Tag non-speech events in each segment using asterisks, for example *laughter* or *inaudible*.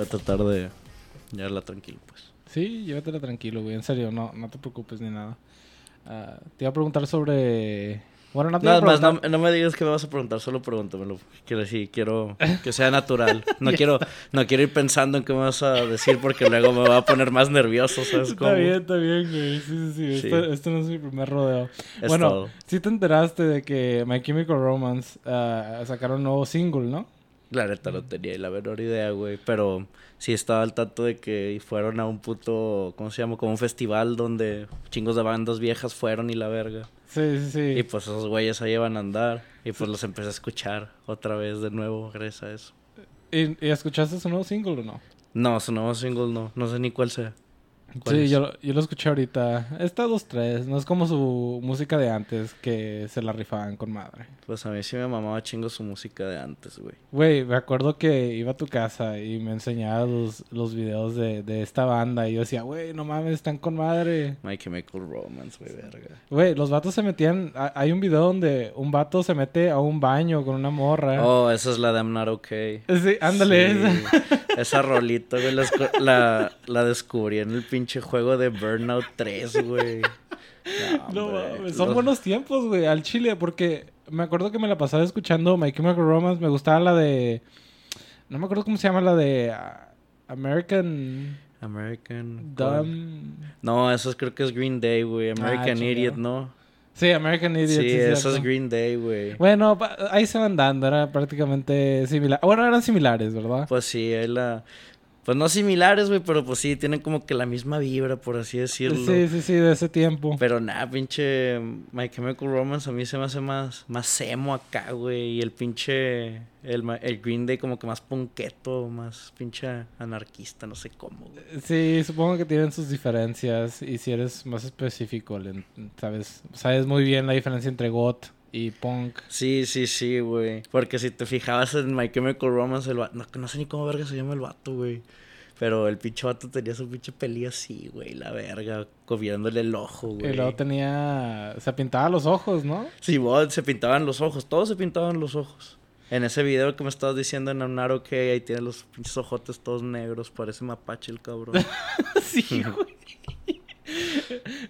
a tratar de llevarla tranquilo, pues. Sí, llévatela tranquilo, güey. En serio, no, no te preocupes ni nada. Ah, te iba a preguntar sobre. Bueno, no te iba Nada Ah, a más, preguntar. no, no me digas que me vas a preguntar, solo pregúntamelo. Quiero decir, quiero que sea natural. *laughs* No quiero, no quiero ir pensando en qué me vas a decir porque luego me va a poner más nervioso, ¿sabes? Está cómo? bien, está bien, güey. Sí, sí, sí. Sí. Esto, esto no es mi primer rodeo. Es bueno, todo. sí te enteraste de que My Chemical Romance ah, sacaron un nuevo single, ¿no? La neta no tenía la menor idea, güey. Pero sí estaba al tanto de que fueron a un puto, ¿cómo se llama? Como un festival donde chingos de bandas viejas fueron y la verga. Sí, sí, sí. Y pues esos güeyes ahí iban a andar. Y pues los empecé a escuchar otra vez de nuevo, gracias a eso. ¿Y, y escuchaste su nuevo single o no? No, su nuevo single no, no sé ni cuál sea. ¿Cuál Sí, es? yo, lo- yo lo escuché ahorita. Está dos, tres. No es como su música de antes que se la rifaban con madre. Pues a mí sí me mamaba chingo su música de antes, güey. Güey, me acuerdo que iba a tu casa y me enseñaba los, los videos de, de esta banda. Y yo decía, güey, no mames, están con madre. My Chemical Romance, güey, verga. Güey, los vatos se metían. ha- Hay un video donde un vato se mete a un baño con una morra. Oh, esa es la de I'm Not Okay. Sí, Ah. ándale. Sí, esa. Esa rolita, güey, la, esco- la, la descubrí en el pinche juego de Burnout 3, güey. No hombre, mames, Son los- buenos tiempos, güey, al chile, porque me acuerdo que me la pasaba escuchando My Chemical Romance. Me gustaba la de. No me acuerdo cómo se llama la de. ah, American American... Girl. Dumb. No, eso es- creo que es Green Day, güey. American chingado. Idiot, ¿no? Sí, American Ah, Idiot. sí, sí, eso cierto. es Green Day, güey. Bueno, pa- ahí se van dando, era prácticamente similar. Bueno, eran similares, ¿verdad? Pues sí, ahí la... Pues no similares, güey, pero pues sí, tienen como que la misma vibra, por así decirlo. Sí, sí, sí, de ese tiempo. Pero nada, pinche My Chemical Romance a mí se me hace más, más emo acá, güey. Y el pinche, el, ma- el Green Day como que más punqueto, más pinche anarquista, no sé cómo, güey. Sí, supongo que tienen sus diferencias. Y si eres más específico, le- sabes, sabes muy bien la diferencia entre goth y punk. Sí, sí, sí, güey. Porque si te fijabas en My Chemical Romance, el va- no, no sé ni cómo verga se llama el vato, güey. Pero el pinche vato tenía su pinche peli así, güey, la verga, cubriéndole el ojo, güey. Y luego tenía. Se pintaba los *laughs* ojos, ¿no? Simón, se pintaban los ojos, todos se pintaban los ojos. En ese video que me estabas diciendo en Amnaro que ahí tiene los pinches ojotes todos negros, parece mapache el cabrón. sí, güey.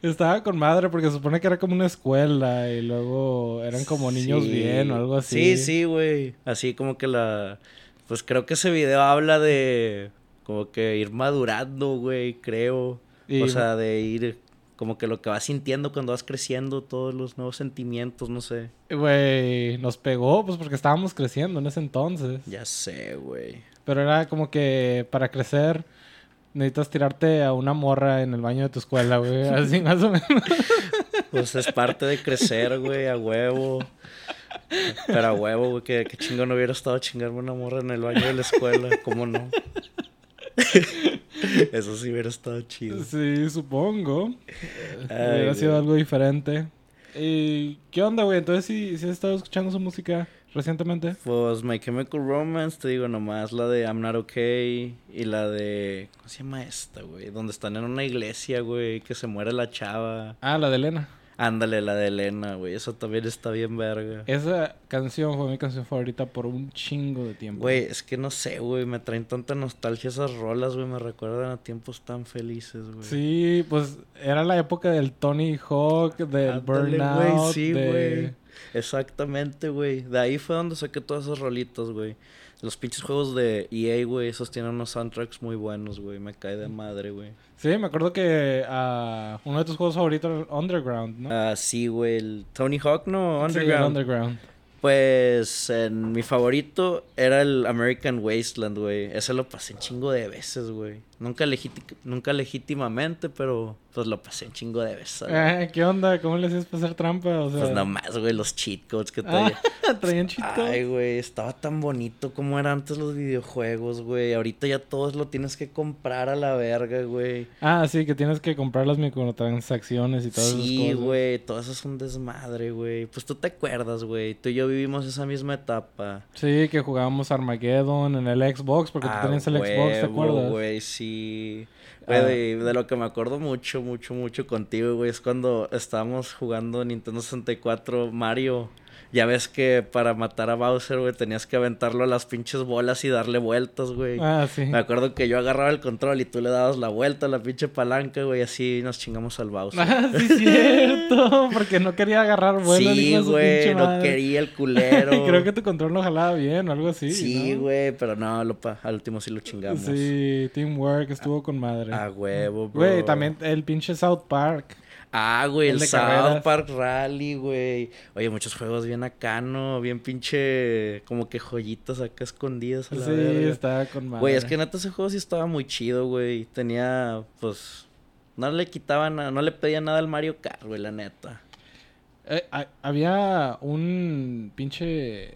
Estaba con madre porque se supone que era como una escuela y luego *laughs* eran como niños Sí. bien o algo así. Sí, sí, güey. Así como que la... Pues creo que ese video habla de como que ir madurando, güey, creo. Y- O sea, de ir como que lo que vas sintiendo cuando vas creciendo, todos los nuevos sentimientos, no sé. Güey, nos pegó pues porque estábamos creciendo en ese entonces. Ya sé, güey. Pero era como que para crecer necesitas tirarte a una morra en el baño de tu escuela, güey. *laughs* Así más o menos. Pues es parte de crecer, güey, a huevo. Pero a huevo, güey, que, que chingón hubiera estado chingarme una morra en el baño de la escuela, ¿cómo no? Eso sí hubiera estado chido. Sí, supongo. Ay, Hubiera güey. sido algo diferente. ¿Y qué onda, güey? Entonces, ¿sí, sí has estado escuchando su música recientemente? Pues My Chemical Romance, te digo nomás, la de I'm Not Okay y la de... ¿Cómo se llama esta, güey? Donde están en una iglesia, güey, que se muere la chava. Ah, la de Elena. Ándale, la de Elena, güey, eso también está bien verga. Esa canción fue mi canción favorita por un chingo de tiempo. Güey, es que no sé, güey, me traen tanta nostalgia esas rolas, güey, me recuerdan a tiempos tan felices, güey. Sí, pues era la época del Tony Hawk, del Ándale, Burnout. güey, sí, de- güey. Exactamente, güey. De ahí fue donde saqué todas esas rolitas, güey. Los pinches juegos de EA, güey, esos tienen unos soundtracks muy buenos, güey. Me cae Mm. de madre, güey. Sí, me acuerdo que ah, uno de tus juegos favoritos era el Underground, ¿no? Ah, sí, güey, el Tony Hawk, no, Sí, el Underground. Underground. Pues en mi favorito era el American Wasteland, güey. Ese lo pasé un chingo de veces, güey. Nunca, legíti- nunca legítimamente, pero pues lo pasé un chingo de veces. güey. Eh, ¿Qué onda? ¿Cómo le hacías para hacer trampa? O sea, Pues nomás, güey, los cheat codes que Ah, traía. *laughs* traían chito. Ay, güey, estaba tan bonito como eran antes los videojuegos, güey. Ahorita ya todos lo tienes que comprar a la verga, güey. Ah, sí, que tienes que comprar las microtransacciones y todas Sí, esas cosas. güey, todo eso es un desmadre, güey. Pues tú te acuerdas, güey. Tú y yo vivimos esa misma etapa. Sí, que jugábamos Armageddon en el Xbox, porque Ah, tú tenías el Xbox, huevo, ¿te acuerdas? güey, sí. Güey, Ah. de, de lo que me acuerdo mucho, mucho, mucho contigo, güey, es cuando estábamos jugando Nintendo 64 Mario Ya ves que para matar a Bowser, güey, tenías que aventarlo a las pinches bolas y darle vueltas, güey. Ah, sí. Me acuerdo que yo agarraba el control y tú le dabas la vuelta a la pinche palanca, güey, así nos chingamos al Bowser. *laughs* Ah, *laughs* sí, cierto. Porque no quería agarrar vuelo. el hijo sí, de su pinche güey, no madre. quería *laughs* el culero. Creo que tu control lo jalaba bien o algo así. Sí, ¿no? güey, pero no, lo pa- al último sí lo chingamos. Sí, Teamwork estuvo con madre. A huevo, bro. Güey, también el pinche South Park. Ah, güey, el el, de South carreras. Park Rally, güey. Oye, muchos juegos bien acá, ¿no? Bien pinche, como que joyitas acá escondidas a la Sí, verga. estaba con madre. Güey, es que neta ese juego sí estaba muy chido, güey. Tenía, pues, no le quitaban, nada, no le pedía nada al Mario Kart, güey, la neta. Eh, ha- había un pinche.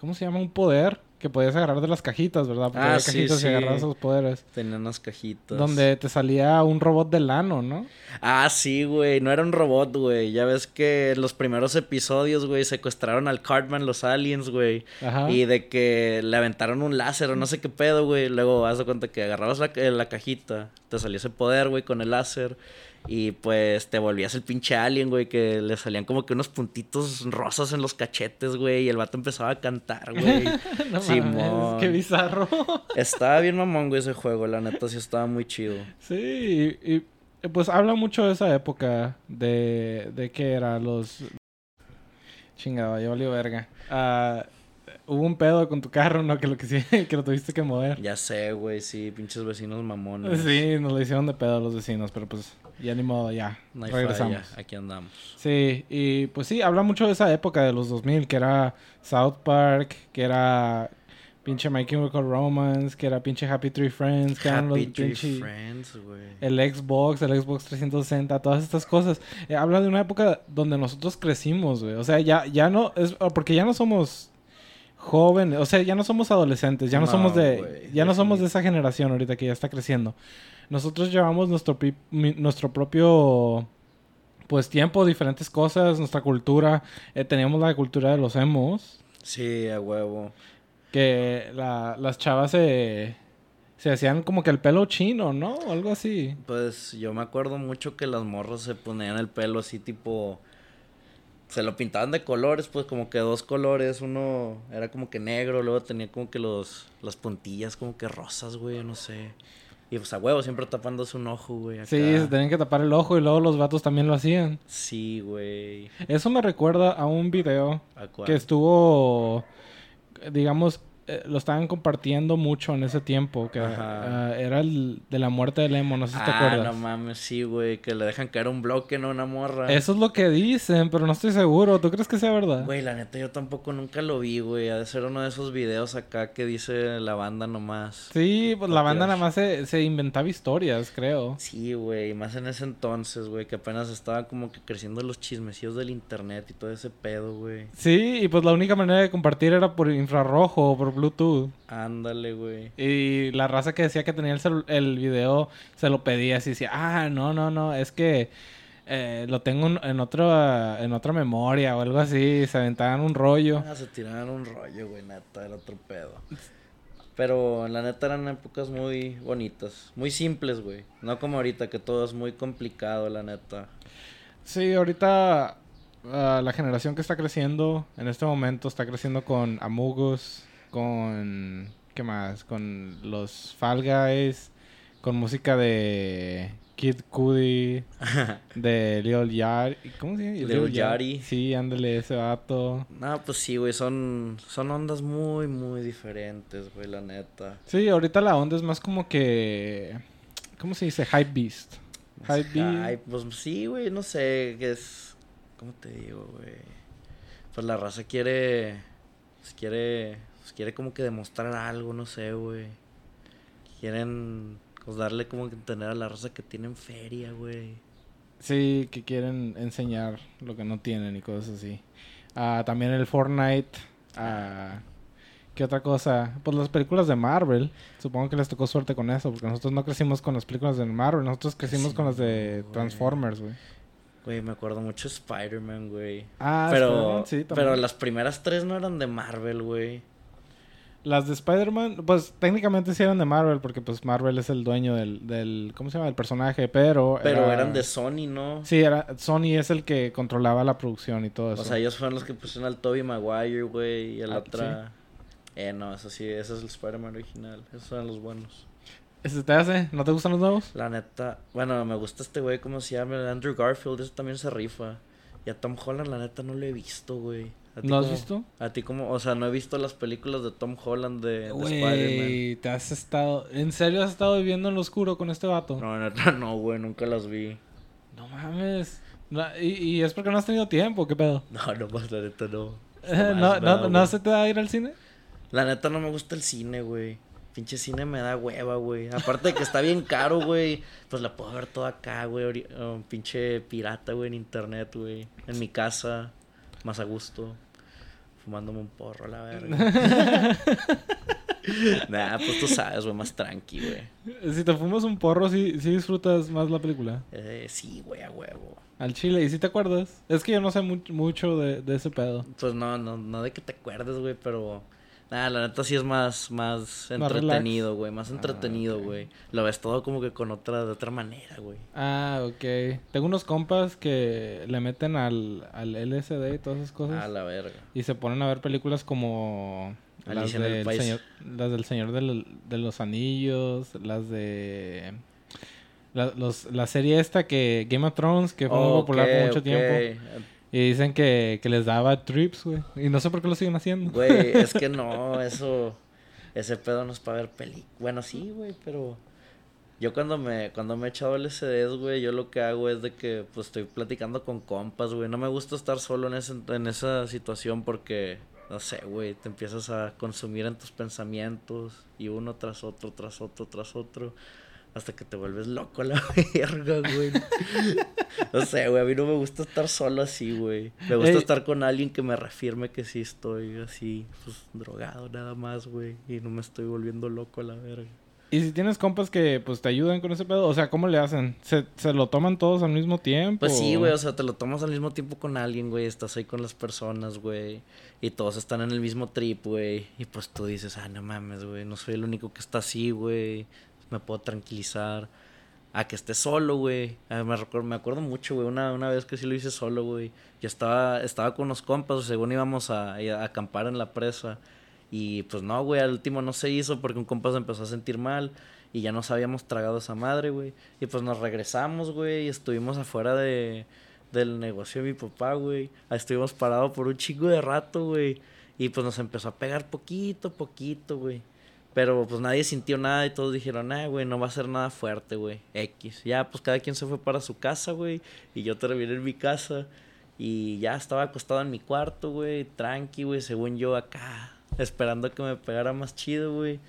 ¿Cómo se llama? Un poder que podías agarrar de las cajitas, ¿verdad? Porque Ah, había sí, cajitas sí. y agarrabas esos poderes. Tenía unas cajitas. Donde te salía un robot de lano, ¿no? Ah, sí, güey. No era un robot, güey. Ya ves que en los primeros episodios, güey, secuestraron al Cartman los aliens, güey. Ajá. Y de que le aventaron un láser o no sé qué pedo, güey. Luego haz de cuenta que agarrabas la, eh, la cajita, te salía ese poder, güey, con el láser. Y pues te volvías el pinche alien, güey, que le salían como que unos puntitos rosas en los cachetes, güey. Y el vato empezaba a cantar, *laughs* güey. *laughs* No Simón. mames, qué bizarro. estaba bien mamón, güey, ese juego, la neta, sí estaba muy chido. sí, y, y, eh, pues habla mucho de esa época de, de que era los... Chingado, ya valió verga. Ah, hubo un pedo con tu carro, ¿no? Que lo, que, sí- *laughs* que lo tuviste que mover. Ya sé, güey, sí, pinches vecinos mamones. Sí, nos lo hicieron de pedo los vecinos, pero pues ya ni modo, ya. No hay regresamos. falla, aquí andamos. Sí, y pues sí, habla mucho de esa época de los 2000, que era South Park, que era pinche My Chemical Romance, que era pinche Happy Tree Friends, que eran los Happy Tree pinche- Friends, güey. el Xbox, el Xbox 360, todas estas cosas. Eh, habla de una época donde nosotros crecimos, güey. O sea, ya, ya no, es ah, porque ya no somos jóvenes, o sea, ya no somos adolescentes, ya no, No, somos de, güey, ya no somos de esa generación ahorita que ya está creciendo. Nosotros llevamos nuestro, pi- mi- nuestro propio, pues, tiempo, diferentes cosas, nuestra cultura. Eh, teníamos la cultura de los emos, Sí, a huevo. que la- las chavas se, se hacían como que el pelo chino, ¿no? O algo así. Pues yo me acuerdo mucho que las morras se ponían el pelo así tipo... Se lo pintaban de colores, pues como que dos colores, uno era como que negro, luego tenía como que los, las puntillas como que rosas, güey, no sé. Y pues a huevo, siempre tapándose un ojo, güey. acá. Sí, se tenían que tapar el ojo y luego los vatos también lo hacían. Sí, güey. Eso me recuerda a un video ¿A cuál? que estuvo, digamos, eh, lo estaban compartiendo mucho en ese tiempo, que Ajá. ah, era el de la muerte de Lemo, no sé si te Ah, acuerdas. no mames, sí, güey, que le dejan caer un bloque, ¿no? Una morra. Eso es lo que dicen, pero no estoy seguro. ¿Tú crees que sea verdad? Güey, la neta yo tampoco nunca lo vi, güey. Ha de ser uno de esos videos acá que dice la banda nomás. Sí, pues la No creo. banda nada más se, se inventaba historias, creo. Sí, güey, más en ese entonces, güey, que apenas estaba como que creciendo los chismecillos del internet y todo ese pedo, güey. Sí, y pues la única manera de compartir era por infrarrojo o por Bluetooth. Ándale, güey. Y la raza que decía que tenía el, celu- el video se lo pedía así, decía, ah, no, no, no, es que eh, lo tengo en, en otra, en otra memoria o algo así, y se aventaban un rollo. Ah, se tiraban un rollo, güey, neta, era otro pedo. Pero la neta eran épocas muy bonitas, muy simples, güey. No como ahorita que todo es muy complicado, la neta. Sí, ahorita ah, la generación que está creciendo, en este momento está creciendo con Amugos, con, ¿qué más? Con los Fall Guys, con música de Kid *laughs* Cudi, de Lil Yari, ¿cómo se llama? Lil Yachty. Sí, ándale, ese vato. No, pues sí, güey, son, son ondas muy, muy diferentes, güey, la neta. Sí, ahorita la onda es más como que. ¿Cómo se dice? Hype Beast. Hype Beast. Ay, pues sí, güey, no sé, que es... ¿Cómo te digo, güey? Pues la raza quiere... pues, quiere... pues, quiere como que demostrar algo, no sé, güey. Quieren... Pues darle como que entender a la raza que tienen feria, güey. Sí, que quieren enseñar lo que no tienen y cosas así. Ah, también el Fortnite. Ah, ¿Qué otra cosa? Pues las películas de Marvel. Supongo que les tocó suerte con eso, porque nosotros no crecimos con las películas de Marvel, nosotros crecimos Sí, con las de güey. Transformers, güey. Güey, me acuerdo mucho de Spider-Man, güey. Ah, pero, Spider-Man, sí, también. pero las primeras tres no eran de Marvel, güey. Las de Spider-Man, pues técnicamente sí eran de Marvel, porque pues Marvel es el dueño del, del ¿cómo se llama? El personaje, pero... Pero eran de Sony, ¿no? Sí, era, Sony es el que controlaba la producción y todo eso. O sea, ellos fueron los que pusieron al Toby Maguire, güey, y a la Ah, otra... Eh, no, eso sí, ese es el Spider-Man original. Esos eran los buenos. ¿Se te hace? ¿No te gustan los nuevos? La neta, bueno, me gusta este güey, ¿cómo se llama? El Andrew Garfield, eso también se rifa. Y a Tom Holland, la neta, no lo he visto, güey. ¿A ti ¿No has cómo- visto? A ti como, o sea, no he visto las películas de Tom Holland de, de Spider-Man. Güey, te has estado... ¿En serio has estado viviendo en lo oscuro con este vato? No, la neta, no, güey, nunca las vi. *laughs* No mames. No, y, y es porque no has tenido tiempo, ¿qué pedo? No, no, pues la neta, no. Eh, Nomás *laughs* no, no, nada, ¿no güey. se te da ir *laughs* al cine? *laughs* La neta no me gusta el cine, güey. Pinche cine me da hueva, güey. Aparte de que está bien caro, güey. Pues la puedo ver toda acá, güey. ori- um, pinche pirata, güey, en internet, güey. En mi casa, más a gusto. Fumándome un porro, a la *laughs* verga. nah, pues tú sabes, güey, más tranqui, güey. Si te fumas un porro, sí, sí disfrutas más la película. Eh, sí, güey, a huevo. Al chile, ¿y si te acuerdas? Es que yo no sé mu- mucho de, de ese pedo. Pues no, no, no de que te acuerdes, güey, pero. Nada, la neta sí es más, más relax. Ah, entretenido, güey. Más entretenido, ok. güey. Lo ves todo como que con otra, de otra manera, güey. Ah, ok. Tengo unos compas que le meten al, al LSD y todas esas cosas. A la verga. Y se ponen a ver películas como... Las Alicia en el del, País. señor, las del Señor del- de los Anillos, las de... La, los- la serie esta que... Game of Thrones, que fue muy popular por Ok, mucho ok. tiempo. Y dicen que, que les daba trips, güey. Y no sé por qué lo siguen haciendo. *laughs* Güey, es que no, eso. Ese pedo no es para ver peli. Bueno, sí, güey, pero. Yo cuando me, cuando me he echado LSDs, güey, yo lo que hago es de que pues estoy platicando con compas, güey. No me gusta estar solo en, ese- en esa situación porque, no sé, güey, te empiezas a consumir en tus pensamientos y uno tras otro, tras otro, tras otro, hasta que te vuelves loco a la *laughs* verga, güey. No sé, güey, a mí no me gusta estar solo así, güey. Me gusta Ey. estar con alguien que me reafirme que sí estoy así, pues drogado nada más, güey, y no me estoy volviendo loco a la verga. Y si tienes compas que pues te ayudan con ese pedo, o sea, ¿cómo le hacen? ¿Se, se lo toman todos al mismo tiempo? Pues sí, o- güey, o sea, te lo tomas al mismo tiempo con alguien, güey, estás ahí con las personas, güey, y todos están en el mismo trip, güey, y pues tú dices, ah, no mames, güey, no soy el único que está así, güey, me puedo tranquilizar, a que esté solo, güey, Ah, me, recuerdo, me acuerdo mucho, güey, una, una vez que sí lo hice solo, güey, yo estaba, estaba con unos compas, según íbamos a, a acampar en la presa, y pues no, güey, al último no se hizo porque un compa se empezó a sentir mal y ya nos habíamos tragado esa madre, güey. Y pues nos regresamos, güey, y estuvimos afuera de, del negocio de mi papá, güey. Ahí Estuvimos parados por un chingo de rato, güey. Y pues nos empezó a pegar poquito, poquito, güey. Pero pues nadie sintió nada y todos dijeron, ah, güey, no va a ser nada fuerte, güey. X. Ya, pues cada quien se fue para su casa, güey. Y yo terminé en mi casa. Y ya estaba acostado en mi cuarto, güey, tranqui, güey, según yo acá, esperando que me pegara más chido, güey.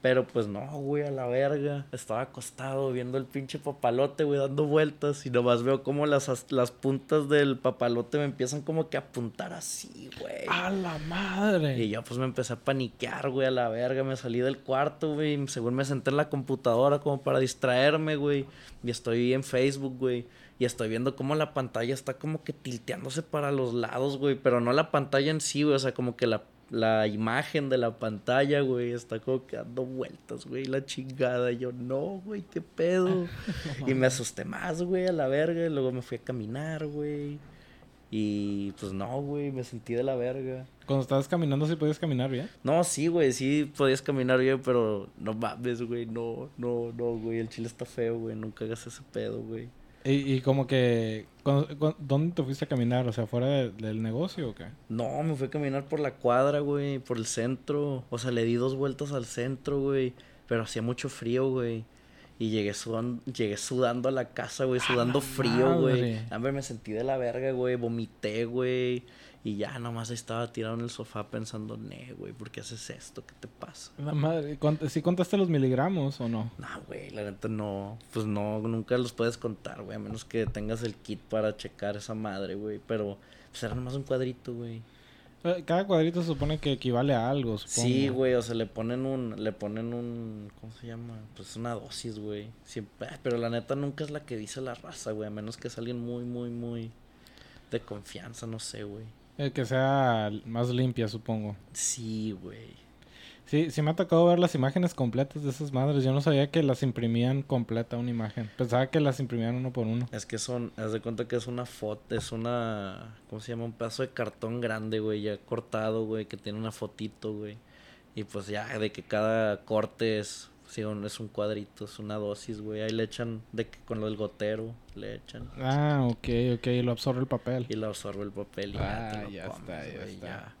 Pero pues no, güey, a la verga. Estaba acostado viendo el pinche papalote, güey, dando vueltas. Y nomás veo como las, as- las puntas del papalote me empiezan como que a apuntar así, güey. A la madre. Y yo pues me empecé a paniquear, güey, a la verga. Me salí del cuarto, güey. y Según me senté en la computadora como para distraerme, güey. Y estoy en Facebook, güey. Y estoy viendo cómo la pantalla está como que tilteándose para los lados, güey. Pero no la pantalla en sí, güey. O sea, como que la, la imagen de la pantalla, güey, está como que dando vueltas, güey. La chingada. Y yo, no, güey, qué pedo. y me asusté más, güey, a la verga. Y luego me fui a caminar, güey. Y pues no, güey, me sentí de la verga. Cuando estabas caminando sí podías caminar bien. No, sí, güey, sí podías caminar bien, pero no mames, güey, no, no, no, güey, el chile está feo, güey, nunca hagas ese pedo, güey. Y, y como que... cuando- cu- ¿Dónde te fuiste a caminar? O sea, ¿fuera de- del negocio o qué? No, me fui a caminar por la cuadra, güey, por el centro, o sea, le di dos vueltas al centro, güey, pero hacía mucho frío, güey. Y llegué sudando, llegué sudando a la casa, güey, sudando frío, güey. madre! Hombre, me sentí de la verga, güey, vomité, güey. Y ya nomás estaba tirado en el sofá pensando, ne, güey, ¿por qué haces esto? ¿Qué te pasa? La madre. ¿cuánt- ¿Sí contaste los miligramos o no? No, güey, la neta no. Pues no, nunca los puedes contar, güey. A menos que tengas el kit para checar esa madre, güey. Pero pues era nomás un cuadrito, güey. Eh, Cada cuadrito se supone que equivale a algo, supongo. Sí, güey, o sea, le ponen un. Le ponen un. ¿Cómo se llama? Pues una dosis, güey. Siempre. ah, Pero la neta nunca es la que dice la raza, güey. A menos que es alguien muy, muy, muy. De confianza, no sé, güey. Eh, que sea más limpia, supongo. Sí, güey. Sí, sí me ha tocado ver las imágenes completas de esas madres. Yo no sabía que las imprimían completa una imagen. Pensaba que las imprimían uno por uno. Es que son, haz de cuenta que es una foto, es una, ¿cómo se llama? Un pedazo de cartón grande, güey, ya cortado, güey, que tiene una fotito, güey. Y pues ya, de que cada corte es, sí, un- es un cuadrito, es una dosis, güey. Ahí le echan, de que con lo del gotero, le echan. Ah, ok, ok, lo absorbe el papel. Y la absorbe el papel y ya te Ah, lo ya comes, está, ya güey, está. ya.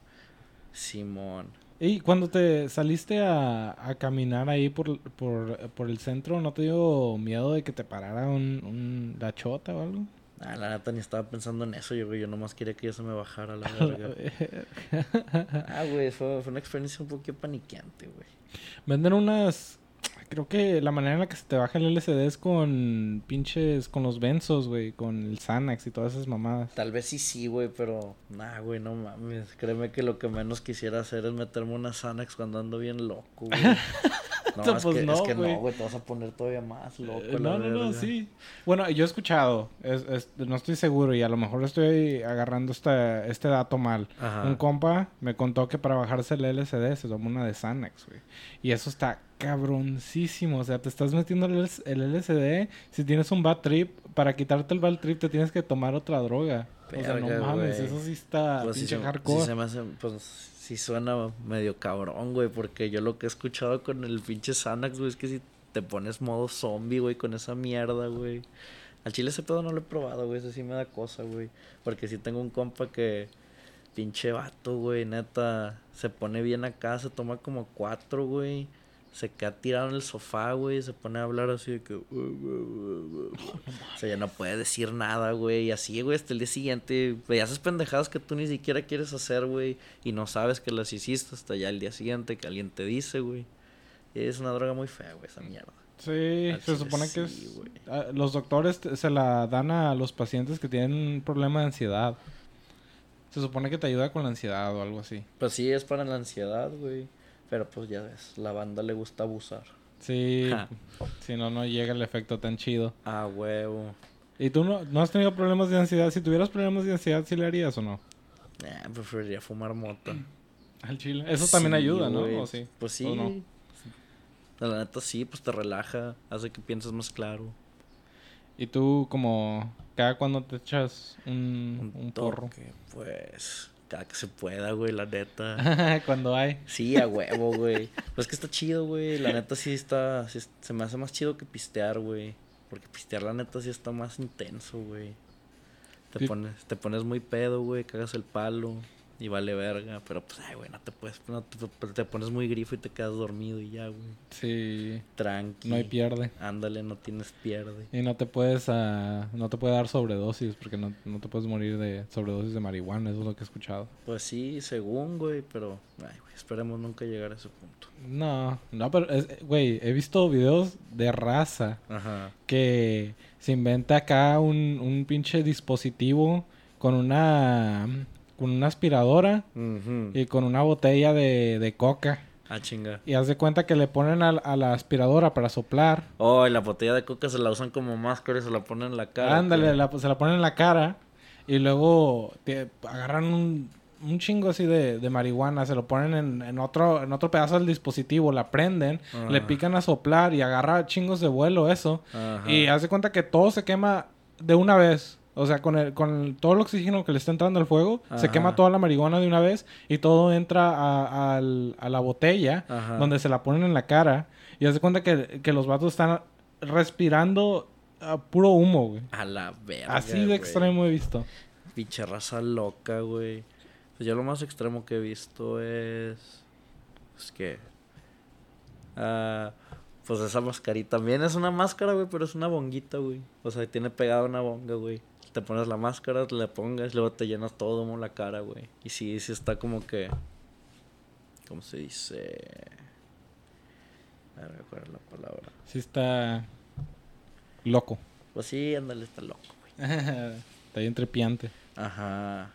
Simón. Y cuando te saliste a, a caminar ahí por, por, por el centro, ¿no te dio miedo de que te parara un, un la chota o algo? Ah, la neta ni estaba pensando en eso, yo, güey. Yo nomás quería que ya se me bajara *laughs* la verga. ah, güey, fue, fue una experiencia un poquito paniqueante, güey. Venden unas... Creo que la manera en la que se te baja el LSD es con pinches... Con los benzos, güey. Con el Xanax y todas esas mamadas. Tal vez sí, sí, güey, pero. Nah, güey, no mames. Créeme que lo que menos quisiera hacer es meterme una Xanax cuando ando bien loco, *laughs* güey. No, No, es, pues que, no, es que güey. no, güey. Te vas a poner todavía más loco. Eh, la No, no, no, verga. sí. Bueno, yo he escuchado, es- es- no estoy seguro y a lo mejor estoy agarrando este, este dato mal. Ajá. Un compa me contó que para bajarse el LSD se toma una de Xanax, güey. Y eso está cabroncísimo. O sea, te estás metiendo el, LS el LSD. Si tienes un bad trip, para quitarte el bad trip te tienes que tomar otra droga. o sea, Verga, no mames, güey. eso sí está Pues sí, pinche se, hardcore. sí se me hace, pues sí suena medio cabrón, güey, porque yo lo que he escuchado con el pinche Xanax, güey, es que si te pones modo zombie, güey, con esa mierda, güey. Al chile ese pedo no lo he probado, güey, eso sí me da cosa, güey, porque sí tengo un compa que pinche vato, güey, neta, se pone bien acá, se toma como cuatro, güey. Se queda tirado en el sofá, güey. Se pone a hablar así de que. O sea, ya no puede decir nada, güey. Y así, güey, hasta el día siguiente. Güey, haces pendejadas que tú ni siquiera quieres hacer, güey. Y no sabes que las hiciste hasta ya el día siguiente que alguien te dice, güey. Es una droga muy fea, güey, esa mierda. Sí, Al se chile supone que Ah, sí, es- güey. ah, los doctores te- se la dan a los pacientes que tienen un problema de ansiedad. Se supone que te ayuda con la ansiedad o algo así. Pues sí, es para la ansiedad, güey. Pero pues ya ves, la banda le gusta abusar. Sí, Ja. si no, no llega el efecto tan chido. Ah, huevo. ¿Y tú no, no has tenido problemas de ansiedad? Si tuvieras problemas de ansiedad, ¿sí le harías o no? Eh, preferiría fumar mota. Al chile. Eso también Sí, ayuda, ¿no? güey. ¿O sí? Pues sí. ¿O no? La neta sí, pues te relaja, hace que pienses más claro. ¿Y tú como cada cuando te echas un, un porro? *laughs* toque, Pues, cada que se pueda, güey, la neta. cuando hay. Sí, a huevo, güey. Pues que está chido, güey. La neta sí está. sí es- se me hace más chido que pistear, güey. Porque pistear, la neta, sí está más intenso, güey. Te, Sí. pones, te pones muy pedo, güey. Cagas el palo y vale verga. Pero pues, ay, güey, no te puedes. No, te, pues, te pones muy grifo y te quedas dormido y ya, güey. Sí, Tranqui. no hay pierde. Ándale, no tienes pierde. Y no te puedes, ah, no te puede dar sobredosis porque no, no te puedes morir de sobredosis de marihuana, eso es lo que he escuchado. Pues sí, según, güey, pero. Ay, güey, esperemos nunca llegar a ese punto. No, no, pero, es- güey, he visto videos de raza Ajá. que se inventa acá un, un pinche dispositivo con una, con una aspiradora y con una botella de, de coca. Ah, chinga. Y haz de cuenta que le ponen al- a, la aspiradora para soplar. Oh, y la botella de coca se la usan como máscara y se la ponen en la cara. Ándale, ¿o la- se la ponen en la cara y luego te agarran un, un chingo así de, de marihuana, se lo ponen en, en otro, en otro pedazo del dispositivo, la prenden, Ah. le pican a soplar y agarra chingos de vuelo eso. qué? Ajá. Y hace cuenta que todo se quema de una vez. O sea, con, el, con el- todo el oxígeno que le está entrando al fuego, se Ajá. quema toda la marihuana de una vez y todo entra a, al- a la botella Ajá. donde se la ponen en la cara. Y hace cuenta que, que los vatos están respirando ah, puro humo, güey. A la verga. Así de güey. extremo he visto. Pinche raza loca, güey. Pues yo lo más extremo que he visto es. Pues que. Ah, pues esa mascarita también es una máscara, güey, pero es una bonguita, güey. O sea, tiene pegada una bonga, güey. Te pones la máscara, te la pongas, luego te llenas todo humo la cara, güey. Y sí, sí está como que. ¿Cómo se dice? A ver, ¿cuál es la palabra? Sí está *laughs* loco. Pues sí, ándale, está loco, güey. está bien trepiante. Ajá.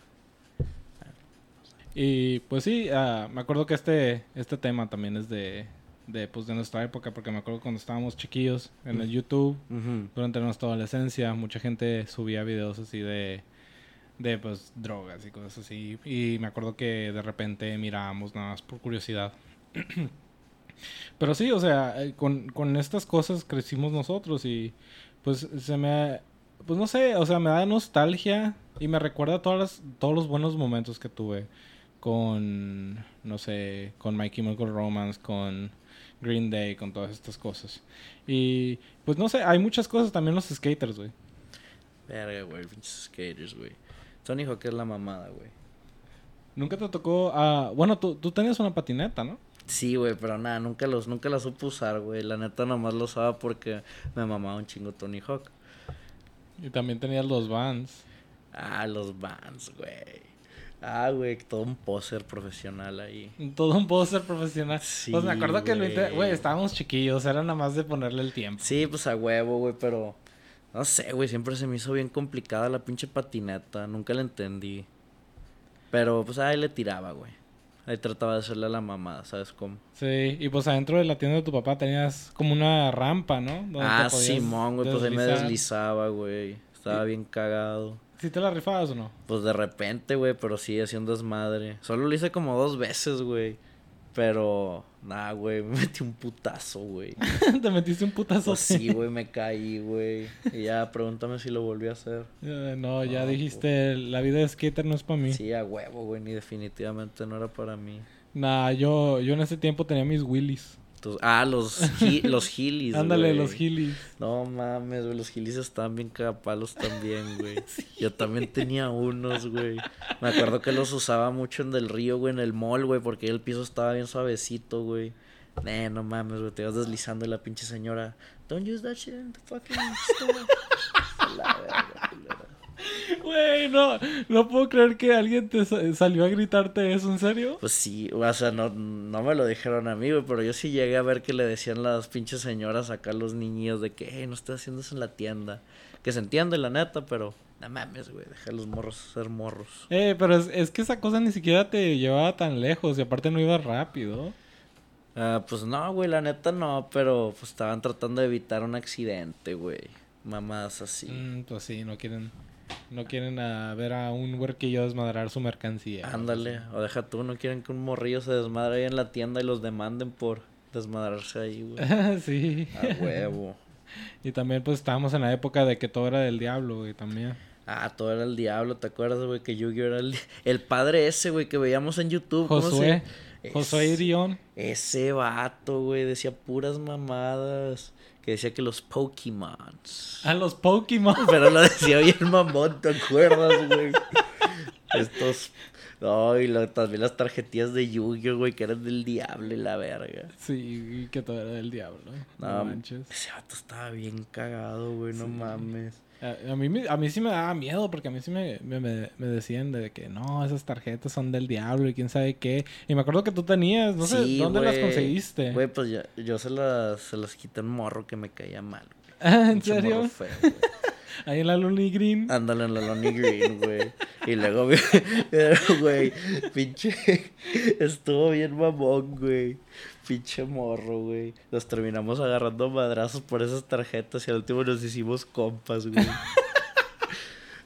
Y pues sí, ah, me acuerdo que este, este tema también es de, de, pues, de nuestra época, porque me acuerdo cuando estábamos chiquillos en el YouTube, Ujú. durante nuestra adolescencia, mucha gente subía videos así de, de pues drogas y cosas así. Y me acuerdo que de repente mirábamos nada más por curiosidad. *clears throat* Pero sí, o sea, eh, con, con estas cosas crecimos nosotros y pues se me... Pues no sé, o sea, me da nostalgia y me recuerda todas las, todos los buenos momentos que tuve con, no sé, con My Chemical Romance, con Green Day, con todas estas cosas. Y pues no sé, hay muchas cosas también los skaters, güey. Verga, güey, pinches skaters, güey. Tony Hawk es la mamada, güey. Nunca te tocó... ah, bueno, tú, tú tenías una patineta, ¿no? Sí, güey, pero nada, nunca los, nunca la supe usar, güey. La neta nomás lo usaba porque me mamaba un chingo Tony Hawk. Y también tenías los Vans. Ah, los Vans, güey. Ah, güey, todo un poser profesional ahí. Todo un póster profesional. Sí, pues me acuerdo que lo intenté, güey. güey, estábamos chiquillos, era nada más de ponerle el tiempo. Sí, pues a huevo, güey, pero no sé, güey, siempre se me hizo bien complicada la pinche patineta, nunca la entendí. Pero pues ahí le tiraba, güey. Ahí trataba de hacerle a la mamada, ¿sabes cómo? Sí, y pues adentro de la tienda de tu papá tenías como una rampa, ¿no? Donde te Ah, podías Simón, güey, pues ahí me deslizar. deslizaba, güey. Estaba bien cagado. ¿Sí te la rifabas o no? *laughs* Pues de repente, güey, pero sí, hacía un desmadre. Solo lo hice como dos veces, güey. Pero, nah, güey, *laughs* me metí un putazo, *laughs* güey. te metiste un putazo. Pues sí, güey, me caí, güey. Y ya, pregúntame si lo volví a hacer. *laughs* Eh, No, ya Ah, dijiste, la vida de skater no es para mí. Sí, a huevo, güey, ni definitivamente no era para mí. Nah, yo, yo en ese tiempo tenía mis willies. Tus- ah, los, hi- los *laughs* gilis, Ándale, güey. los gillies. No mames, güey, los gilis estaban bien cagapalos también, güey. Yo también tenía unos, güey. Me acuerdo que los usaba mucho en Del Río, güey, en el mall, güey, porque ahí el piso estaba bien suavecito, güey. Eh, no mames, güey, te ibas deslizando y la pinche señora. Don't use that shit in the fucking store. La verga, culera. Güey, no, no puedo creer que alguien te sa- salió a gritarte eso, ¿en serio? Pues sí, o sea, no, no me lo dijeron a mí, güey, pero yo sí llegué a ver que le decían las pinches señoras acá a los niños de que, hey, no estás haciendo eso en la tienda. Que se entiende, la neta, pero no mames, güey, deja a los morros ser morros. Eh, pero es, es que esa cosa ni siquiera te llevaba tan lejos y aparte no iba rápido. Ah, pues no, güey, la neta no, pero pues estaban tratando de evitar un accidente, güey. Mamadas así. Mm, pues sí, no quieren, no quieren a ver a un huerquillo desmadrar su mercancía. Ándale, o deja tú, no quieren que un morrillo se desmadre ahí en la tienda y los demanden por desmadrarse ahí, *laughs* güey. *laughs* sí. A huevo. Y también pues estábamos en la época de que todo era del diablo, güey, también. Ah, todo era el diablo, ¿te acuerdas, güey? Que Yu-Gi-Oh era el, di- el padre ese, güey, que veíamos en YouTube. ¿cómo se- Josué, Es- Josué Irión. Ese vato, güey, decía puras mamadas. Que decía que los Pokémon. A los Pokémon. *laughs* Pero lo decía bien mamón, ¿te acuerdas, güey? Estos... No, y lo- también las tarjetillas de Yu-Gi-Oh, güey, que eran del diablo y la verga. Sí, y que todo era del diablo. ¿eh? No, No, manches. ese vato estaba bien cagado, güey, no mames. Eh, A, a mí, me- a mí sí me daba miedo porque a mí sí me, me, me- me decían de que no, esas tarjetas son del diablo y quién sabe qué. Y me acuerdo que tú tenías, no sé, Sí, ¿dónde las güey. conseguiste? Güey, pues yo, yo se las, se las quité a un morro que me caía mal, güey. *laughs* ¿En Pinche morro Ah, serio? feo, güey. Ahí en la Lonely Green. Ándale en la Lonely Green, güey. Y luego, *laughs* vi- güey, pinche. Estuvo bien mamón, güey. Pinche morro, güey. Nos terminamos agarrando a madrazos por esas tarjetas y al último nos hicimos compas, güey.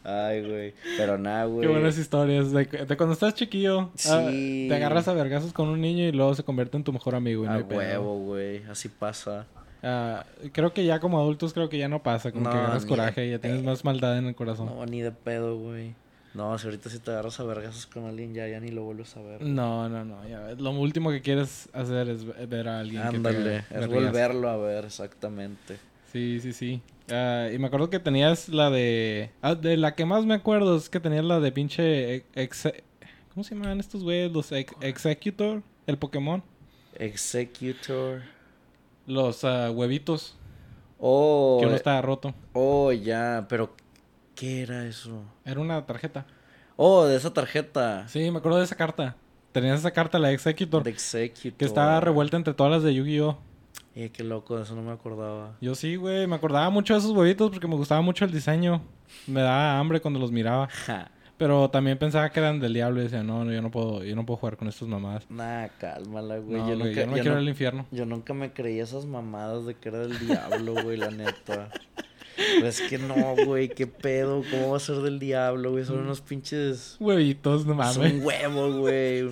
Ay, güey. Pero nada, güey. Qué buenas historias. De, de cuando estás chiquillo, ah, Sí. te agarras a vergazos con un niño y luego se convierte en tu mejor amigo. y no A hay pedo. huevo, güey. Así pasa. Ah, creo que ya como adultos, creo que ya no pasa. Como No, que agarras ni coraje de y ya tienes pedo. más maldad en el corazón. No, ni de pedo, güey. No, si ahorita si te agarras a vergazos con alguien, ya, ya ni lo vuelves a ver. No, no, no. ya, Lo último que quieres hacer es ve- ver a alguien. que te Ándale, es vergas. volverlo a ver, exactamente. Sí, sí, sí. Ah, y me acuerdo que tenías la de. ah, de la que más me acuerdo es que tenías la de pinche. ex- ex- ¿Cómo se llaman estos güeyes? Los ex- Executor, el Pokémon. Executor. Los ah, huevitos. Oh, Que uno eh, estaba roto. oh, ya, pero ¿qué era eso? Era una tarjeta. Oh, de esa tarjeta. Sí, me acuerdo de esa carta. Tenías esa carta, la de Executor, De Executor. que estaba revuelta entre todas las de Yu-Gi-Oh! Eh, qué loco, de eso no me acordaba. Yo sí, güey, me acordaba mucho de esos huevitos porque me gustaba mucho el diseño. Me daba hambre cuando los miraba. Ja. Pero también pensaba que eran del diablo y decía, no, no, yo no puedo, yo no puedo jugar con estas mamadas. Nah, cálmala, güey. No, yo, güey, nunca, yo no me yo quiero nu- ir al infierno. yo nunca me creí esas mamadas de que era del diablo, güey, la neta. Pero es que no, güey, qué pedo, ¿cómo va a ser del diablo, güey? Son unos pinches Huevitos, no Es mames. un huevo, güey.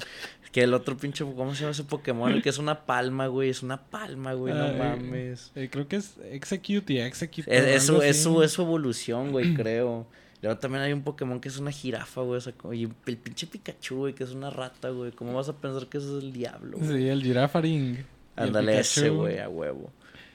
Que el otro pinche, ¿cómo se llama ese Pokémon? El que es una palma, güey. Es una palma, güey. No Ah, eh, mames. eh, creo que es Execute y Execute. Es, es su, algo es, así. su, es su evolución, *clears throat* güey, creo. Luego también hay un Pokémon que es una jirafa, güey. o sea, como- y el pinche Pikachu, güey, que es una rata, güey. ¿Cómo vas a pensar que eso es el diablo? güey? Sí, el Girafaring. y el Ándale ese, Pikachu. güey, a huevo.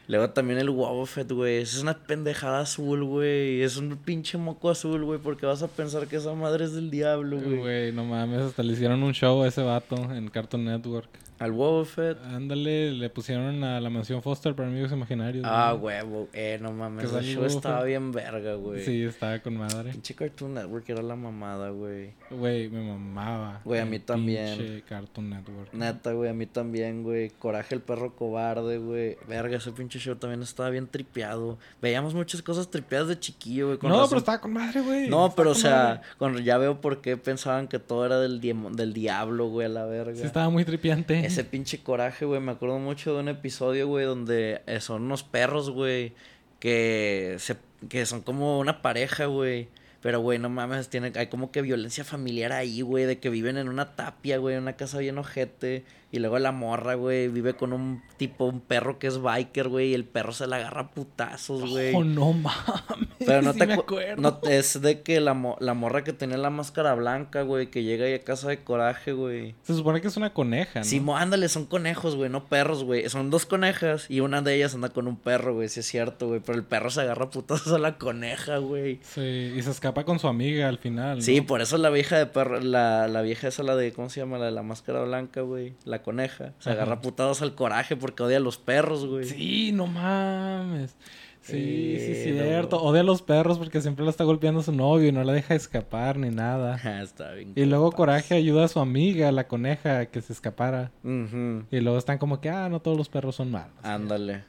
Luego también el Wobbuffet, güey. esa Es una pendejada azul, güey. Es un pinche moco azul, güey. Porque vas a pensar que esa madre es del diablo, güey. Güey, no mames, hasta le hicieron un show a ese vato en Cartoon Network. Al Wobbuffet. Ándale, le pusieron a la mansión Foster para amigos imaginarios. Ah, güey. huevo. Eh, no mames. Que El sale show Wobbuffet. estaba bien verga, güey. Sí, estaba con madre. Pinche Cartoon Network era la mamada, güey. Güey, me mamaba. Güey, a el mí también. pinche Cartoon Network. Neta, güey, a mí también, güey. Coraje el perro cobarde, güey. Verga, ese pinche show también estaba bien tripeado. Veíamos muchas cosas tripeadas de chiquillo, güey. con No, razón- pero estaba con madre, güey. No, Estaba pero o con sea, madre. con- ya veo por qué pensaban que todo era del, diemo- del diablo, güey, a la verga. Sí, estaba muy tripiante. Ese pinche coraje, güey. Me acuerdo mucho de un episodio, güey, donde eh, son unos perros, güey, que, se, que son como una pareja, güey. Pero, güey, no mames, tiene, hay como que violencia familiar ahí, güey, de que viven en una tapia, güey, en una casa bien ojete. Y luego la morra, güey, vive con un tipo, un perro que es biker, güey, y el perro se la agarra a putazos, güey. Oh, no mames. Pero no *laughs* sí te me acu- acuerdo. no- es de que la, mo- la morra que tenía la máscara blanca, güey, que llega ahí a casa de coraje, güey. Se supone que es una coneja, ¿no? Sí, mo- ándale, son conejos, güey, no perros, güey. Son dos conejas y una de ellas anda con un perro, güey, sí es cierto, güey. Pero el perro se agarra a putazos a la coneja, güey. Sí, y se escapa con su amiga al final. ¿no? Sí, por eso la vieja de perro, la, la vieja esa, la de, ¿cómo se llama? La de la máscara blanca, güey. La coneja. Se Ajá. agarra a putazos al coraje porque odia a los perros, güey. Sí, no mames. Sí, sí, es Pero- cierto. Odia a los perros porque siempre la está golpeando su novio y no la deja escapar ni nada. *laughs* Ah, Está bien. Y luego compas. Coraje ayuda a su amiga, la coneja, a que se escapara. Ujú, Y luego están como que, ah, no todos los perros son malos. Ándale.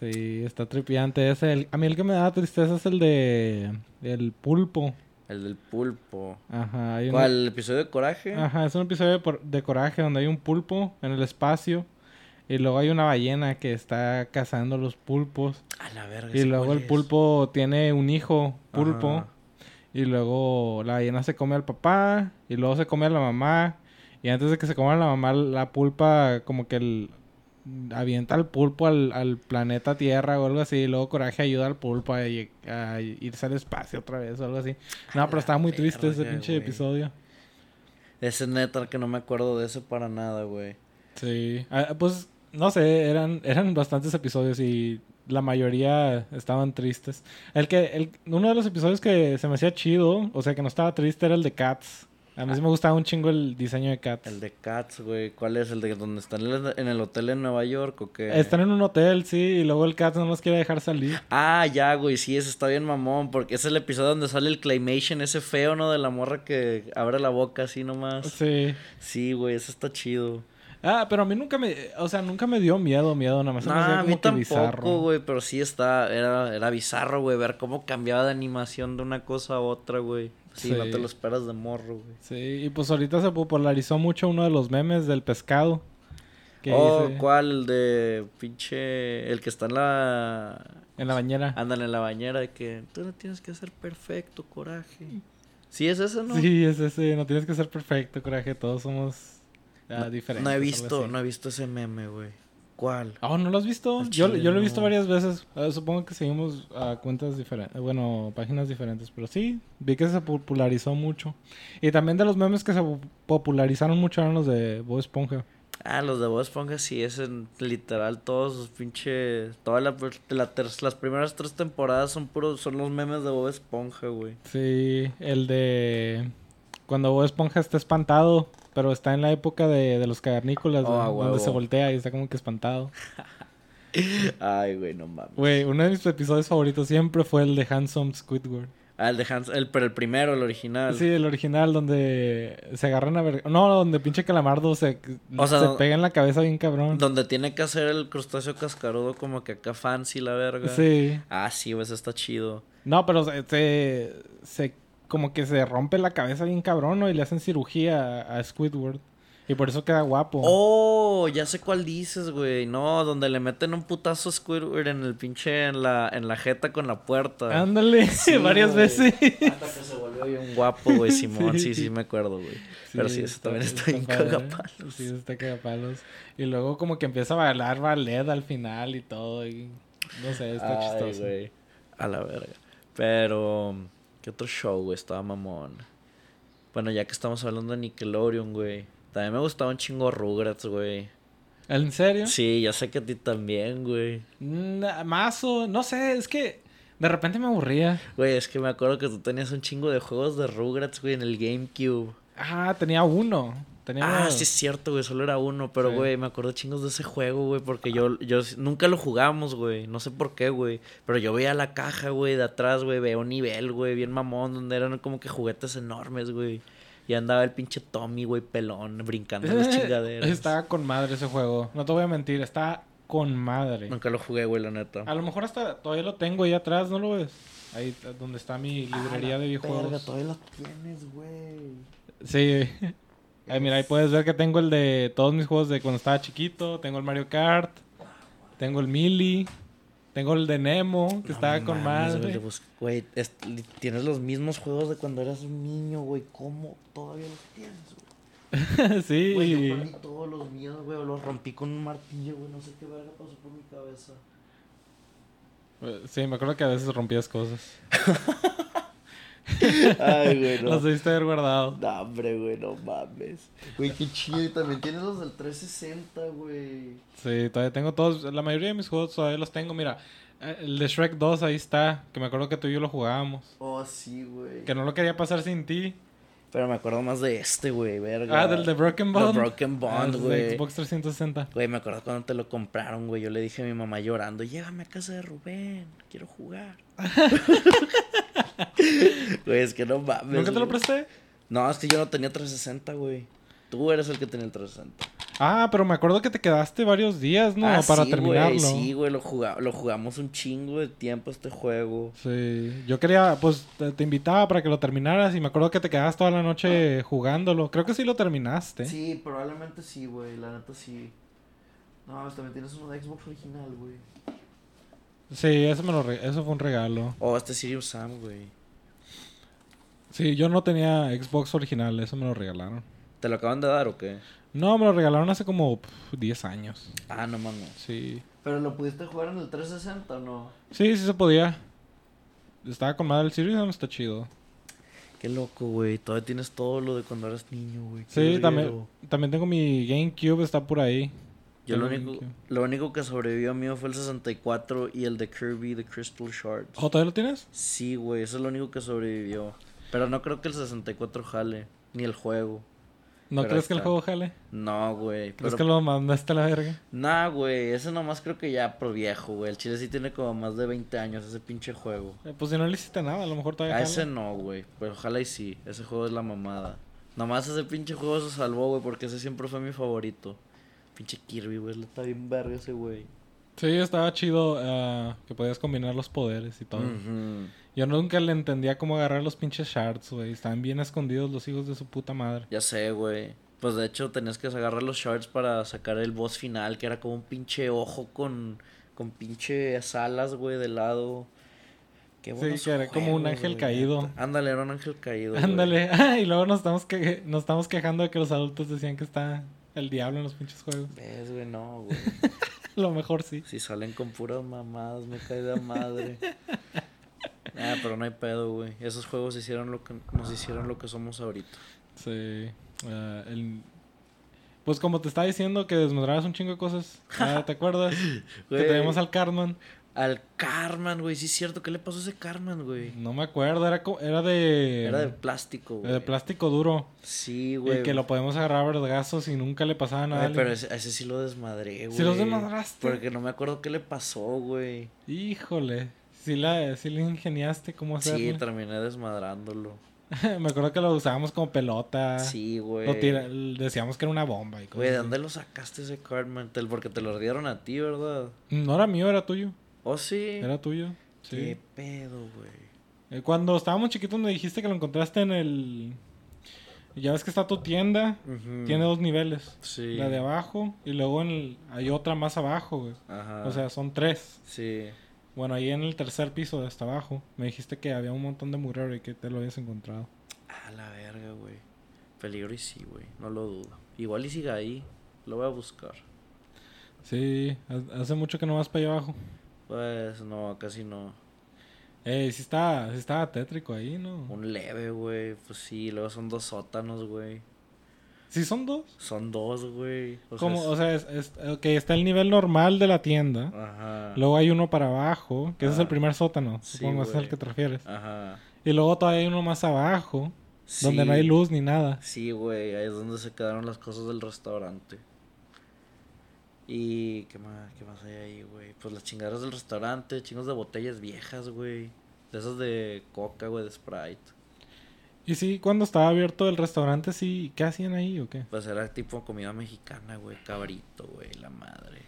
Sí, está tripiante. ese. El- a mí el que me da tristeza es el de... El pulpo. El del pulpo. Ajá. hay un- ¿Cuál? ¿El episodio de Coraje? Ajá, es un episodio de, por- de Coraje donde hay un pulpo en el espacio. Y luego hay una ballena que está cazando los pulpos. A la verga. Y ¿ese luego cuál el es? pulpo tiene un hijo pulpo. Ajá. Y luego la ballena se come al papá. Y luego se come a la mamá. Y antes de que se coma a la mamá, la pulpa como que el- avienta al pulpo al, al planeta Tierra o algo así. Y luego Coraje ayuda al pulpo a, lle- a irse al espacio otra vez o algo así. No, A pero la estaba muy triste ese verga, pinche güey. episodio. Ese neta que no me acuerdo de ese para nada, güey. Sí. Ah, pues, no sé, eran, eran bastantes episodios y la mayoría estaban tristes. El que, el, uno de los episodios que se me hacía chido, o sea, que no estaba triste, era el de Cats. A mí sí me gustaba un chingo el diseño de Cats. Ah. El de Cats, güey. ¿Cuál es? ¿El de donde están en el- en el hotel en Nueva York o qué? Están en un hotel, sí, y luego el Cats no los quiere dejar salir. Ah, ya, güey. Sí, ese está bien mamón. Porque es el episodio donde sale el Claymation, ese feo, ¿no? De la morra que abre la boca así nomás. Sí. Sí, güey. Ese está chido. Ah, pero a mí nunca me, o sea, nunca me dio miedo, miedo, nada más se me hacía Nah, a mí como que bizarro. tampoco, güey. Pero sí está... Era, era bizarro, güey. Ver cómo cambiaba de animación de una cosa a otra, güey. Sí, no Sí. te lo esperas de morro, güey. Sí, y pues ahorita se popularizó mucho uno de los memes del pescado. que Oh, dice, ¿cuál? El de pinche... El que está en la... En la bañera. Andan en la bañera de que tú no tienes que ser perfecto, Mm. coraje. Sí, es eso, ¿no? Sí, es ese. No tienes que ser perfecto, coraje. Todos somos ah, diferentes. No he algo visto, así. no he visto ese meme, güey. ¿Cuál? Oh, ¿no lo has visto? Al Yo, chile, yo lo he no. visto varias veces. Ah, supongo que seguimos a cuentas diferentes. Bueno, páginas diferentes. Pero sí, vi que se popularizó mucho. Y también de los memes que se po- popularizaron mucho eran los de Bob Esponja. Ah, los de Bob Esponja sí, es en- literal todos sus pinche... Todas la- la ter- las primeras tres temporadas son puros... Son los memes de Bob Esponja, *laughs* güey. Sí, el de. Cuando Bob Esponja está espantado. Pero está en la época de, de los cavernícolas, Oh, ¿no? a huevo. donde se voltea y está como que espantado. Ay, güey, no mames. Güey, uno de mis episodios favoritos siempre fue el de Handsome Squidward. Ah, el de Hans... El, pero el primero, el original. Sí, el original donde se agarran a ver... No, donde pinche calamardo se, O sea, se don- pega en la cabeza bien cabrón. Donde tiene que hacer el crustáceo cascarudo como que acá fancy la verga. Sí. Ah, sí, güey, eso está chido. No, pero se, se, se- Como que se rompe la cabeza bien cabrón, ¿no? Y le hacen cirugía a, a Squidward. Y por eso queda guapo. Oh, ya sé cuál dices, güey. No, donde le meten un putazo a Squidward en el pinche, en la, en la jeta con la puerta. *laughs* Ándale, Sí, *laughs* varias güey. veces. Hasta que se volvió bien guapo, güey, Simón. Sí, Sí. sí, me acuerdo, güey. *laughs* Pero sí, eso también está, bien padre. ¿eh? cagapalos. Sí, está cagapalos. Y luego como que empieza a bailar ballet al final y todo. y no sé, está Ay, chistoso. güey. A la verga. Pero, ¿qué otro show, güey? Estaba mamón. Bueno, ya que estamos hablando de Nickelodeon, güey. También me gustaba un chingo Rugrats, güey. ¿En serio? Sí, ya sé que a ti también, güey. Na- Mazo, no sé, es que de repente me aburría. Güey, es que me acuerdo que tú tenías un chingo de juegos de Rugrats, güey, en el GameCube. Ah, tenía uno. Tenía Ah, uno. sí es cierto, güey, solo era uno, pero Sí. Ah. güey, me acuerdo chingos de ese juego, güey, porque yo, yo s- nunca lo jugamos, güey, no sé por qué, güey, pero yo veía la caja, güey, de atrás, güey, veía un nivel, güey, bien mamón, donde eran como que juguetes enormes, güey, y andaba el pinche Tommy, güey, pelón, brincando en *laughs* las chingaderas. Estaba con madre ese juego. No te voy a mentir, está con madre. Nunca lo jugué, güey, la neta. A lo mejor hasta todavía lo tengo ahí atrás, ¿no lo ves? Ahí t- donde está mi Ah, librería de videojuegos. todavía lo tienes, güey. Sí. *laughs* Ahí, mira, ahí puedes ver que tengo el de todos mis juegos de cuando estaba chiquito. Tengo el Mario Kart. Tengo el Mili. Tengo el de Nemo, que estaba Güey, le con madre. busqué- güey, es- li- tienes los mismos juegos de cuando eras un niño, güey, ¿cómo todavía los tienes, güey? *laughs* sí. Güey, yo perdí todos los míos, güey. o Los rompí con un martillo, güey. No sé qué verga pasó por mi *laughs* cabeza. Eh, Sí, me acuerdo que a veces rompías cosas. Ay, güey, Los debiste haber guardado. No, hombre, güey, no mames. Güey, qué chido. Y también tienes los del 360, güey. Sí, todavía tengo todos. La mayoría de mis juegos todavía los tengo. Mira, eh, el de Shrek 2 ahí está. Que me acuerdo que tú y yo lo jugábamos. Oh, sí, güey. Que no lo quería pasar sin ti. Pero me acuerdo más de este, güey, verga. Ah, del de Broken Bond. Del Broken Bond, Ah, del de güey. Xbox 360. Güey, me acuerdo cuando te lo compraron, güey. Yo le dije a mi mamá llorando, llévame a casa de Rubén, quiero *laughs* jugar. güey, es que no mames. ¿Nunca te lo güey. presté? No, es que yo no tenía 360, güey. Tú eres el que tenía el 360. Ah, pero me acuerdo que te quedaste varios días, ¿no? Ah, Para sí, güey, terminarlo. sí, güey, lo, juga- lo jugamos un chingo de tiempo este juego. Sí, yo quería, pues te, te invitaba para que lo terminaras y me acuerdo que te quedabas toda la noche jugándolo. Creo que sí lo terminaste. Ah. Sí, probablemente sí, güey, la neta sí. No, pues, también tienes uno de Xbox original, güey. Sí, eso, me lo re- eso fue un regalo. Oh, este Sirius Sam, güey. Sí, yo no tenía Xbox original, eso me lo regalaron. ¿Te lo acaban de dar o qué? No, me lo regalaron hace como pf, 10 años. Ah, no mames. Sí. ¿Pero lo pudiste jugar en el 360 o no? Sí, sí se podía. Estaba con madre el Sirius, no está chido. Qué loco, güey. Todavía tienes todo lo de cuando eras niño, güey. Qué Sí, también, verguero. también tengo mi GameCube, está por ahí. Yo lo Tengo único, GameCube. lo único que sobrevivió mío fue el 64 y el de Kirby, The Crystal Shards. ¿Oh, todavía lo tienes? Sí, güey, eso es lo único que sobrevivió. Pero no creo que el 64 jale, ni el juego. Pero ¿No ahí crees que el está. juego jale? No, güey. ¿Crees Pero... que lo mandaste a la verga? Nah, güey, ese nomás creo que ya pro viejo, güey. El chile sí tiene como más de 20 años ese pinche juego. Eh, Pues si no le hiciste nada, a lo mejor todavía A jala. Ah, ese no, güey. Pero ojalá y sí. Ese juego es la mamada. Nomás ese pinche juego se salvó, güey, porque ese siempre fue mi favorito. Pinche Kirby, güey, está bien verga ese güey. Sí, estaba chido ah, que podías combinar los poderes y todo. Ujú. Yo nunca le entendía cómo agarrar los pinches shards, güey. Están bien escondidos los hijos de su puta madre. Ya sé, güey. Pues de hecho tenías que agarrar los shards para sacar el boss final, que era como un pinche ojo con, con pinche alas, güey, de lado. Qué Sí, buenos que era como un ángel güey. caído. Ándale, era un ángel caído. güey. Ándale. *laughs* Ah, y luego nos estamos, que... nos estamos quejando de que los adultos decían que está el diablo en los pinches juegos. *laughs* Ves, güey, no, güey. A lo mejor sí. Si salen con puras mamadas, me cae de madre. Ah, pero no hay pedo, güey. Esos juegos hicieron lo que nos hicieron lo que somos ahorita. Sí. Ah, el- Pues como te estaba diciendo que desmadrabas un chingo de *laughs* cosas. Ah, ¿Te acuerdas? Que Güey. teníamos al Cartman. Al Carman, güey, sí es cierto, ¿qué le pasó a ese Carman, güey? No me acuerdo, era, co- era de... Era de plástico, güey. Eh, de plástico duro. Sí, Y güey. que lo podemos agarrar a vergazos y nunca le pasaba nada. a Güey, pero alguien. ese, ese sí lo desmadré, güey. ¿Sí los desmadraste? Porque no me acuerdo qué le pasó, güey. Híjole. Sí, la, sí le ingeniaste cómo hacerlo. Sí, terminé desmadrándolo. *laughs* me acuerdo que lo usábamos como pelota. Sí, güey. Ah. Lo tira- decíamos que era una bomba y cosas Güey, ¿de así. dónde lo sacaste ese Cartman? Te- Porque te lo dieron a ti, ¿verdad? No era mío, era tuyo. ¿O sí? Era tuyo. Sí. ¿Qué pedo, güey? Eh, Cuando estábamos chiquitos me dijiste que lo encontraste en el... Ya ves que está tu tienda, Ujú. tiene dos niveles. Mm. Sí. La de abajo y luego en el- hay otra más abajo, güey. Ajá. O sea, son tres. Sí. Bueno, ahí en el tercer piso de hasta abajo me dijiste que había un montón de murero y que te lo habías encontrado. A la verga, güey. Peligro y sí, güey. No lo dudo. Igual y siga ahí. Lo voy a buscar. Sí, ha- hace mucho que no vas para allá abajo. Pues no, casi no. Ey, Eh, sí estaba, sí estaba tétrico ahí, ¿no? Un leve, güey. Pues sí, luego son dos sótanos, güey. Sí, son dos. Son dos, güey. O sea, Como, es- o sea, es, es- ok, está el nivel normal de la tienda. Ajá. Luego hay uno para abajo, que ese es el Ah. primer sótano. Sí, supongo que es al güey. que te refieres. Ajá. Y luego todavía hay uno más abajo, donde no Sí. hay luz ni nada. Sí, güey, ahí es donde se quedaron las cosas del restaurante. Y qué más, qué más hay ahí, güey. Pues las chingaderas del restaurante, chingos de botellas viejas, güey. De esas de coca, güey, de Sprite. Y sí, cuando estaba abierto el restaurante, sí, ¿qué hacían ahí o qué? Pues era tipo comida mexicana, güey, cabrito, güey, la madre.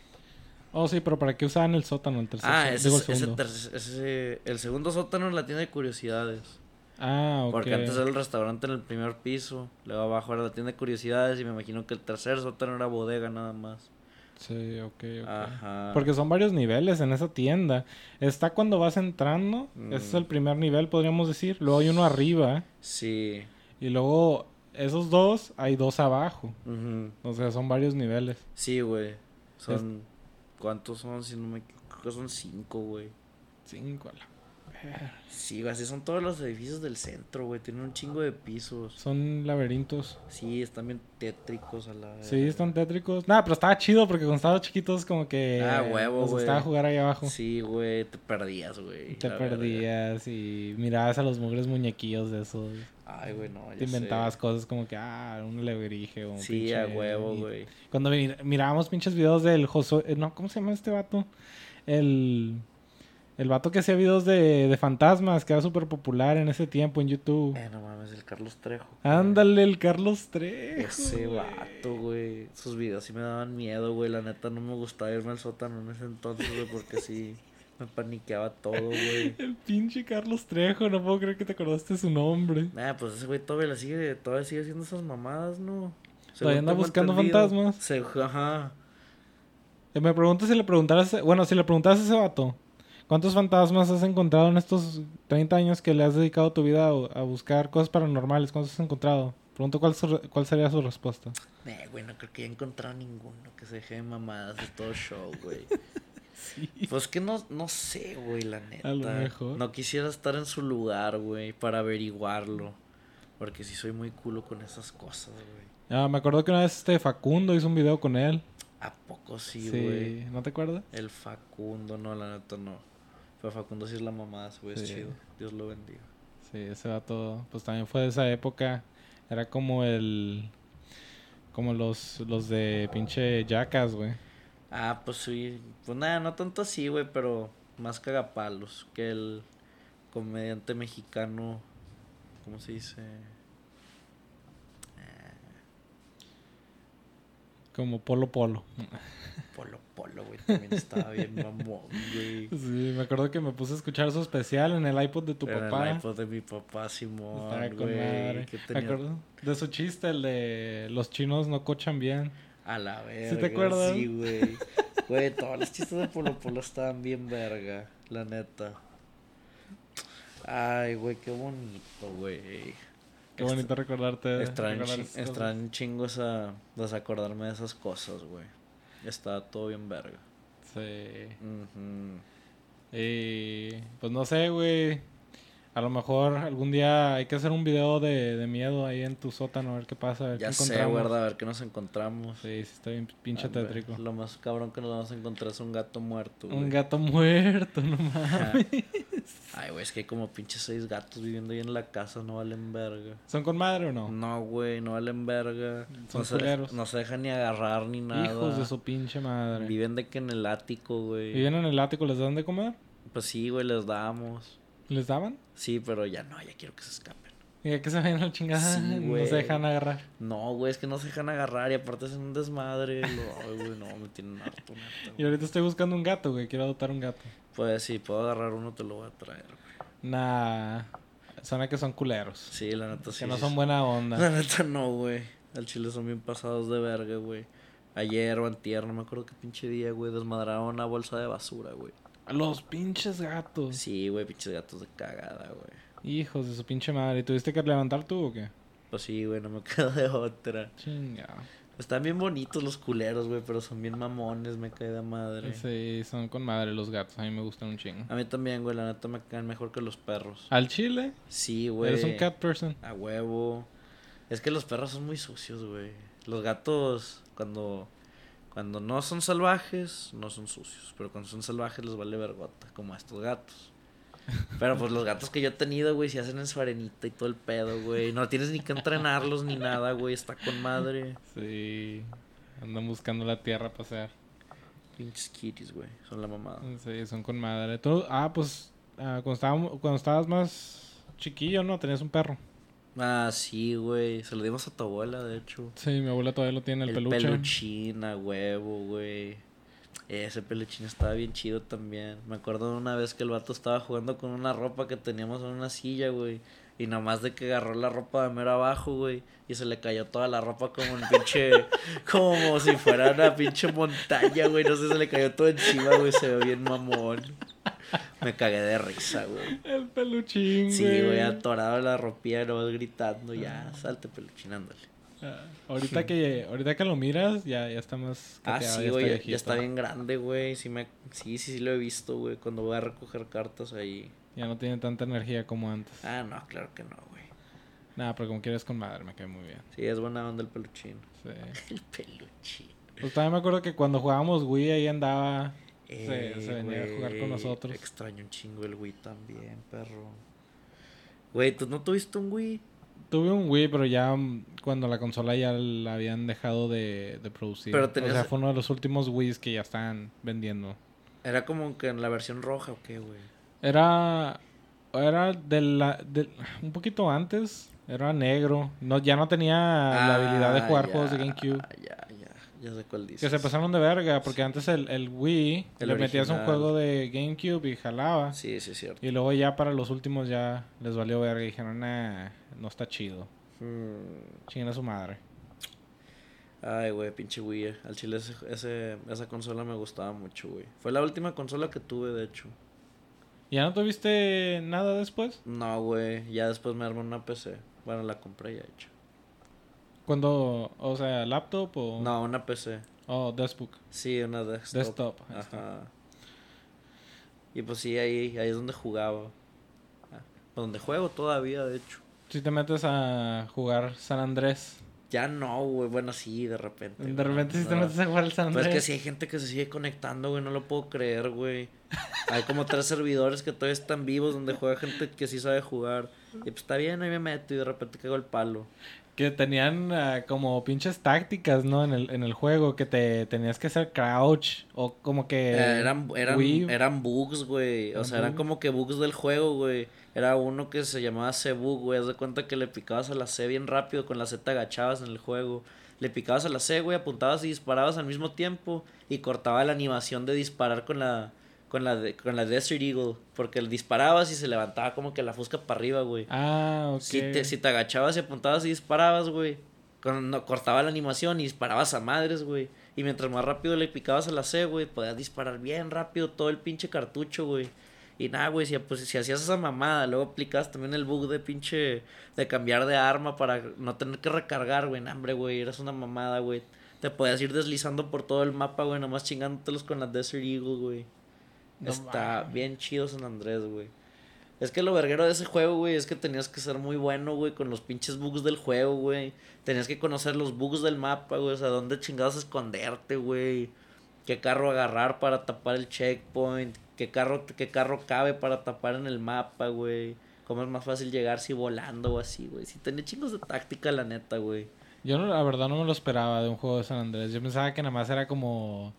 Oh, sí, pero ¿para qué usaban el sótano, el tercer ah, sótano? ese, Digo, el es- ese segundo. tercer- ese- el segundo sótano es la tienda de curiosidades. Ah, ok. Porque antes era el restaurante en el primer piso, luego abajo era la tienda de curiosidades y me imagino que el tercer sótano era bodega nada más. Sí, ok, ok. Ajá. Porque son varios niveles en esa tienda. Está cuando vas entrando, ese es Mm. el primer nivel, podríamos decir. Luego hay uno arriba, Sí. y luego esos dos, hay dos abajo. ujú. O sea, son varios niveles. Sí, güey. Son. ¿Cuántos son? Si no me equivoco, creo que son cinco, güey. Cinco, a la- Sí, güey, así son todos los edificios del centro, güey. Tienen un chingo de pisos. Son laberintos. Sí, están bien tétricos a la. Sí, están tétricos. Nada, pero estaba chido porque cuando estábamos chiquitos como que... Ah, huevo, nos güey. gustaba jugar ahí abajo. Sí, güey, te perdías, güey. Te la verga. perdías y mirabas a los mugres muñequillos de esos. Ay, güey, no. Ah, Ya Te sé. inventabas cosas como que, ah, un lebrige o un Sí, a pinche- huevo, y- güey. Cuando mi- mirábamos pinches videos del Josué... eh, No, ¿cómo se llama este vato? El... El vato que hacía videos de, de fantasmas, que era súper popular en ese tiempo en YouTube. Eh, no mames, el Carlos Trejo. güey. Ándale, el Carlos Trejo. Ese güey. vato, güey. Sus videos sí me daban miedo, güey. La neta no me gustaba irme al sótano en ese entonces, güey, porque sí me paniqueaba todo, güey. El pinche Carlos Trejo, no puedo creer que te acordaste su nombre. Nah, pues ese güey todavía la sigue, todavía sigue haciendo esas mamadas, ¿no? Todavía Según anda tengo buscando entendido. fantasmas. Se- ajá. Eh, Me pregunto si le preguntaras, bueno, si le preguntaras a ese vato, ¿cuántos fantasmas has encontrado en estos 30 años que le has dedicado tu vida a, a buscar cosas paranormales? ¿Cuántos has encontrado? Pregunto cuál, su re- cuál sería su respuesta. Nah, Eh, güey, no creo que haya encontrado ninguno que se deje de mamadas de todo show, *laughs* güey. Pues que no, no sé, güey, la neta. A lo mejor. No quisiera estar en su lugar, güey, para averiguarlo. Porque sí soy muy culo con esas cosas, güey. Ah, me acuerdo que una vez este Facundo hizo un video con él. ¿A poco sí, güey? ¿No te acuerdas? El Facundo, no, la neta no. Pero Facundo sí es la mamada, güey, es Sí. chido. Dios lo bendiga. Sí, ese vato, pues también fue de esa época. Era como el... Como los, los de pinche Jackas, güey. Ah, pues sí. Pues nada, no tanto así, güey, pero más cagapalos que el comediante mexicano. ¿Cómo se dice? Como Polo Polo. Polo Polo, güey. También estaba *laughs* bien mamón, güey. Sí, me acuerdo que me puse a escuchar su especial en el iPod de tu Era papá. El iPod de mi papá, Simón. Estaba con güey, madre. que Me tenía- acuerdo de su chiste, el de los chinos no cochan bien. A la verga. te acuerdas? Sí, güey. Güey, todos los chistes de Polo Polo estaban bien verga, la neta. Ay, güey, qué bonito, güey. Qué Extra- bonito recordarte. Extraño, recordar chi- esas cosas. extraño un chingo esa, desacordarme de esas cosas, güey. Estaba todo bien verga. Sí. Ujú. Y, pues no sé, güey. A lo mejor algún día hay que hacer un video de, de miedo ahí en tu sótano, a ver qué pasa, a ver Ya qué sé, encontramos. ¿verdad? A ver qué nos encontramos. Sí, sí, está bien pinche Hombre, tétrico. Lo más cabrón que nos vamos a encontrar es un gato muerto, güey. Un gato *laughs* muerto, no mames. Ajá. Ay, güey, es que hay como pinches seis gatos viviendo ahí en la casa, no valen verga. ¿Son con madre o no? No, güey, no valen verga. Son no, se, culeros. no se dejan ni agarrar ni nada. Hijos de su pinche madre. Viven de que en el ático, güey. ¿Vivían en el ático? ¿Les dan de comer? Pues sí, güey, les damos. ¿Les daban? Sí, pero ya no, ya quiero que se escapen. ¿Y a qué se vayan a la chingada? Sí, no güey. se dejan agarrar. No, güey, es que no se dejan agarrar y aparte es un desmadre. Lo- ay, güey, no, me tienen harto, neta, güey. Y ahorita estoy buscando un gato, güey. Quiero adoptar un gato. Pues si puedo agarrar uno, te lo voy a traer, güey. Nah. Suena que son culeros. Sí, la neta sí. que no sí, son sí. buena onda. La *laughs* neta no, güey. Al chile son bien pasados de verga, güey. Ayer o antier, no me acuerdo qué pinche día, güey, desmadraron una bolsa de basura, güey. Los pinches gatos. Sí, güey, pinches gatos de cagada, güey. Hijos de su pinche madre. ¿Y ¿Tuviste que levantar tú o qué? Pues sí, güey, no me *laughs* quedo de otra. Chinga. Están bien bonitos los culeros, güey, pero son bien mamones, me cae de madre. Sí, son con madre los gatos. A mí me gustan un chingo. A mí también, güey, la neta me caen mejor que los perros. ¿Al chile? Sí, güey. Ah, Eres un cat person. A huevo. Es que los perros son muy sucios, güey. Los gatos, cuando, cuando no son salvajes, no son sucios. Pero cuando son salvajes, les vale vergota, como a estos gatos. Pero pues los gatos que yo he tenido, güey, se hacen en su arenita y todo el pedo, güey. No tienes ni que entrenarlos ni nada, güey. Está con madre. Sí. Andan buscando la tierra para pasear. Pinches kitties, güey. Son la mamada. Sí, son con madre. Tú- ah, pues ah, cuando, estábamos- cuando estabas más chiquillo, ¿no? Tenías un perro. Ah, sí, güey. Se lo dimos a tu abuela, de hecho. Sí, mi abuela todavía lo tiene, el, El, peluche. peluchín a huevo, güey. Ese peluchín estaba bien chido también. Me acuerdo de una vez que el vato estaba jugando con una ropa que teníamos en una silla, güey. Y nada más de que agarró la ropa de mero abajo, güey. Y se le cayó toda la ropa como un pinche. *laughs* como si fuera una pinche montaña, güey. No sé, se le cayó todo encima, güey. Se ve bien mamón. Me cagué de risa, güey. El peluchín, Sí, güey. güey, atorado en la ropilla, nomás gritando. Ya, salte peluchín, ándale. Ah, ahorita, que, ahorita que lo miras, ya, ya está más... Ah, cateado, sí, güey, ya- ya, viejito. está bien grande, güey. Sí, me... sí, sí, sí lo he visto, güey. Cuando voy a recoger cartas ahí. Ya no tiene tanta energía como antes. Ah, no, claro que no, güey. Nada, pero como quieres con madre, me cae muy bien. Sí, es buena onda el peluchín. Sí. El peluchín. Pues también me acuerdo que cuando jugábamos Wii ahí andaba... se venía a Eh, güey, jugar con nosotros. Extraño un chingo el Wii también, perro. Güey, ¿tú no tuviste un Wii? Tuve un Wii, pero ya mm, cuando la consola ya la habían dejado de, de producir. Pero O sea, tenías- e- fue uno de los últimos Wii's que ya están vendiendo. Era como que en la versión roja o qué, güey. Era... Era de la, de- un poquito antes. Era negro. No, ya no tenía la habilidad de Ah, jugar ya, juegos de GameCube. Ya, ya, ya sé cuál dices. Que se pasaron de verga, porque antes el, el Wii El le metías un original. juego de GameCube y jalaba. Sí, sí, es cierto. Y luego ya para los últimos ya les valió verga y dijeron, nah, no está chido. Hmm. Chinguen a su madre. Ay, güey, pinche Wii. eh. Al chile ese, ese- esa consola me gustaba mucho, güey. Fue la última consola que tuve, de hecho. ¿Ya no tuviste nada después? No, güey. Ya después me armé una PC. Bueno, la compré ya, de hecho. Cuando, o sea, laptop o... No, una PC. O Deskbook. Sí, una desktop. Desktop, ahí está. Ajá. Y pues sí, ahí, ahí es donde jugaba. Ah, Donde juego todavía, de hecho. Si te metes a jugar San Andrés. Ya no, güey. Bueno, sí, de repente. De güey, repente si te no. metes a jugar el San Andrés. Pues es que si hay gente que se sigue conectando, güey, no lo puedo creer, güey. Hay como tres servidores que todavía están vivos donde juega gente que sí sabe jugar. Y pues está bien, ahí me meto y de repente caigo el palo. Que tenían ah, como pinches tácticas, ¿no? En el, en el juego, que te tenías que hacer crouch o como que... Eh, eran, eran, Wii. eran bugs, güey. O Eran sea, eran bugs. como que bugs del juego, güey. Era uno que se llamaba C-Bug, güey. Haz de cuenta que le picabas a la C bien rápido, con la C te agachabas en el juego. Le picabas a la C, güey, apuntabas y disparabas al mismo tiempo. Y cortaba la animación de disparar con la, con la, de- con la Desert Eagle. Porque le disparabas y se levantaba como que la fusca para arriba, güey. Ah, ok. Si te, si te agachabas y apuntabas y disparabas, güey. Con- no, cortaba la animación y disparabas a madres, güey. Y mientras más rápido le picabas a la C, güey, podías disparar bien rápido todo el pinche cartucho, güey. Y nada, güey, si, pues, si hacías esa mamada, luego aplicabas también el bug de pinche. de cambiar de arma para no tener que recargar, güey. Nah, hombre, güey, eras una mamada, güey. Te podías ir deslizando por todo el mapa, güey, nomás chingándotelos con la Desert Eagle, güey. No Está mames. bien chido San Andrés, güey. Es que lo verguero de ese juego, güey, es que tenías que ser muy bueno, güey, con los pinches bugs del juego, güey. Tenías que conocer los bugs del mapa, güey, o sea, dónde chingados esconderte, güey. Qué carro agarrar para tapar el checkpoint, qué carro, qué carro cabe para tapar en el mapa, güey. Cómo es más fácil llegar si volando o así, güey. Si tenía chingos de táctica, la neta, güey. Yo no- la verdad no me lo esperaba de un juego de San Andrés. Yo pensaba que nada más era como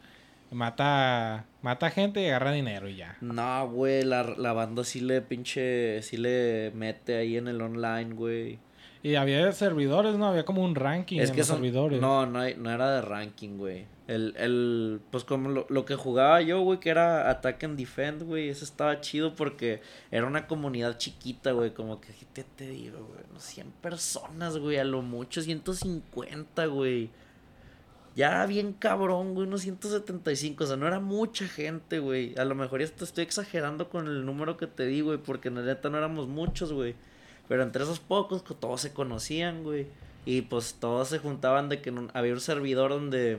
mata mata gente y agarra dinero y ya. No, güey, la, la banda sí le pinche, sí le mete ahí en el online, güey. Y había servidores, ¿no? Había como un ranking Es en que los son- servidores. No, no, hay- no era de ranking, güey. El, el, pues como lo, lo que jugaba yo, güey, que era Attack and Defend, güey, eso estaba chido porque era una comunidad chiquita, güey, como que, ¿qué te, te digo, güey? Unos 100 personas, güey, a lo mucho, 150, güey. Ya bien cabrón, güey, unos 175, o sea, no era mucha gente, güey. A lo mejor ya te estoy exagerando con el número que te di, güey, porque en neta no éramos muchos, güey. Pero entre esos pocos, co- todos se conocían, güey. Y pues todos se juntaban de que en un- había un servidor donde.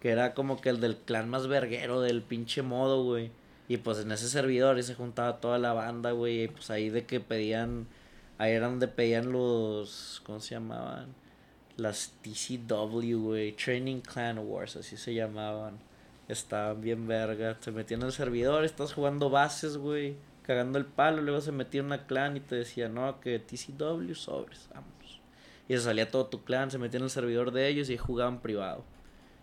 que era como que el del clan más verguero del pinche modo, güey. Y pues en ese servidor ahí se juntaba toda la banda, güey. Y pues ahí de que pedían. Ahí era donde pedían los. ¿Cómo se llamaban? Las TCW, güey. Training Clan Wars, así se llamaban. Estaban bien verga. Se metían al servidor, estás jugando bases, güey. Cagando el palo, luego se metía una clan y te decía, no, que TCW sobres, vamos. Y se salía todo tu clan, se metía en el servidor de ellos y jugaban privado.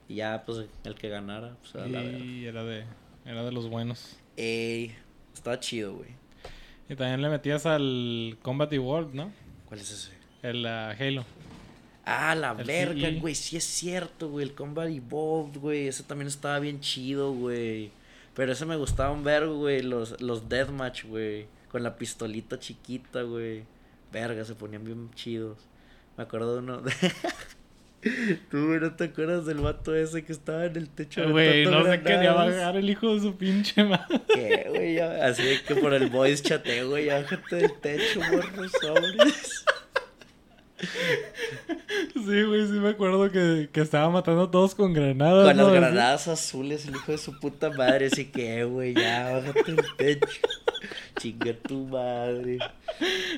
Y ya, pues, el que ganara, pues, a la verga. y era de, era de los buenos. Ey, estaba chido, güey. Y también le metías al Combat World, ¿no? ¿Cuál es ese? El ah, Halo. Ah, la El verga, CE. güey, sí es cierto, güey, el Combat Evolved, güey, ese también estaba bien chido, güey. Pero ese me gustaba un vergo, güey, los, los Deathmatch, güey, con la pistolita chiquita, güey. Verga, se ponían bien chidos. Me acuerdo de *laughs* uno... Tú, güey, ¿no te acuerdas del vato ese que estaba en el techo? Ah, Güey, aventando no se quería granadas? bajar el hijo de su pinche madre. ¿Qué, güey? Ya- Así de que por el voice chateo, güey, ya bájate del techo, morro, sobres. *laughs* Sí, güey, sí me acuerdo que, que estaba matando a todos con granadas. Con las ¿no? Así. granadas azules, el hijo de su puta madre. Así que, "Eh, güey, ya, bájate el techo. *laughs* Chinga tu madre.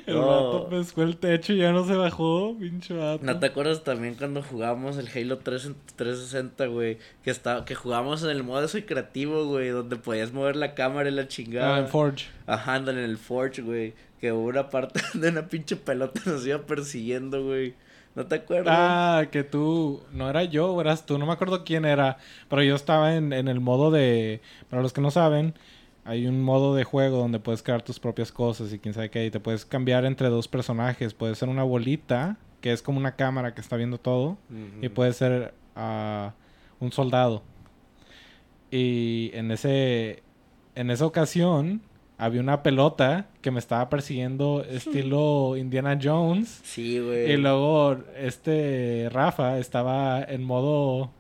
El No. vato pues, pescó el techo y ya no se bajó, pinche vato. ¿No te acuerdas también cuando jugábamos el Halo 3 en 360, güey? Que, estaba, que jugábamos en el modo ese creativo, güey, donde podías mover la cámara y la Ah, chingada. en Forge. Ajá, ándale, en el Forge, güey. Que hubo una parte *laughs* de una pinche pelota nos iba persiguiendo, güey. ¿No te acuerdas? Ah, que tú, no era yo, eras tú, no me acuerdo quién era, pero yo estaba en, en el modo de, para los que no saben, hay un modo de juego donde puedes crear tus propias cosas y quién sabe qué, y te puedes cambiar entre dos personajes, puede ser una bolita, que es como una cámara que está viendo todo, y Ujú. puede ser ah, un soldado. Y en ese en esa ocasión había una pelota que me estaba persiguiendo estilo Indiana Jones. Sí, güey. Y luego este Rafa estaba en modo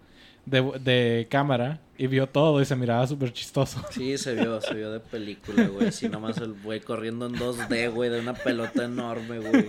de, de cámara y vio todo y se miraba súper chistoso. Sí, se vio, se vio de película, güey. Así nomás el güey corriendo en 2D, güey, de una pelota enorme, güey.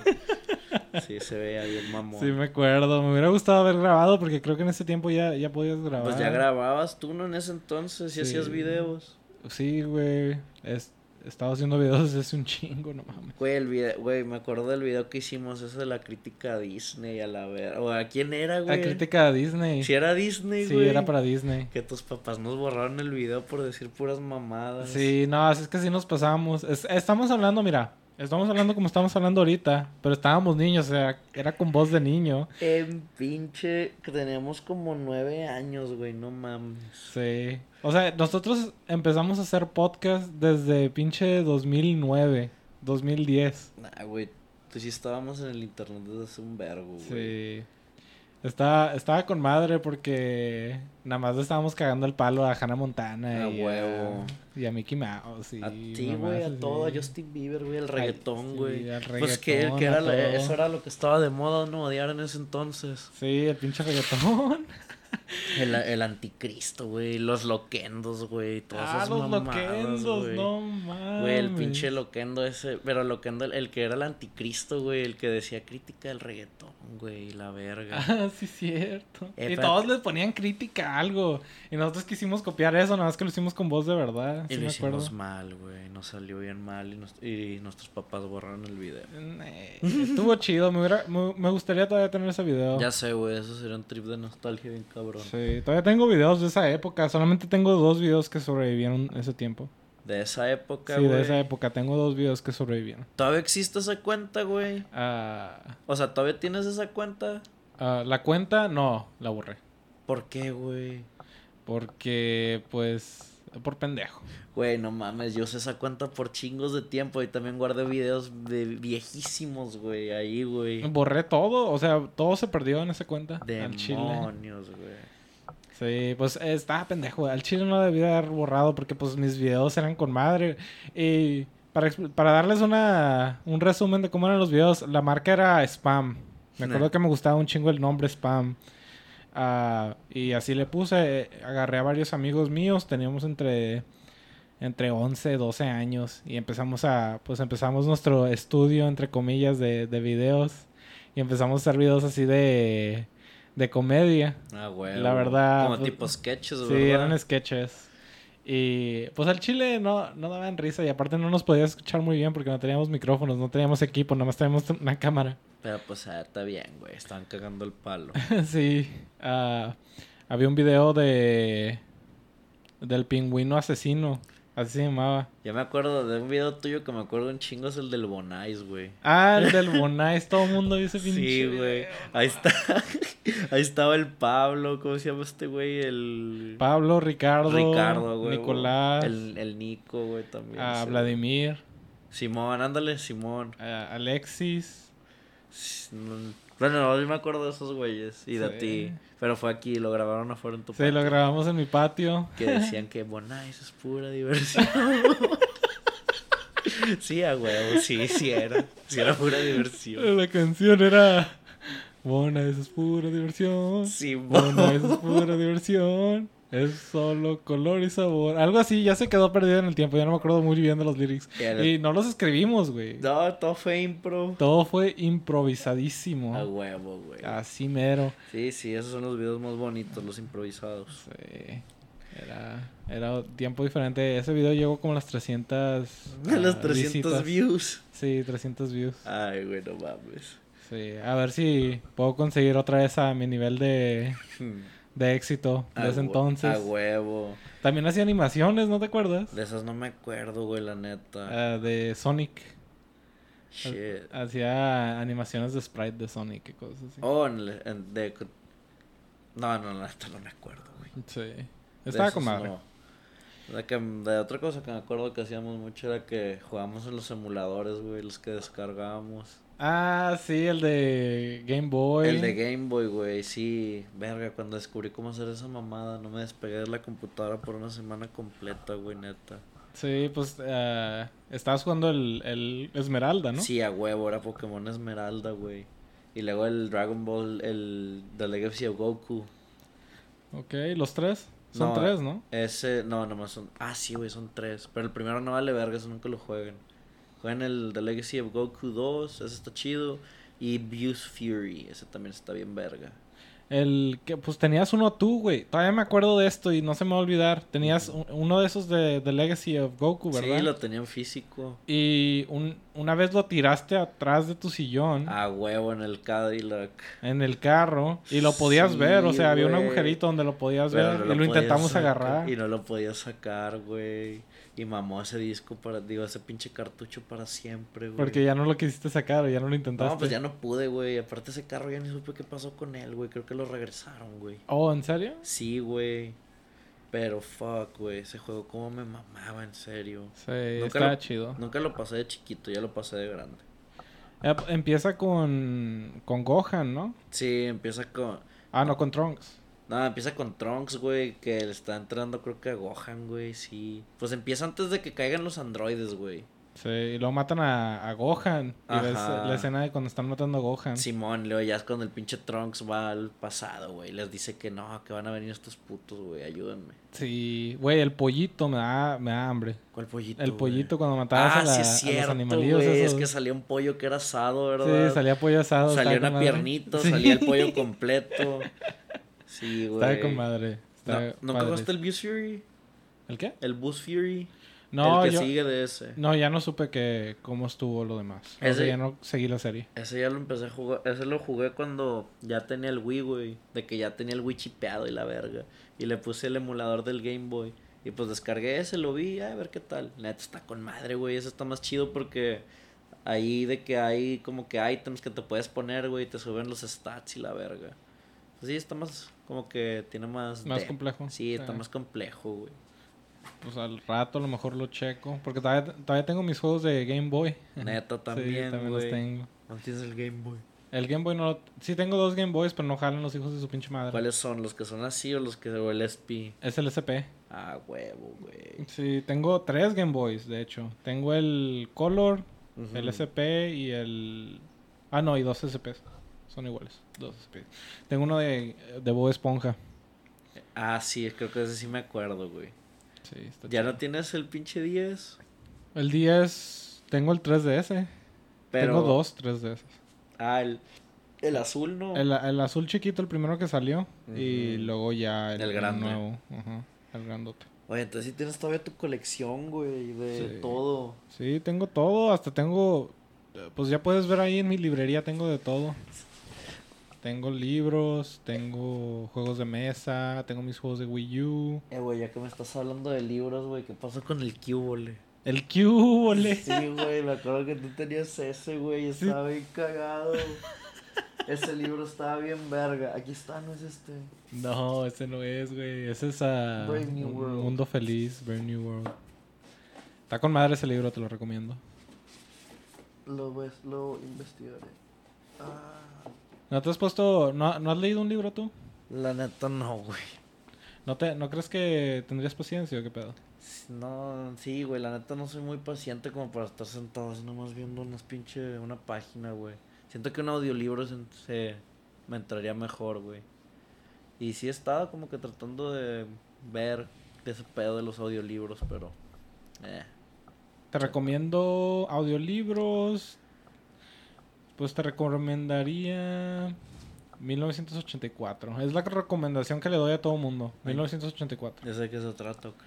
Sí, se veía bien mamón. Sí, me acuerdo. Me hubiera gustado haber grabado porque creo que en ese tiempo ya, ya podías grabar. Pues ya grababas tú, ¿no? En ese entonces, y Sí. hacías videos. Sí, güey. Es- He estado haciendo videos desde hace un chingo, no mames. Güey, el video, güey, me acuerdo del video que hicimos, eso de la crítica a Disney, a la ver... O a quién era, La güey. crítica a Disney. Si era Disney, Sí, güey. era para Disney. Que tus papás nos borraron el video por decir puras mamadas. Sí, no, así es que sí nos pasamos. Es- estamos hablando, mira, estamos hablando como estamos hablando ahorita, pero estábamos niños, o sea, era con voz de niño. En pinche, que teníamos como nueve años, güey, no mames. Sí. O sea, nosotros empezamos a hacer podcast desde pinche 2009, 2010. Nah, güey. Pues sí estábamos en el internet desde hace un vergo, güey. Sí. Estaba, estaba con madre porque nada más le estábamos cagando el palo a Hannah Montana A y, huevo. A, y a Mickey Mouse. Y a ti, güey, a todo, a Justin Bieber, güey, el reggaetón, sí, güey. al pues que, reggaetón, que a era la- todo. eso era lo que estaba de moda, ¿no? Odiar en ese entonces. Sí, el pinche reggaetón. El, el anticristo, güey, los loquendos, güey, *laughs* todas ah, esas los mamadas, loquendos, güey. no mames. Güey, el pinche loquendo ese, pero loquendo, el, el que era el anticristo, güey, el que decía crítica del reggaetón, güey, la verga. *laughs* Ah, *laughs* sí, cierto. Eh, y pero- todos les ponían crítica a algo. Y nosotros quisimos copiar eso, nada más que lo hicimos con voz de verdad. y Sí, lo me acuerdo. hicimos mal, güey, nos salió bien mal y, nos- y nuestros papás borraron el video. Eh, Estuvo chido, me, hubiera- me, me gustaría todavía tener ese video. Ya sé, güey, eso sería un trip de nostalgia bien cabrón. Sí, todavía tengo videos de esa época. Solamente tengo dos videos que sobrevivieron ese tiempo. De esa época, Sí, güey. de esa época tengo dos videos que sobrevivieron. ¿Todavía existe esa cuenta, güey? Ah, O sea, ¿todavía tienes esa cuenta? ah, la cuenta, no, la borré. ¿Por qué, güey? Porque, pues, por pendejo. Güey, no mames, yo sé esa cuenta por chingos de tiempo y también guardé videos de viejísimos, güey, ahí, güey. Borré todo, o sea, todo se perdió en esa cuenta. Al chile. Demonios, güey. Sí, pues eh, estaba pendejo. güey. Al chile no debía haber borrado porque pues mis videos eran con madre. Y para, expl- para darles una, un resumen de cómo eran los videos, la marca era Spam. Me acuerdo Nah. que me gustaba un chingo el nombre Spam. Ah, y así le puse, eh, agarré a varios amigos míos, teníamos entre, entre 11, 12 años y empezamos a, pues empezamos nuestro estudio, entre comillas, de, de videos y empezamos a hacer videos así de, de comedia. Ah, güey. La verdad, Como pues, tipo sketches, Sí, ¿verdad? eran sketches. Y pues al chile no, no daban risa y aparte no nos podía escuchar muy bien porque no teníamos micrófonos, no teníamos equipo, nada más teníamos una cámara. *laughs* Pero pues ah, está bien, güey. Estaban cagando el palo. sí. ah, había un video de... del pingüino asesino, así se llamaba. Ya me acuerdo de un video tuyo que me acuerdo un chingo es el del Bonais, güey. Ah, *laughs* el del Bonais, todo el mundo dice *laughs* pinche. Sí, güey. Ahí está. *laughs* Ahí estaba el Pablo. ¿Cómo se llama este güey? El. Pablo, Ricardo, Ricardo, güey. Nicolás, El, el Nico, güey, también. ah, ese. Vladimir, Simón, ándale, Simón. ah, Alexis. S- no- Bueno, no, yo me acuerdo de esos güeyes y de Sí. ti. Pero fue aquí, lo grabaron afuera en tu Sí, lo patio, grabamos en mi patio. Que decían que Bonais es pura diversión. *laughs* sí, a huevo, sí, sí era. Sí era pura *laughs* diversión. Eh, La canción era Bona, eso es pura diversión. Simón. Bona, eso es pura diversión. Es solo color y sabor. Algo así, ya se quedó perdido en el tiempo. Ya no me acuerdo muy bien de los lyrics. Ya lo- Y no los escribimos, güey. No, todo fue impro. Todo Ah, fue A improvisadísimo. huevo, Ah, güey. Así mero. Sí, sí, esos son los videos más bonitos, los improvisados. Sí. Era, era tiempo diferente. Ese video llegó como a las 300. De *laughs* los ah, 300 visitas. views. Sí, 300 views. Ay, güey, no mames. Sí, a ver si puedo conseguir otra vez a mi nivel de, de éxito A Hmm. de ese hue- entonces. A huevo. También hacía animaciones, ¿no te acuerdas? Ah, De esas no me acuerdo, güey, la neta. Ah, de Sonic. Shit. Hacía animaciones de sprite de Sonic y cosas así. Oh, en, le- en- de... No, no, la neta no me acuerdo, güey. De Sí. Estaba esas con madre. no. La que- de otra cosa que me acuerdo que hacíamos mucho era que jugábamos en los emuladores, güey, los que descargábamos. Ah, sí, el de Game Boy. El de Game Boy, güey, sí. Verga, cuando descubrí cómo hacer esa mamada, no me despegué de la computadora por una semana completa, güey, neta. Sí, pues ah, estabas jugando el, el Esmeralda, ¿Ah, ¿no? Sí, a huevo, era Pokémon Esmeralda, güey. Y luego el Dragon Ball, el The Legacy of Goku. Ok, los tres. Son No, eh. tres, ¿no? Ese, no, nomás son. Ah, sí, güey, son tres. Pero el primero no vale verga, eso nunca lo jueguen. Jueguen el The Legacy of Goku 2, ese está chido. Y Views Fury, ese también está bien verga. El que, pues tenías uno tú, güey. Todavía me acuerdo de esto y no se me va a olvidar. Tenías un- uno de esos de The Legacy of Goku, ¿verdad? Sí, lo tenía en físico. Y un- una vez lo tiraste atrás de tu sillón A huevo en el Cadillac. en el carro y lo podías Sí, ver, o sea, había un güey. agujerito donde lo podías Pero ver no y lo podía intentamos sacar- agarrar. Y no lo podía sacar, güey. Y mamó ese disco para, digo, ese pinche cartucho para siempre, güey. Porque ya no lo quisiste sacar o ya no lo intentaste. No, pues ya no pude, güey. Aparte ese carro ya ni supe qué pasó con él, güey. Creo que lo regresaron, güey. Oh, ¿en serio? Sí, güey. Pero fuck, güey. Ese juego como me mamaba, en serio. Sí, Nunca estaba lo- chido. Nunca lo pasé de chiquito, ya lo pasé de grande. Eh, Empieza con, con Gohan, ¿no? Sí, empieza con... Ah, no, con Trunks. No, empieza con Trunks, güey, que le está entrando creo que a Gohan, güey, sí. Pues empieza antes de que caigan los androides, güey. Sí, y luego matan a, a Gohan. Y ves Ajá. la escena de cuando están matando a Gohan. Simón, luego ya es cuando el pinche Trunks va al pasado, güey. Les dice que no, que van a venir estos putos, güey, ayúdenme. Sí, güey, el pollito me da, me da hambre. ¿Cuál pollito? El güey? pollito cuando matabas Ah, a, la- sí es a los cierto, animalillos. güey. Es esos. que salía un pollo que era asado, ¿verdad? Sí, salía pollo asado. Salía estaba con una madre. piernita, Sí, salía el pollo completo. Sí, güey. *laughs* Estaba con madre. No, estaba ¿Nunca padre. jugaste el Bus Fury? ¿El qué? El Bus Fury. No, el que yo, sigue de ese. no, ya no supe que cómo estuvo lo demás. O sea, Ese- ya no seguí la serie. Ese ya lo empecé a jugar. Ese lo jugué cuando ya tenía el Wii, güey. De que ya tenía el Wii chipeado y la verga. Y le puse el emulador del Game Boy. Y pues descargué ese, lo vi, ay, a ver qué tal. Neta, está con madre, güey. Ese está más chido porque ahí de que hay como que items que te puedes poner, güey. y Te suben los stats y la verga. Pues sí, está más. Como que tiene más. Más depth. complejo. Sí, está Sí. más complejo, güey. Pues al rato a lo mejor lo checo. Porque todavía, todavía tengo mis juegos de Game Boy. Neta *laughs* sí, también, también los güey. tengo. ¿No tienes el Game Boy? El Game Boy no lo... Sí tengo dos Game Boys, pero no jalan los hijos de su pinche madre. ¿Cuáles son? ¿Los que son así o los que o el SP? Es el SP. Ah, huevo, güey. Sí, tengo tres Game Boys, de hecho. Tengo el Color, Ujú. el SP y el... Ah, no, y dos SPs. Son iguales, dos SPs. Tengo uno de, de Bob Esponja. Ah, sí, creo que ese sí me acuerdo, güey. Sí, está Ya chido. no tienes el pinche 10. El 10... Tengo el 3DS. Pero... Tengo dos 3DS. Ah, el, el azul, ¿no? El, el azul chiquito, el primero que salió. Y Ujú. luego ya el, El grande. nuevo. Ajá, el grandote. Oye, entonces sí tienes todavía tu colección, güey, de Sí. todo. Sí, tengo todo. Hasta tengo... eh, Pues ya puedes ver ahí en mi librería, tengo de todo. Tengo libros, tengo juegos de mesa, tengo mis juegos de Wii U. Eh, güey, ya que me estás hablando de libros, güey, ¿qué pasó con el Cubole? El Cubole. Sí, güey, me acuerdo que tú tenías ese, güey, Sí. estaba bien cagado. Ese libro estaba bien verga. Aquí está, no es este. No, ese no es, güey. Ese es a Brave New World. Mundo Feliz, Brave New World. Está con madre ese libro, te lo recomiendo. Lo, ves- lo investigaré. Ah. ¿No te has puesto... ¿No, ¿no has leído un libro tú? La neta, no, güey. ¿No, te, ¿No crees que tendrías paciencia o qué pedo? No, sí, güey, la neta no soy muy paciente como para estar sentado así nomás viendo unas pinche una página, güey. Siento que un audiolibro se, se- me entraría mejor, güey. Y sí he estado como que tratando de ver ese pedo de los audiolibros, pero eh. Te recomiendo audiolibros. Pues te recomendaría 1984. Es la recomendación que le doy a todo mundo. 1984. ya sé de qué se trata, ok.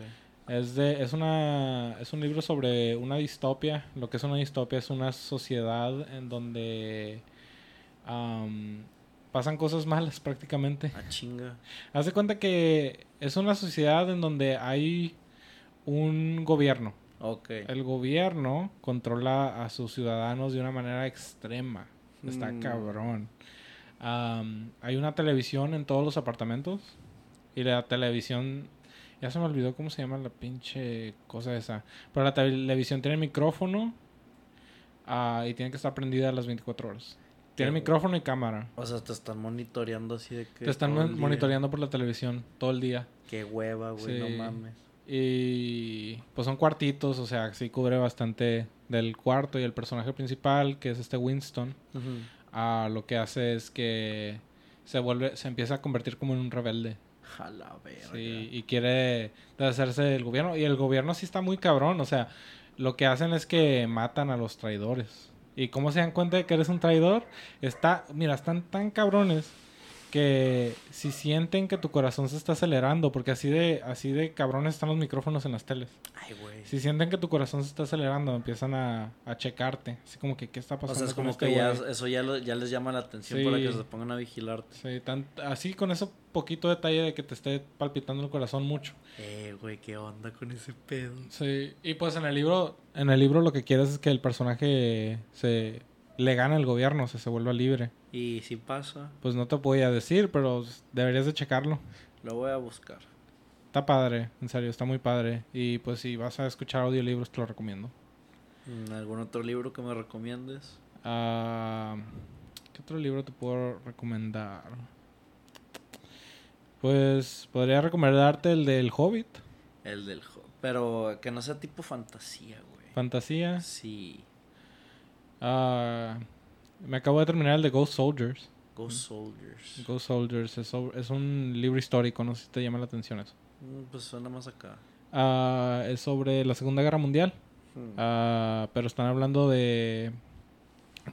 Es de es una es un libro sobre una distopia. Lo que es una distopia es una sociedad en donde am, pasan cosas malas *laughs* prácticamente. Ah, chinga. Hace cuenta que es una sociedad en donde hay un gobierno. Ok. El gobierno controla a sus ciudadanos de una manera extrema. Está Mm. cabrón. Am, hay una televisión en todos los apartamentos. Y la televisión. Ya se me olvidó cómo se llama la pinche cosa esa. Pero la televisión tiene micrófono. ah, y tiene que estar prendida a las 24 horas. Tiene Qué- micrófono y cámara. O sea, te están monitoreando así de que Te están todo el mon- día. monitoreando por la televisión todo el día. Qué hueva, güey, no Sí. mames. Y pues son cuartitos, o sea, sí cubre bastante del cuarto y el personaje principal, que es este Winston, Ujú. ah, lo que hace es que se vuelve, se empieza a convertir como en un rebelde. A la verga. Sí, y quiere deshacerse del gobierno. Y el gobierno sí está muy cabrón, o sea, lo que hacen es que matan a los traidores. ¿Y cómo se dan cuenta de que eres un traidor? Está, mira, están tan cabrones que si sienten que tu corazón se está acelerando, porque así de, así de cabrones están los micrófonos en las teles. Ay, güey. Si sienten que tu corazón se está acelerando, empiezan a, a checarte. Así como que, ¿qué está pasando? O sea, es con como este que ya, güey? eso ya, lo- ya les llama la atención para que Sí. se pongan a vigilarte. Sí, tan- así con ese poquito detalle de que te esté palpitando el corazón mucho. Eh, güey, ¿qué onda con ese pedo? Sí, y pues en el libro, en el libro lo que quieres es que el personaje se le gane al gobierno, o sea, se vuelva libre. Y si pasa, Pues no te podía decir, pero deberías de checarlo. lo voy a buscar. Está padre, en serio, está muy padre. Y pues si vas a escuchar audiolibros, te lo recomiendo. Mm, ¿Algún otro libro que me recomiendes? Ah, ¿Qué otro libro te puedo recomendar? Pues podría recomendarte el del Hobbit, El del jo- Pero que no sea tipo fantasía, güey. Fantasía. Sí. Ah, me acabo de terminar el de Ghost Soldiers. Ghost Soldiers. Ghost Soldiers es, sobre- es un libro histórico, no sé si te llama la atención eso. Mm, Pues suena más acá. Ah, es sobre la Segunda Guerra Mundial, Mm. ah, pero están hablando de,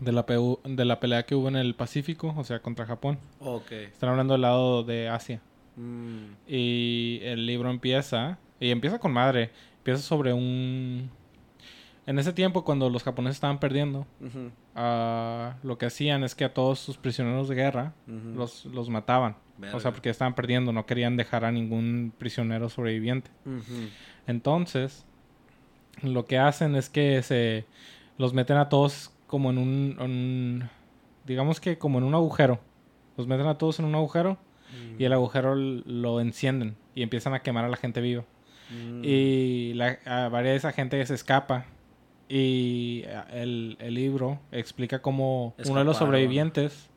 de, la peu- de la pelea que hubo en el Pacífico, o sea, contra Japón. Ok. Están hablando del lado de Asia. Mm, Y el libro empieza, y empieza con madre, empieza sobre un... En ese tiempo, cuando los japoneses estaban perdiendo, ujú, ah, lo que hacían es que a todos sus prisioneros de guerra ujú. los, los mataban. O Verga. sea, porque estaban perdiendo, no querían dejar a ningún prisionero sobreviviente. Ujú. Entonces, lo que hacen es que se los meten a todos como en un, en un- digamos que como en un agujero. Los meten a todos en un agujero Mm. y el agujero l- lo encienden y empiezan a quemar a la gente viva. Mm. Y la, a varias de esa gente se escapa. Y a, el, el libro explica cómo uno de Escaparon. los sobrevivientes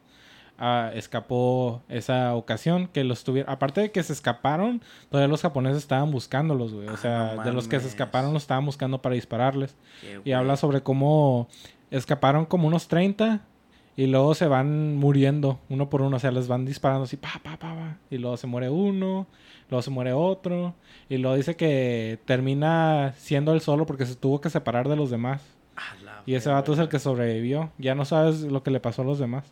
ah, escapó esa ocasión. Que los tuvieron. Aparte de que se escaparon, todavía los japoneses estaban buscándolos, güey. O Ah, sea, no de los que se mames. escaparon, los estaban buscando para dispararles. Qué Y güey. habla sobre cómo escaparon como unos 30 y luego se van muriendo uno por uno. O sea, les van disparando así, pa, pa, pa, pa. Y luego se muere uno, luego se muere otro. Y luego dice que termina siendo él solo porque se tuvo que separar de los demás. A la Y ese vato es el verga. que sobrevivió. Ya no sabes lo que le pasó a los demás.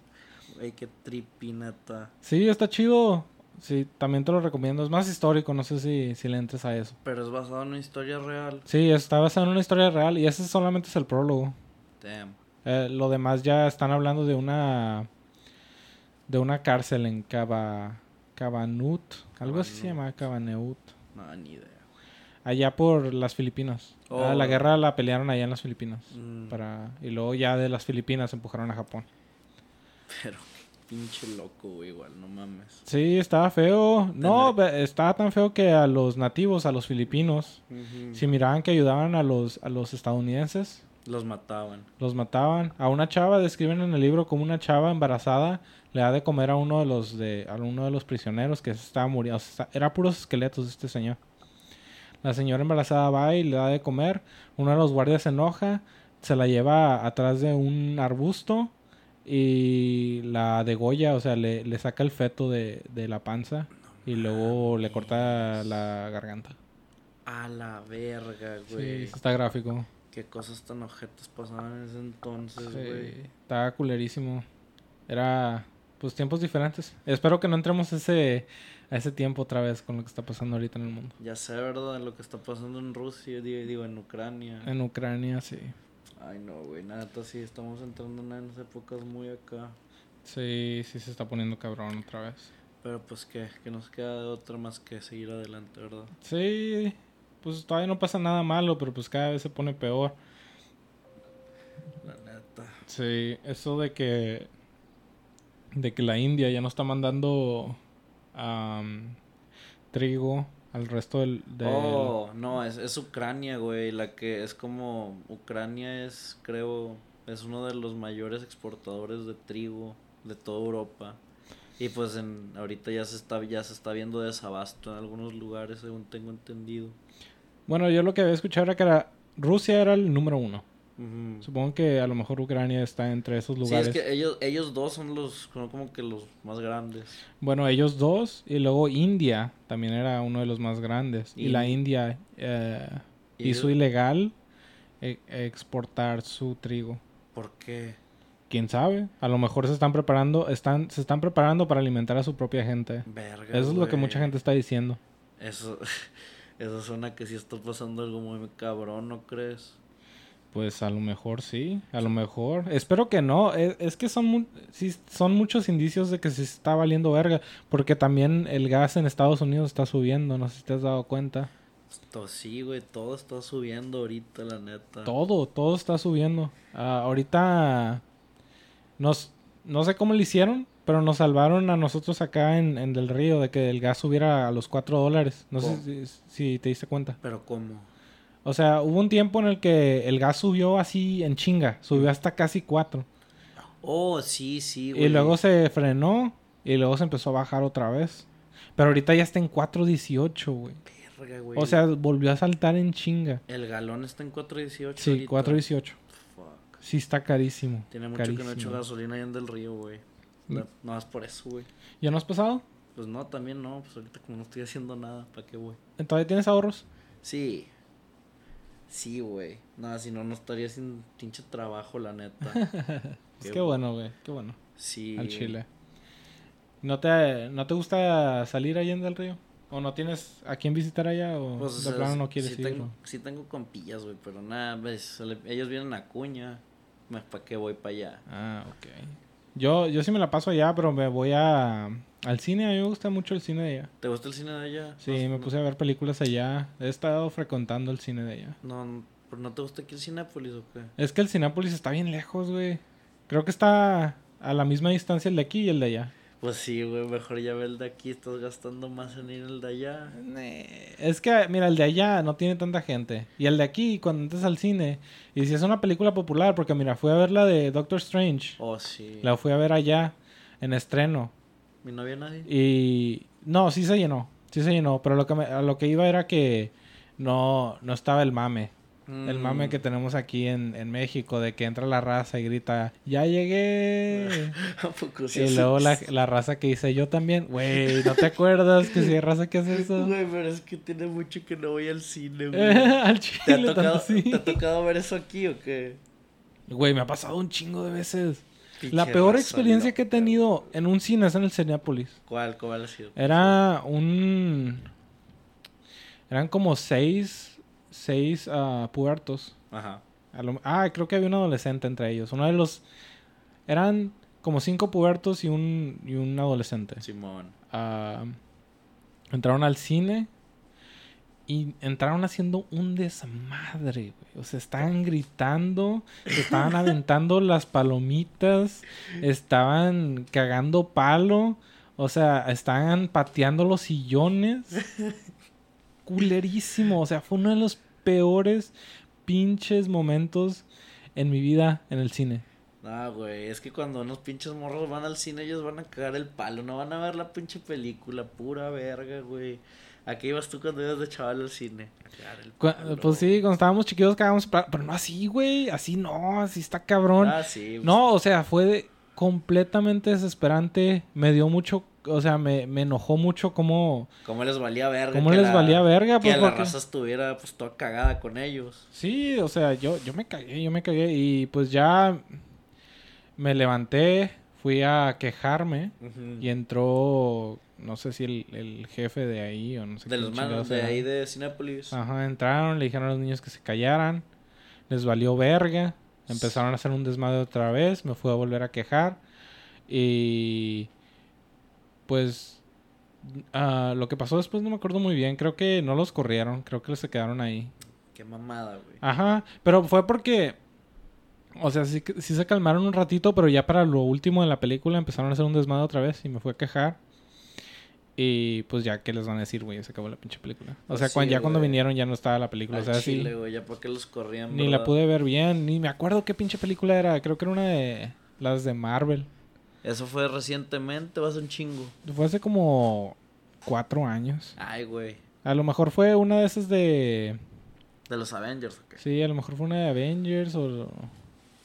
Güey, qué tripinata. Sí, está chido. Sí, también te lo recomiendo. Es más histórico, no sé si, si le entres a eso. Pero es basado en una historia real. Sí, está basado en una historia real y ese solamente es el prólogo. Damn. Eh, lo demás ya están hablando de una de una cárcel en Cava Cabanut, algo así se Cabanut. llama Cabaneut, No, ni idea. allá por las Filipinas. Ah, la Oh. guerra la pelearon allá en las Filipinas Mm, para y luego ya de las Filipinas se empujaron a Japón. Pero *laughs* qué pinche loco, güey, igual, no mames. Sí, estaba feo. No, ve- estaba tan feo que a los nativos, a los filipinos, Mm. si miraban que ayudaban a los a los estadounidenses, Los mataban. Los mataban. A una chava describen en el libro como una chava embarazada le da de comer a uno de los de a uno de los prisioneros que se estaba muriendo. O sea, está- era puros esqueletos este señor. La señora embarazada va y le da de comer. Uno de los guardias se enoja, se la lleva atrás de un arbusto y la degolla, o sea, le, le saca el feto de, de la panza y luego le corta la garganta. A la verga, Sí, güey. está gráfico. Qué cosas tan ojetas pasaban en ese entonces, güey. Sí, estaba culerísimo. Era, pues, tiempos diferentes. Espero que no entremos ese, a ese tiempo otra vez con lo que está pasando ahorita en el mundo. Ya sé, ¿verdad? Lo que está pasando en Rusia, di- digo, en Ucrania. En Ucrania, sí. Ay, no, güey, nada, sí, estamos entrando en unas épocas muy acá. Sí, sí se está poniendo cabrón otra vez. Pero pues que, que nos queda de otra más que seguir adelante, ¿verdad? Sí, pues todavía no pasa nada malo, pero pues cada vez se pone peor. La neta. Sí, eso de que de que la India ya no está mandando am, trigo al resto del, del- Oh, no, es, es Ucrania, güey, la que es como Ucrania es, creo, es uno de los mayores exportadores de trigo de toda Europa. Y pues en ahorita ya se está ya se está viendo desabasto en algunos lugares, según tengo entendido. Bueno, yo lo que había escuchado era que era- Rusia era el número uno. Ujú. Supongo que a lo mejor Ucrania está entre esos lugares. Sí, es que ellos, ellos dos son los son como que los más grandes. Bueno, ellos dos y luego India también era uno de los más grandes. Y, la India eh, Y hizo ellos- ilegal e- exportar su trigo. ¿Por qué? ¿Quién sabe? A lo mejor se están preparando, están, se están preparando para alimentar a su propia gente. Verga. Eso es lo que güey. mucha gente está diciendo. Eso, *laughs* eso suena que sí está pasando algo muy cabrón, ¿no crees? Pues a lo mejor sí, a lo mejor. Espero que no. Es, es que son, mu- sí, son muchos indicios de que se está valiendo verga. Porque también el gas en Estados Unidos está subiendo. No sé si te has dado cuenta. Esto Pues sí, güey, todo está subiendo ahorita, la neta. Todo, todo está subiendo. Ah, ahorita nos, no sé cómo le hicieron, pero nos salvaron a nosotros acá en, en Del Río de que el gas subiera a los 4 dólares. No ¿Cómo? sé si, si te diste cuenta. Pero ¿cómo? O sea, hubo un tiempo en el que el gas subió así en chinga. Subió hasta casi 4. Oh, sí, sí, güey. Y luego se frenó y luego se empezó a bajar otra vez. Pero ahorita ya está en 4.18, güey. Verga, güey. O sea, volvió a saltar en chinga. El galón está en 4.18 Sí, ahorita. 4.18. Fuck. Sí, está carísimo. Tiene mucho que carísimo. no he hecho gasolina ahí en Del Río, güey. Mm. No más por eso, güey. ¿Ya no has pasado? Pues no, también no. Pues ahorita como no estoy haciendo nada, ¿para qué, güey? ¿Todavía tienes ahorros? Sí. Sí, güey. Nada, si no, no estaría sin pinche trabajo, la neta. *laughs* Es que bueno, güey. Qué bueno. Sí. Al Chile. ¿No te, ¿No te gusta salir allá en Del Río? ¿O no tienes a quién visitar allá? ¿O Pues, o de sea, plano sí- no quieres sí ir? Tengo, o? sí tengo compillas, güey, pero nada, ves, se le- ellos vienen a cuña. Más para qué voy para allá. Ah, ok. Yo, yo sí me la paso allá, pero me voy a, al cine. A mí me gusta mucho el cine de allá. ¿Te gusta el cine de allá? Sí, No- me no- puse a ver películas allá. He estado frecuentando el cine de allá. No, no, pero ¿no te gusta aquí el Cinépolis o qué? Es que el Cinépolis está bien lejos, güey. Creo que está a la misma distancia el de aquí y el de allá. Pues sí, güey, mejor ya ve el de aquí, estás gastando más en ir al de allá. Eh, Es que, mira, el de allá no tiene tanta gente. Y el de aquí, cuando entras al cine, y si es una película popular, porque mira, fui a ver la de Doctor Strange. Oh, sí. La fui a ver allá, en estreno. Y no había nadie. Y no, sí se llenó, sí se llenó, pero lo que me- a lo que iba era que no, no estaba el mame. Mm. El mame que tenemos aquí en, en México de que entra la raza y grita, ya llegué. *laughs* ¿A poco *laughs* sí y hace luego la, eso? la raza que dice, yo también, güey, ¿no te acuerdas que si hay raza *laughs* que hace eso? Güey, pero es que tiene mucho que no voy al cine, güey. *laughs* Al ¿Te ha, chile, tanto tocado, sí. ¿Te ha tocado ver eso aquí o qué? Güey, me ha pasado un chingo de veces. La Pinche peor raza experiencia que he loca. tenido en un cine es en el Cineápolis. ¿Cuál? ¿Cuál ha sido? Era un. Eran como seis. Seis ah, pubertos. Ajá. A lo- ah, creo que había un adolescente entre ellos. Uno de los. Eran como cinco pubertos y un, y un adolescente. Simón. Ah, entraron al cine. Y entraron haciendo un desmadre, güey. O sea, estaban gritando, se estaban aventando las palomitas, estaban cagando palo, o sea, estaban pateando los sillones. Culerísimo, o sea, fue uno de los peores pinches momentos en mi vida en el cine. Ah, güey, es que cuando unos pinches morros van al cine, ellos van a cagar el palo, no van a ver la pinche película, pura verga, güey. ¿A qué ibas tú cuando ibas de chaval al cine? A cagar el Cu- palo. Pues sí, cuando estábamos chiquitos cagábamos, pla- pero no así, güey, así no, así está cabrón. Ah, sí. pues, No, o sea, fue de- completamente desesperante. Me dio mucho, o sea, me, me enojó mucho cómo, ¿Cómo les valía verga? cómo que les la- valía verga. Que Pues, la porque- raza estuviera pues toda cagada con ellos. Sí, o sea, yo, yo me cagué, yo me cagué. Y pues ya me levanté, fui a quejarme y entró, no sé si el, el jefe de ahí o no sé de quién los manos chingados de era. Ah. ahí de Cinépolis. Ajá, entraron, le dijeron a los niños que se callaran, les valió verga, empezaron a hacer un desmadre otra vez, me fui a volver a quejar y pues ah, lo que pasó después no me acuerdo muy bien, creo que no los corrieron, creo que se quedaron ahí. Qué mamada, güey. Ajá, pero fue porque, o sea, sí, que- sí se calmaron un ratito, pero ya para lo último de la película empezaron a hacer un desmadre otra vez y me fue a quejar. Y pues ya, ¿qué les van a decir, güey? Se acabó la pinche película. O Pues sea, cuan- sí, ya cuando güey. vinieron ya no estaba la película. Al pues, o sea, sí, chile, güey, ya para qué los corrían, ni la ¿verdad? pude ver bien, ni me acuerdo qué pinche película era. Creo que era una de las de Marvel. Eso fue recientemente, vas un chingo. Fue hace como cuatro años. Ay, güey. A lo mejor fue una de esas de... De los Avengers, ¿o qué? Sí, a lo mejor fue una de Avengers o,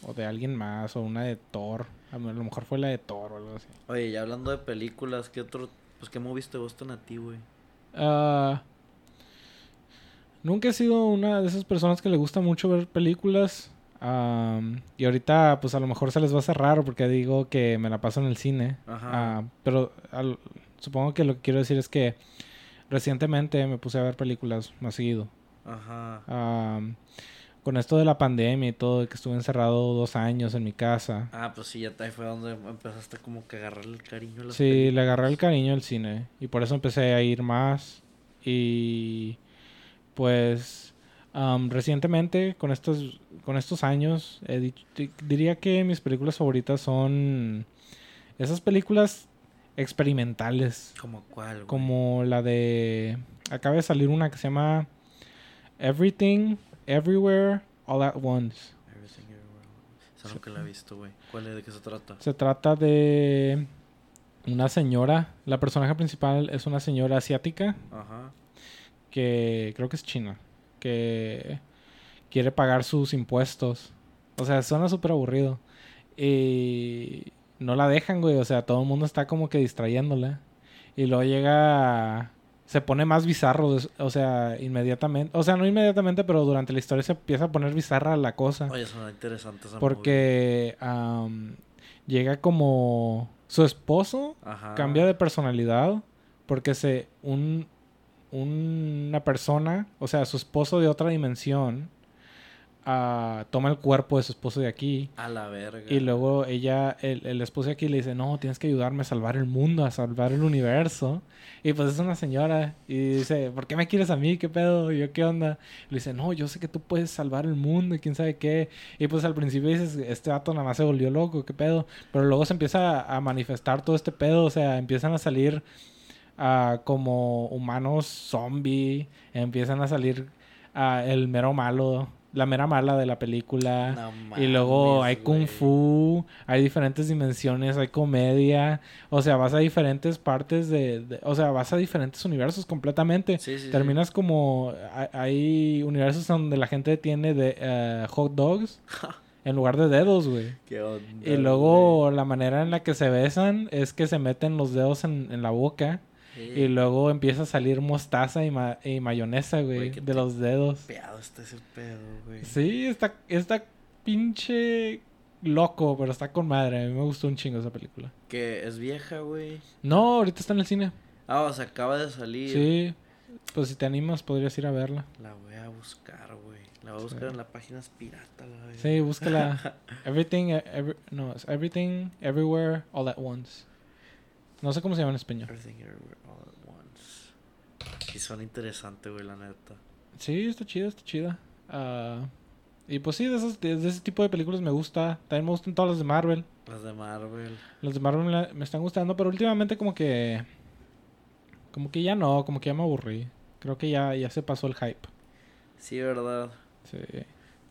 o de alguien más, o una de Thor. A lo a lo mejor fue la de Thor o algo así. Oye, ya hablando de películas, ¿qué otro. Pues qué movies te gustan a ti, güey? Ah, nunca he sido una de esas personas que le gusta mucho ver películas. am, y ahorita, pues a lo mejor se les va a hacer raro porque digo que me la paso en el cine. Ajá. Ah, pero al- supongo que lo que quiero decir es que recientemente me puse a ver películas más seguido. Ajá. Am, con esto de la pandemia y todo, que estuve encerrado dos años en mi casa. Ah, pues sí, ya te- ahí fue donde empezaste como que a agarrarle el cariño a las Sí, películas. le agarré el cariño al cine y por eso empecé a ir más y pues am, recientemente con estos con estos años he dicho- di- diría que mis películas favoritas son esas películas experimentales ¿Como cuál, güey? como la de acaba de salir una que se llama Everything Everywhere All at Once Everything Everywhere. Esa nunca la he visto, güey. ¿Cuál es? ¿De qué se trata? Se trata de una señora. La personaje principal es una señora asiática Ajá. que creo que es china. Que quiere pagar sus impuestos. O sea, suena súper aburrido. Y no la dejan, güey. O sea, todo el mundo está como que distrayéndola. Y luego llega... Se pone más bizarro, des- o sea, inmediatamente. O sea, no inmediatamente, pero durante la historia se empieza a poner bizarra la cosa. Oye, suena interesante esa Ah. Porque am, llega como su esposo movie. Ajá. cambia de personalidad porque se un, una persona, o sea, su esposo de otra dimensión ah, toma el cuerpo de su esposo de aquí. A la verga. Y luego ella, el, el esposo de aquí le dice, no, tienes que ayudarme a salvar el mundo, a salvar el universo. Y pues es una señora y dice, ¿por qué me quieres a mí? ¿Qué pedo? ¿Y ¿Yo qué onda? Le dice, no, yo sé que tú puedes salvar el mundo y quién sabe qué. Y pues al principio dices, este vato nada más se volvió loco, ¿qué pedo? Pero luego se empieza a manifestar todo este pedo, o sea, empiezan a salir ah, como humanos zombie, empiezan a salir ah, el mero malo. La mera mala de la película. No Y luego mames, hay kung güey. fu, hay diferentes dimensiones, hay comedia, o sea, vas a diferentes partes de, de- o sea, vas a diferentes universos completamente. Sí, sí, sí. Terminas como hay- hay universos donde la gente tiene de eh, hot dogs en lugar de dedos, güey. Qué onda, Y luego la manera en la que se besan es que se meten los dedos en, en la boca güey. y luego empieza a salir mostaza y, ma- y mayonesa, güey, Güey, qué de los dedos. Peado está ese pedo, güey. Sí, está, está pinche loco, pero está con madre. A mí me gustó un chingo esa película. Que es vieja, güey. No, ahorita está en el cine. Ah, o sea, acaba de salir. Sí. Pues si te animas, podrías ir a verla. La voy a buscar, güey. La voy a buscar Sí. en la página pirata, la verga. Sí, búscala. Everything, eh, every- no, es Everything, Everywhere, All at Once. No sé cómo se llama en español. Everything Everywhere All at Once. Y suena interesante, güey, la neta. Sí, está chida, está chida. Ah, y pues sí, de, esos, de, de ese tipo de películas me gusta. También me gustan todas las de Marvel. Las de Marvel. Los de Marvel me, la- me están gustando, pero últimamente como que... Como que ya no, como que ya me aburrí. Creo que ya, ya se pasó el hype. Sí, verdad. Sí.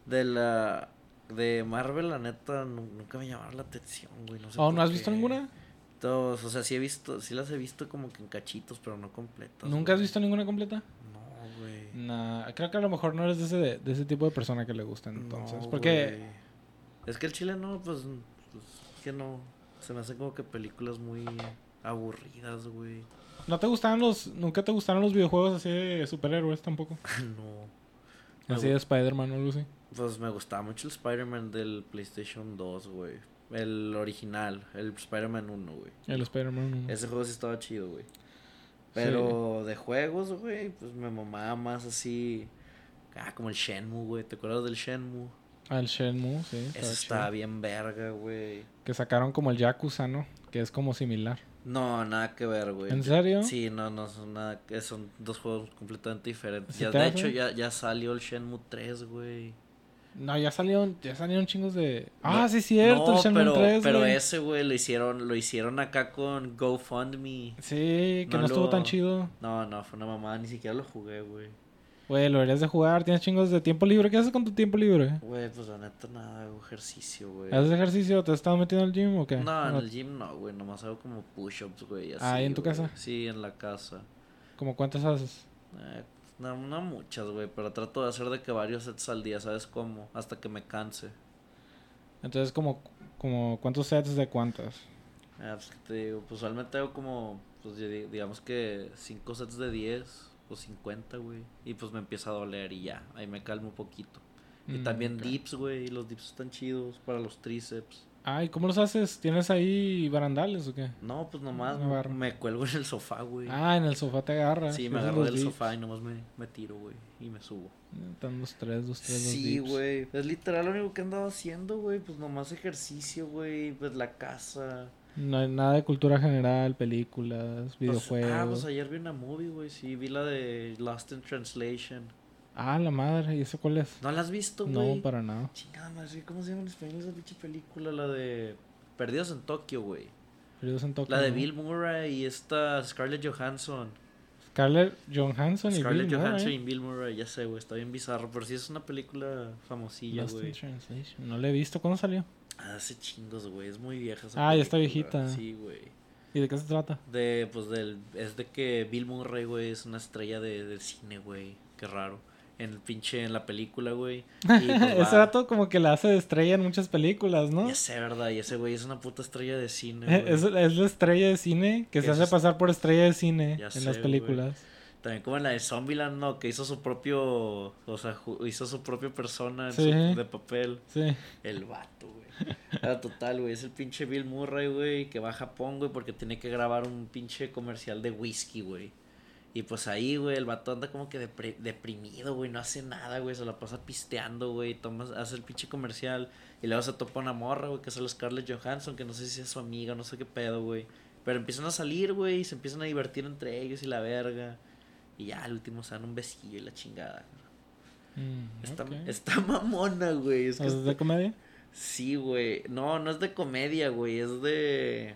De la. De Marvel, la neta, nu- nunca me llamaron la atención, güey. No sé ¿Oh, por no has qué. visto ninguna? Todos, o sea, sí he visto, sí las he visto como que en cachitos, pero no completas. ¿Nunca has güey. visto ninguna completa? No, güey. Nah, creo que a lo mejor no eres de ese, de ese tipo de persona que le gustan entonces. No, porque... güey. Es que el chile no, pues, pues, es que no. Se me hacen como que películas muy aburridas, güey. *laughs* ¿No te gustaban los... ¿Nunca te gustaron los videojuegos así de superhéroes tampoco? Ah, no. Me Así gu- de Spider-Man o Lucy. Pues me gustaba mucho el Spider-Man del PlayStation 2, güey. El original, el Spider-Man 1, güey. El Spider-Man. no. Ese juego sí estaba chido, güey. Pero de juegos, güey, pues me mamaba más así. Ah, como el Shenmue, güey. ¿Te acuerdas del Shenmue? Ah, el Shenmue, sí. estaba Ese chido. estaba bien verga, güey. Que sacaron como el Yakuza, ¿no? Que es como similar. No, nada que ver, güey. ¿En serio? Sí, no, no son nada. que- Son dos juegos completamente diferentes. ¿Se Ya, te de hace? hecho, ya, ya salió el Shenmue 3, güey. No, ya salieron, ya salieron chingos de. Ah, No- sí, es cierto, no, el Shenmue pero, 3. Pero güey. ese, güey, lo hicieron, lo hicieron acá con GoFundMe. Sí, que no, no estuvo lo- tan chido. No, no, fue una mamada, ni siquiera lo jugué, güey. Güey, lo deberías de jugar, tienes chingos de tiempo libre. ¿Qué haces con tu tiempo libre? Güey, pues la neta nada, hago ejercicio, güey. ¿Haces ejercicio? ¿Te has estado metiendo al gym o qué? No, en ¿O el gym no, güey, nomás hago como push-ups, güey. Ah, así, ¿y en tu güey. casa? Sí, en la casa. ¿Como cuántas haces? Eh, no, no muchas, güey, pero trato de hacer de que varios sets al día, ¿sabes cómo? Hasta que me canse. Entonces, como, como cuántos sets de cuántas. Ah, pues, ¿qué te digo? Pues usualmente hago como, pues yo di- digamos que 5 sets de 10 o 50, güey. Y pues me empieza a doler y ya, ahí me calmo un poquito. y Mm, también ok. dips, güey, los dips están chidos para los tríceps. Ay, ¿cómo los haces? ¿Tienes ahí barandales o qué? No, pues nomás Una barra. me cuelgo en el sofá, güey. Ah, en el sofá te agarras. sí, me agarro del sofá y nomás me, me tiro, güey, y me subo. Están los tres, los tres, los Sí, dips. güey. Es literal lo único que he andado haciendo, güey. Pues nomás ejercicio, güey. Pues la casa. No hay nada de cultura general, películas, Pues, ah, pues videojuegos. ayer vi una movie, güey. Sí, vi la de Lost in Translation. Ah, la madre, ¿y eso cuál es? ¿No la has visto, güey? No, para nada. Chingada madre, ¿cómo se llama en español esa pinche película? La de Perdidos en Tokio, güey. Perdidos en Tokio, La de ¿no? Bill Murray y esta Scarlett Johansson. Scarlett Johansson y Scarlett Bill Johansson Murray. y Bill Murray, ya sé, güey. Está bien bizarro, pero sí es una película famosilla, Lost in güey. Translation. No la he visto. ¿Cuándo salió? Ah, hace chingos, güey. Es muy vieja esa Ah, ya está película. viejita. Sí, güey. ¿Y de qué se trata? *laughs* De, pues del, es de que Bill Murray, güey, es una estrella de, del cine, güey. Qué raro. En el pinche, en la película, güey. Y, pues, va- *laughs* Ese dato como que la hace de estrella en muchas películas, ¿no? *laughs* Ya sé, ¿verdad? Y ese güey es una puta estrella de cine, Eh, güey. Es, es la estrella de cine que se Eso hace es- pasar por estrella de cine Ya en sé, las películas. También como en la de Zombieland, ¿no? Que hizo su propio, o sea, ju- hizo su propia persona en su- Sí. de papel. Sí. El vato, güey. Ah, total, güey. Es el pinche Bill Murray, güey, que va a Japón, güey, porque tiene que grabar un pinche comercial de whisky, güey. Y pues ahí, güey, el vato anda como que depre- deprimido, güey, no hace nada, güey, se la pasa pisteando, güey, tomas, hace el pinche comercial y luego se topa una morra, güey, que es la Scarlett Johansson, que no sé si es su amiga, no sé qué pedo, güey. Pero empiezan a salir, güey, y se empiezan a divertir entre ellos y la verga. Y ya, al último se dan un besillo y la chingada. Está, Mm, Ok. Pues, está mamona, güey. Es que ¿Es de comedia? Sí, güey. No, no es de comedia, güey. Es de.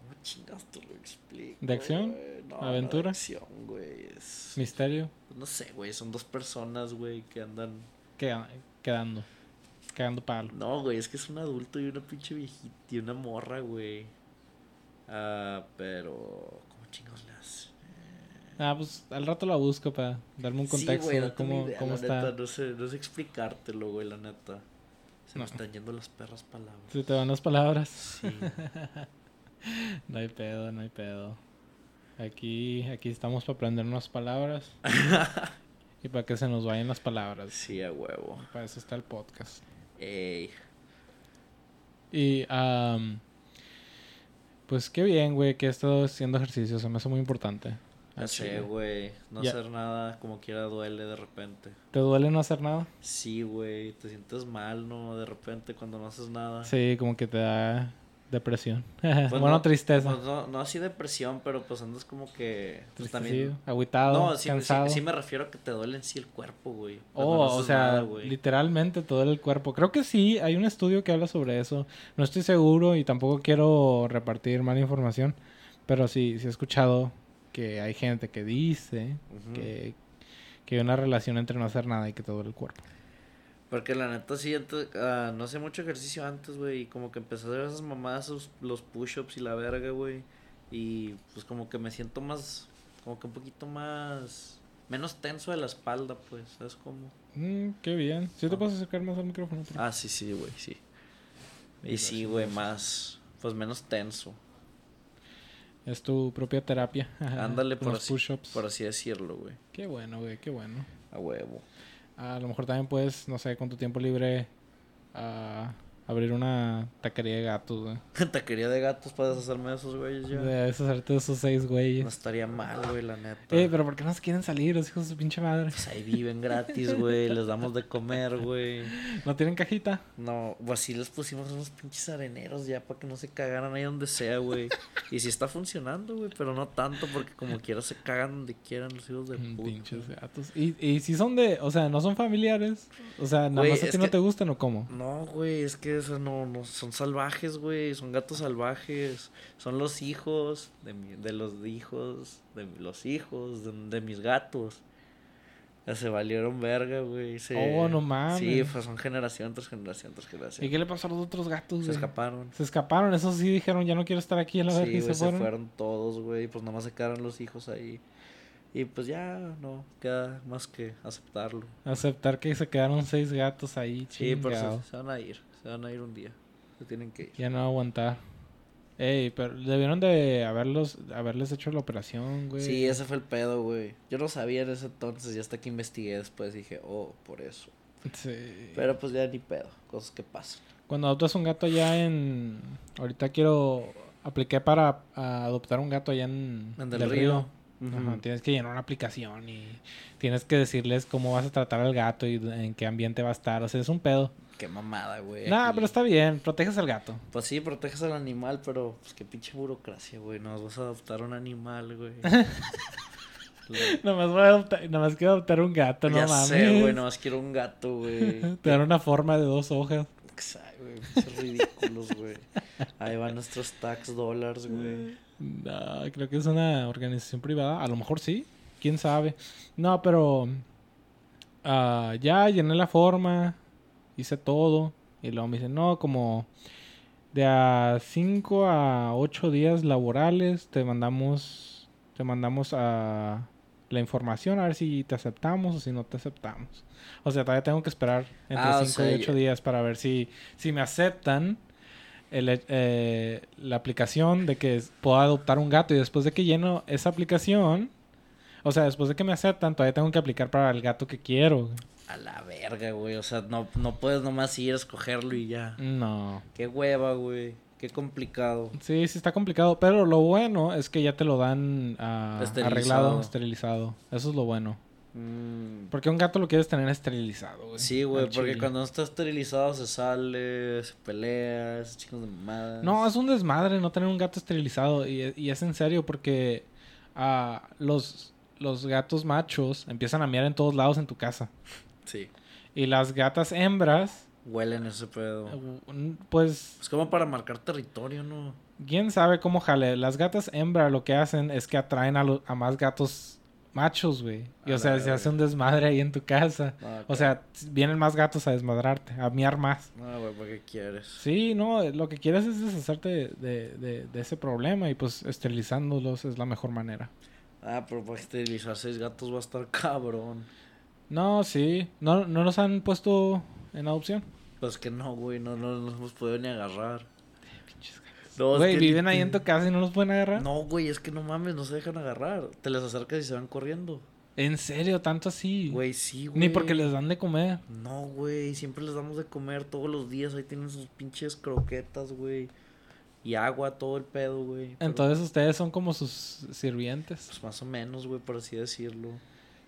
¿Cómo chingas te lo explico? ¿De acción? güey? No, ¿Aventura? No, de acción, güey. Es- ¿Misterio? No sé, güey. Son dos personas, güey, que andan. Queda- Quedando. Quedando palo. No, güey. Es que es un adulto y una pinche viejita y una morra, güey. Ah, pero. ¿Cómo chingados le hace? Ah, pues al rato la busco para darme un contexto güey, no de tengo cómo, idea, cómo la está. neta, no, sé, no sé explicártelo, güey, la neta. Se No. me están yendo las perras palabras. Se te van las palabras. Sí. *laughs* No hay pedo, no hay pedo. Aquí, aquí estamos para aprender *laughs* unas palabras. y para que se nos vayan las palabras. Sí, a huevo. Para eso está el podcast. Ey. Y, am, pues qué bien, güey, que he estado haciendo ejercicio. Se me hace muy importante. Ya Al sé, chile. güey. No Ah, Ya. hacer nada como quiera duele de repente. ¿Te duele no hacer nada? Sí, güey. Te sientes mal, ¿no? De repente cuando no haces nada. Sí, como que te da depresión. Ah. *laughs* Pues bueno, no- tristeza. pues no, no así depresión, pero pues andas como que. pues, Tristecido, también. agüitado, No, sí, sí, cansado. sí me refiero a que te duele en sí el cuerpo, güey. Pues, Cuando no Oh, o haces sea, nada, güey. literalmente todo el cuerpo. Creo que sí, hay un estudio que habla sobre eso. No estoy seguro y tampoco quiero repartir mala información, pero sí, sí he escuchado que hay gente que dice Ujú. que, que hay una relación entre no hacer nada y que te duele el cuerpo. Porque la neta sí, antes, ah, no hacía mucho ejercicio antes, güey. Y como que empecé a hacer esas mamadas, esos- los push-ups y la verga, güey. Y pues como que me siento más, como que un poquito más, menos tenso de la espalda, pues, ¿sabes cómo? Mm, qué bien. Si te Ah. puedes acercar más al micrófono. por- Ah, sí, sí, güey, sí. Y Gracias, sí, güey, más, pues menos tenso. Es tu propia terapia. *laughs* Ándale, Con por los así, push-ups. por así decirlo, güey. Qué bueno, güey, qué bueno. A huevo. *laughs* A lo mejor también puedes, no sé, con tu tiempo libre ah, abrir una taquería de gatos, güey. Taquería de gatos para deshacerme de esos güeyes ya. De deshacerte de esos seis güeyes. No estaría mal, güey, la neta. Eh, pero ¿por qué no se quieren salir los hijos de su pinche madre? Pues ahí viven gratis, güey. Les damos de comer, güey. ¿No tienen cajita? No, pues sí les pusimos unos pinches areneros ya para que no se cagaran ahí donde sea, güey. y sí está funcionando, güey, pero no tanto porque como quiera se cagan donde quieran los hijos de Mm, puta. Pinches gatos. ¿Y, y si son de, o sea, no son familiares? O sea, nada Güey, más a es ti no que- te gustan o cómo? No, güey, es que eso no, no, son salvajes, güey, son gatos salvajes, son los hijos de, mi- de los hijos, de los hijos, de, de mis gatos. Ya se valieron verga, güey. se- Oh, no mames. Sí, pues son generación tras generación tras generación. ¿Y qué le pasó a los otros gatos? Se güey? escaparon. Se escaparon, eso sí dijeron, ya no quiero estar aquí a la Sí, verga y se güey, fueron. todos, güey. Pues nada más se quedaron los hijos ahí. Y pues ya, no, queda más que aceptarlo. Aceptar que se quedaron seis gatos ahí, Sí, pero chingado. se, se van a ir. Se van a ir un día. Se tienen que ir. Ya no va a aguantar. Ey, pero debieron de haberlos, haberles hecho la operación, güey. Sí, ese fue el pedo, güey. Yo no sabía en ese entonces y hasta que investigué después dije, oh, por eso. Sí. Pero pues ya ni pedo, cosas que pasan. Cuando adoptas un gato allá en... Ahorita quiero... Apliqué para ah, adoptar un gato allá en... En Del Del Río. Ajá, Ujú. Tienes que llenar una aplicación y tienes que decirles cómo vas a tratar al gato y en qué ambiente va a estar. O sea, es un pedo. Qué mamada, güey. Nah, aquí. pero está bien. Proteges al gato. *laughs* Pues sí, proteges al animal, pero pues qué pinche burocracia, güey. Nos vas a adoptar un animal, *laughs* güey. Lo- Nomás voy a adoptar... Nomás quiero adoptar un gato, no ya mames. sé, güey, nomás quiero un gato, güey. *laughs* Te dan una forma de dos hojas. Exacto, güey, pinches ridículos, güey. Ahí van nuestros tax dólares, güey. No, creo que es una organización privada. A lo mejor sí. Quién sabe. No, pero. ah, ya llené la forma. Hice todo. Y luego me dicen, no, como. De a 5 a 8 días laborales te mandamos. Te mandamos a. La información, a ver si te aceptamos o si no te aceptamos. O sea, todavía tengo que esperar Ah, o entre 5 sea, y 8 ya- días para ver si, si me aceptan el, eh, la aplicación de que es- puedo adoptar un gato y después de que lleno esa aplicación, o sea, después de que me aceptan, todavía tengo que aplicar para el gato que quiero. güey. A la Mm. verga, güey. O sea, no, no puedes nomás ir a escogerlo y ya. No. Qué hueva, güey. Qué complicado. Sí, sí está complicado, pero lo bueno es que ya te lo dan ah, Esterilizado. arreglado, esterilizado. Eso es lo bueno. Mm, Porque un gato lo quieres tener esterilizado, güey. Sí, güey, Al porque chile. cuando no está esterilizado se sale, se pelea, es chicos de mamadas. No, es un desmadre no tener un gato esterilizado. Y, y es en serio porque ah, los, los gatos machos empiezan a miar en todos lados en tu casa. Sí, Y las gatas hembras, huelen ese pedo. eh, pues Es como para marcar territorio, ¿no? quién sabe cómo jale. Las gatas hembra lo que hacen es que atraen a, lo- a más gatos machos, güey. Y A o sea, la se hace verga. un desmadre ahí en tu casa. Ah, O sea, vienen más gatos a desmadrarte, a miar más. No, Ah, güey, ¿para qué quieres? Sí, no, lo que quieres es deshacerte de, de- de- de ese problema y pues esterilizándolos es la mejor manera. Ah, pero para esterilizar seis gatos va a estar cabrón. No, sí, no, no los han puesto en adopción. Pues que no, güey, no, no los hemos podido ni agarrar. No, es Güey, que- viven ahí en tu casa y no los pueden agarrar. No, güey, es que no mames, no se dejan agarrar. Te les acercas y se van corriendo. En serio, tanto así. Güey, sí, güey. Ni porque les dan de comer. No, güey, siempre les damos de comer todos los días. Ahí tienen sus pinches croquetas, güey. Y agua, todo el pedo, güey. Pero, Entonces ustedes son como sus sirvientes. Pues más o menos, güey, por así decirlo.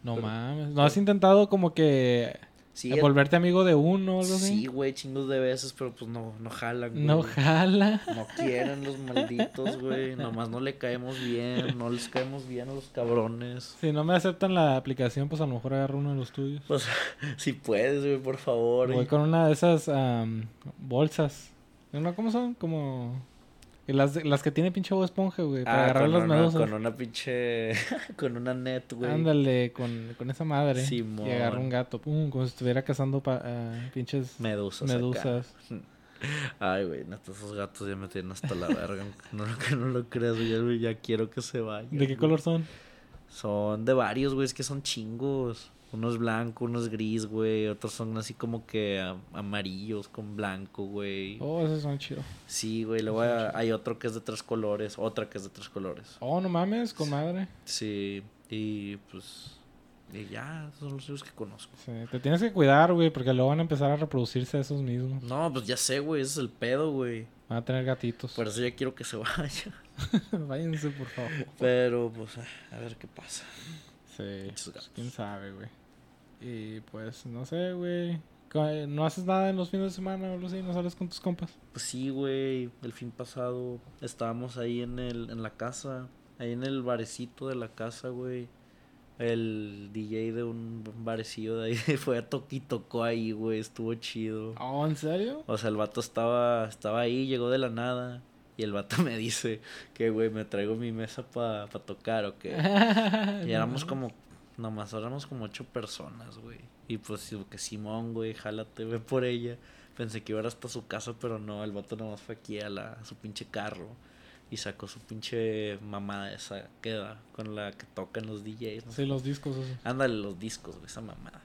No Pero- mames. ¿No has intentado como que Sí, eh, volverte amigo de uno o algo sí, así? güey, chingos de veces, pero pues no, no jalan, güey. No jala. No quieren los malditos, güey. Nomás no le caemos bien. No les caemos bien a los cabrones. Si no me aceptan la aplicación, pues a lo mejor agarro uno de los tuyos. Pues, *laughs* si puedes, güey, por favor. Voy Y- con una de esas am, bolsas. ¿No? ¿Cómo son? Como... y Las, de- las que tiene pinche Bob Esponja, güey. Para Ah, agarrar con las una, medusas. con una pinche. *laughs* con una net, güey. Ándale, con, con esa madre. Simón. Y agarra un gato. Pum, como si estuviera cazando pa- ah, pinches Medusas. acá. medusas. Ay, güey, neta, esos gatos ya me tienen hasta la verga. *laughs* No, lo- que no lo creas, güey. Ya, güey, ya quiero que se vayan. ¿De qué güey. color son? Son de varios, güey. Es que son chingos. Uno es blanco, uno es gris, güey. Otros son así como que am- amarillos con blanco, güey. Oh, esos son chidos. Sí, güey, luego hay, hay otro que es de tres colores, otra que es de tres colores. Oh, no mames, con madre. Sí, y pues y ya, esos son los únicos que conozco. Sí, te tienes que cuidar, güey, porque luego van a empezar a reproducirse esos mismos. No, pues ya sé, güey, ese es el pedo, güey. Van a tener gatitos. Por eso ya quiero que se *laughs* vaya. *laughs* Váyanse, por favor. Pero pues ah, a ver qué pasa. Sí. Muchos gatos. Quién sabe, güey. Y pues, no sé, güey. Ca- ¿No haces nada en los fines de semana o algo así? ¿No sales con tus compas? Pues sí, güey, el fin pasado estábamos ahí en el en la casa, ahí en el barecito de la casa, güey. El DJ de un barecillo de ahí *laughs* fue a toqui tocó ahí, güey, estuvo chido. Oh, ¿en *laughs* serio? O sea, el vato estaba, estaba ahí, llegó de la nada. Y el vato *laughs* me dice que, güey, me traigo mi mesa para tocar o *laughs* qué. Y éramos como, nomás éramos como ocho personas, güey. Y pues digo que Simón, güey, jálate, ve por ella. Pensé que iba a ir hasta su casa, pero no, el vato nomás fue aquí a, la, a su pinche carro. Y sacó su pinche mamada esa queda con la que tocan los DJs. ¿no? Sí, los discos esos. Ándale, los discos, güey, esa mamada.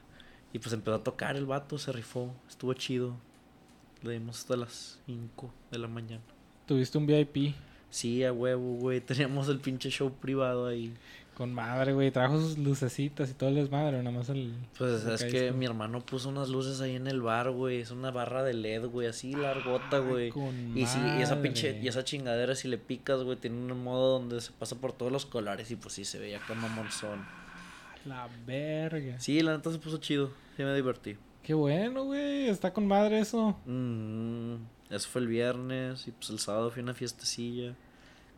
Y pues empezó a tocar el vato, se rifó, estuvo chido. Le dimos hasta las 5 de la mañana. Tuviste un VIP. Sí, a huevo, güey. *laughs* Teníamos el pinche show privado ahí. Con madre, güey. Trajo sus lucecitas y todo el desmadre. Nada más el... Pues el es que disco. mi hermano puso unas luces ahí en el bar, güey. Es una barra de LED, güey, así largota, Ah, güey. con Y, si, y esa pinche, madre. y esa chingadera, si le picas, güey, tiene un modo donde se pasa por todos los colores y pues sí se veía acá mamonzón. La verga. Sí, la neta se puso chido. Sí, me divertí. Qué bueno, güey. Está con madre eso. *laughs* Ujú. Eso fue el viernes y pues el sábado fue una fiestecilla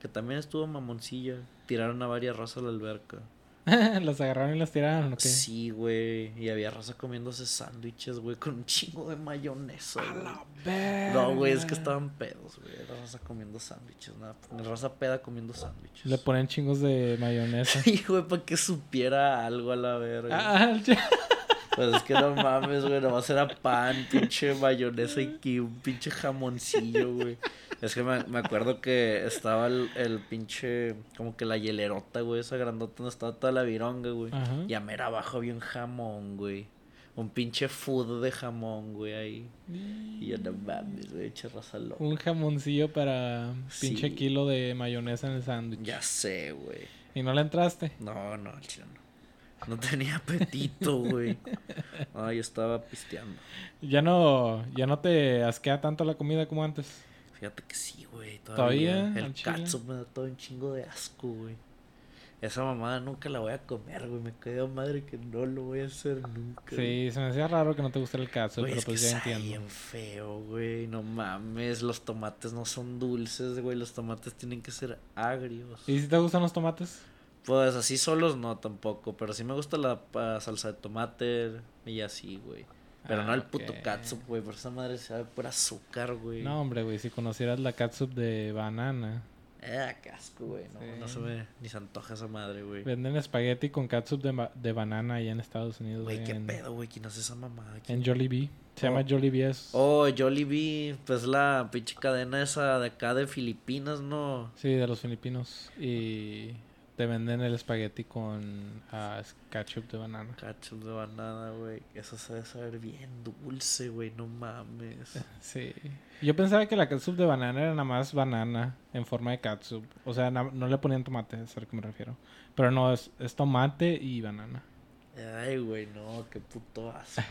que también estuvo mamoncilla. Tiraron a varias razas a la alberca. las agarraron y las tiraron, ¿o qué? Sí, güey. Y había raza comiéndose sándwiches, güey, con un chingo de mayonesa. A güey. la verga. No, güey, es que estaban pedos, güey. Era raza comiendo sándwiches, nada. Raza peda comiendo sándwiches. *laughs* Le ponen chingos de mayonesa. Sí, güey, para que supiera algo a la verga. ah, *laughs* el ch- Pues es que no mames, güey, nomás era pan, pinche mayonesa y que un pinche jamoncillo, güey. Es que me, me acuerdo que estaba el, el pinche, como que la hielerota, güey, esa grandota donde estaba toda la vironga, güey. Ajá. Y a mera abajo había un jamón, güey. Un pinche food de jamón, güey, ahí. Y yo, no mames, güey, eché raza loca. Un jamoncillo para pinche Sí. kilo de mayonesa en el sándwich. Ya sé, güey. Y no le entraste. No, no, al chile no. No tenía apetito, *laughs* güey. No, yo estaba pisteando. Ya no, ya no te asquea tanto la comida como antes. Fíjate que sí, güey. ¿Todavía? Todavía. ¿Al El chile? catsup me da todo un chingo de asco, güey. Esa mamada nunca la voy a comer, güey. Me quedo madre que no lo voy a hacer nunca. güey. Sí, se me hacía raro que no te gustara el catsup, Güey, pero es que pues ya sabe entiendo. bien feo, güey. No mames, los tomates no son dulces, güey. Los tomates tienen que ser agrios. ¿Y si te gustan los tomates? Pues así solos no tampoco, pero sí me gusta la pa, salsa de tomate y así, güey. Pero no Ah, el puto ok. catsup, güey, por esa madre se sabe por azúcar, güey. No, hombre, güey, si conocieras la catsup de banana. Eh, qué asco, güey. No, no Sí. se me ni se antoja esa madre, güey. Venden espagueti con catsup de, ma- de banana allá en Estados Unidos. Güey, qué en, pedo, güey, ¿quién hace esa mamada? ¿Quién- En Jollibee. Se Oh. llama Jollibee. Es... Oh, Jollibee, pues la pinche cadena esa de acá de Filipinas, ¿no? Sí, de los filipinos. Y te venden el espagueti con ah, ketchup de banana. Ketchup de banana, güey. Eso se debe saber bien dulce, güey, no mames. Sí. Yo pensaba que la catsup de banana era nada más banana en forma de catsup. O sea, na- no le ponían tomate, es a lo que me refiero. Pero no, es, es tomate y banana. Ay, güey, no, qué puto asco.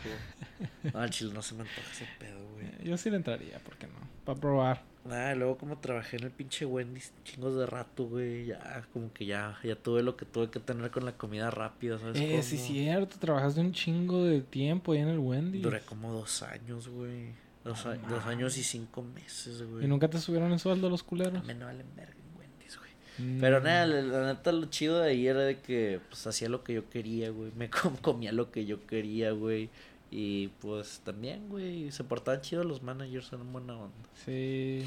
No, al chile no se me antoja ese pedo, güey. Eh, Yo sí le entraría, ¿por qué no? Para probar. Nada, luego como trabajé en el pinche Wendy's chingos de rato, güey, ya como que ya, ya tuve lo que tuve que tener con la comida rápida, ¿sabes? Eh, sí, cómo? cierto. Trabajaste un chingo de tiempo ahí en el Wendy's. Duré como dos años, güey. Dos, a- dos años y cinco meses, güey. ¿Y nunca te subieron el sueldo los culeros? Me no valen verga en Wendy's, güey. Pero nada, la, la neta lo chido de ahí era de que pues hacía lo que yo quería, güey. Me *laughs* com- comía lo que yo quería, güey. Y pues también, güey, se portaban chido los managers, eran buena onda. Mm, Sí.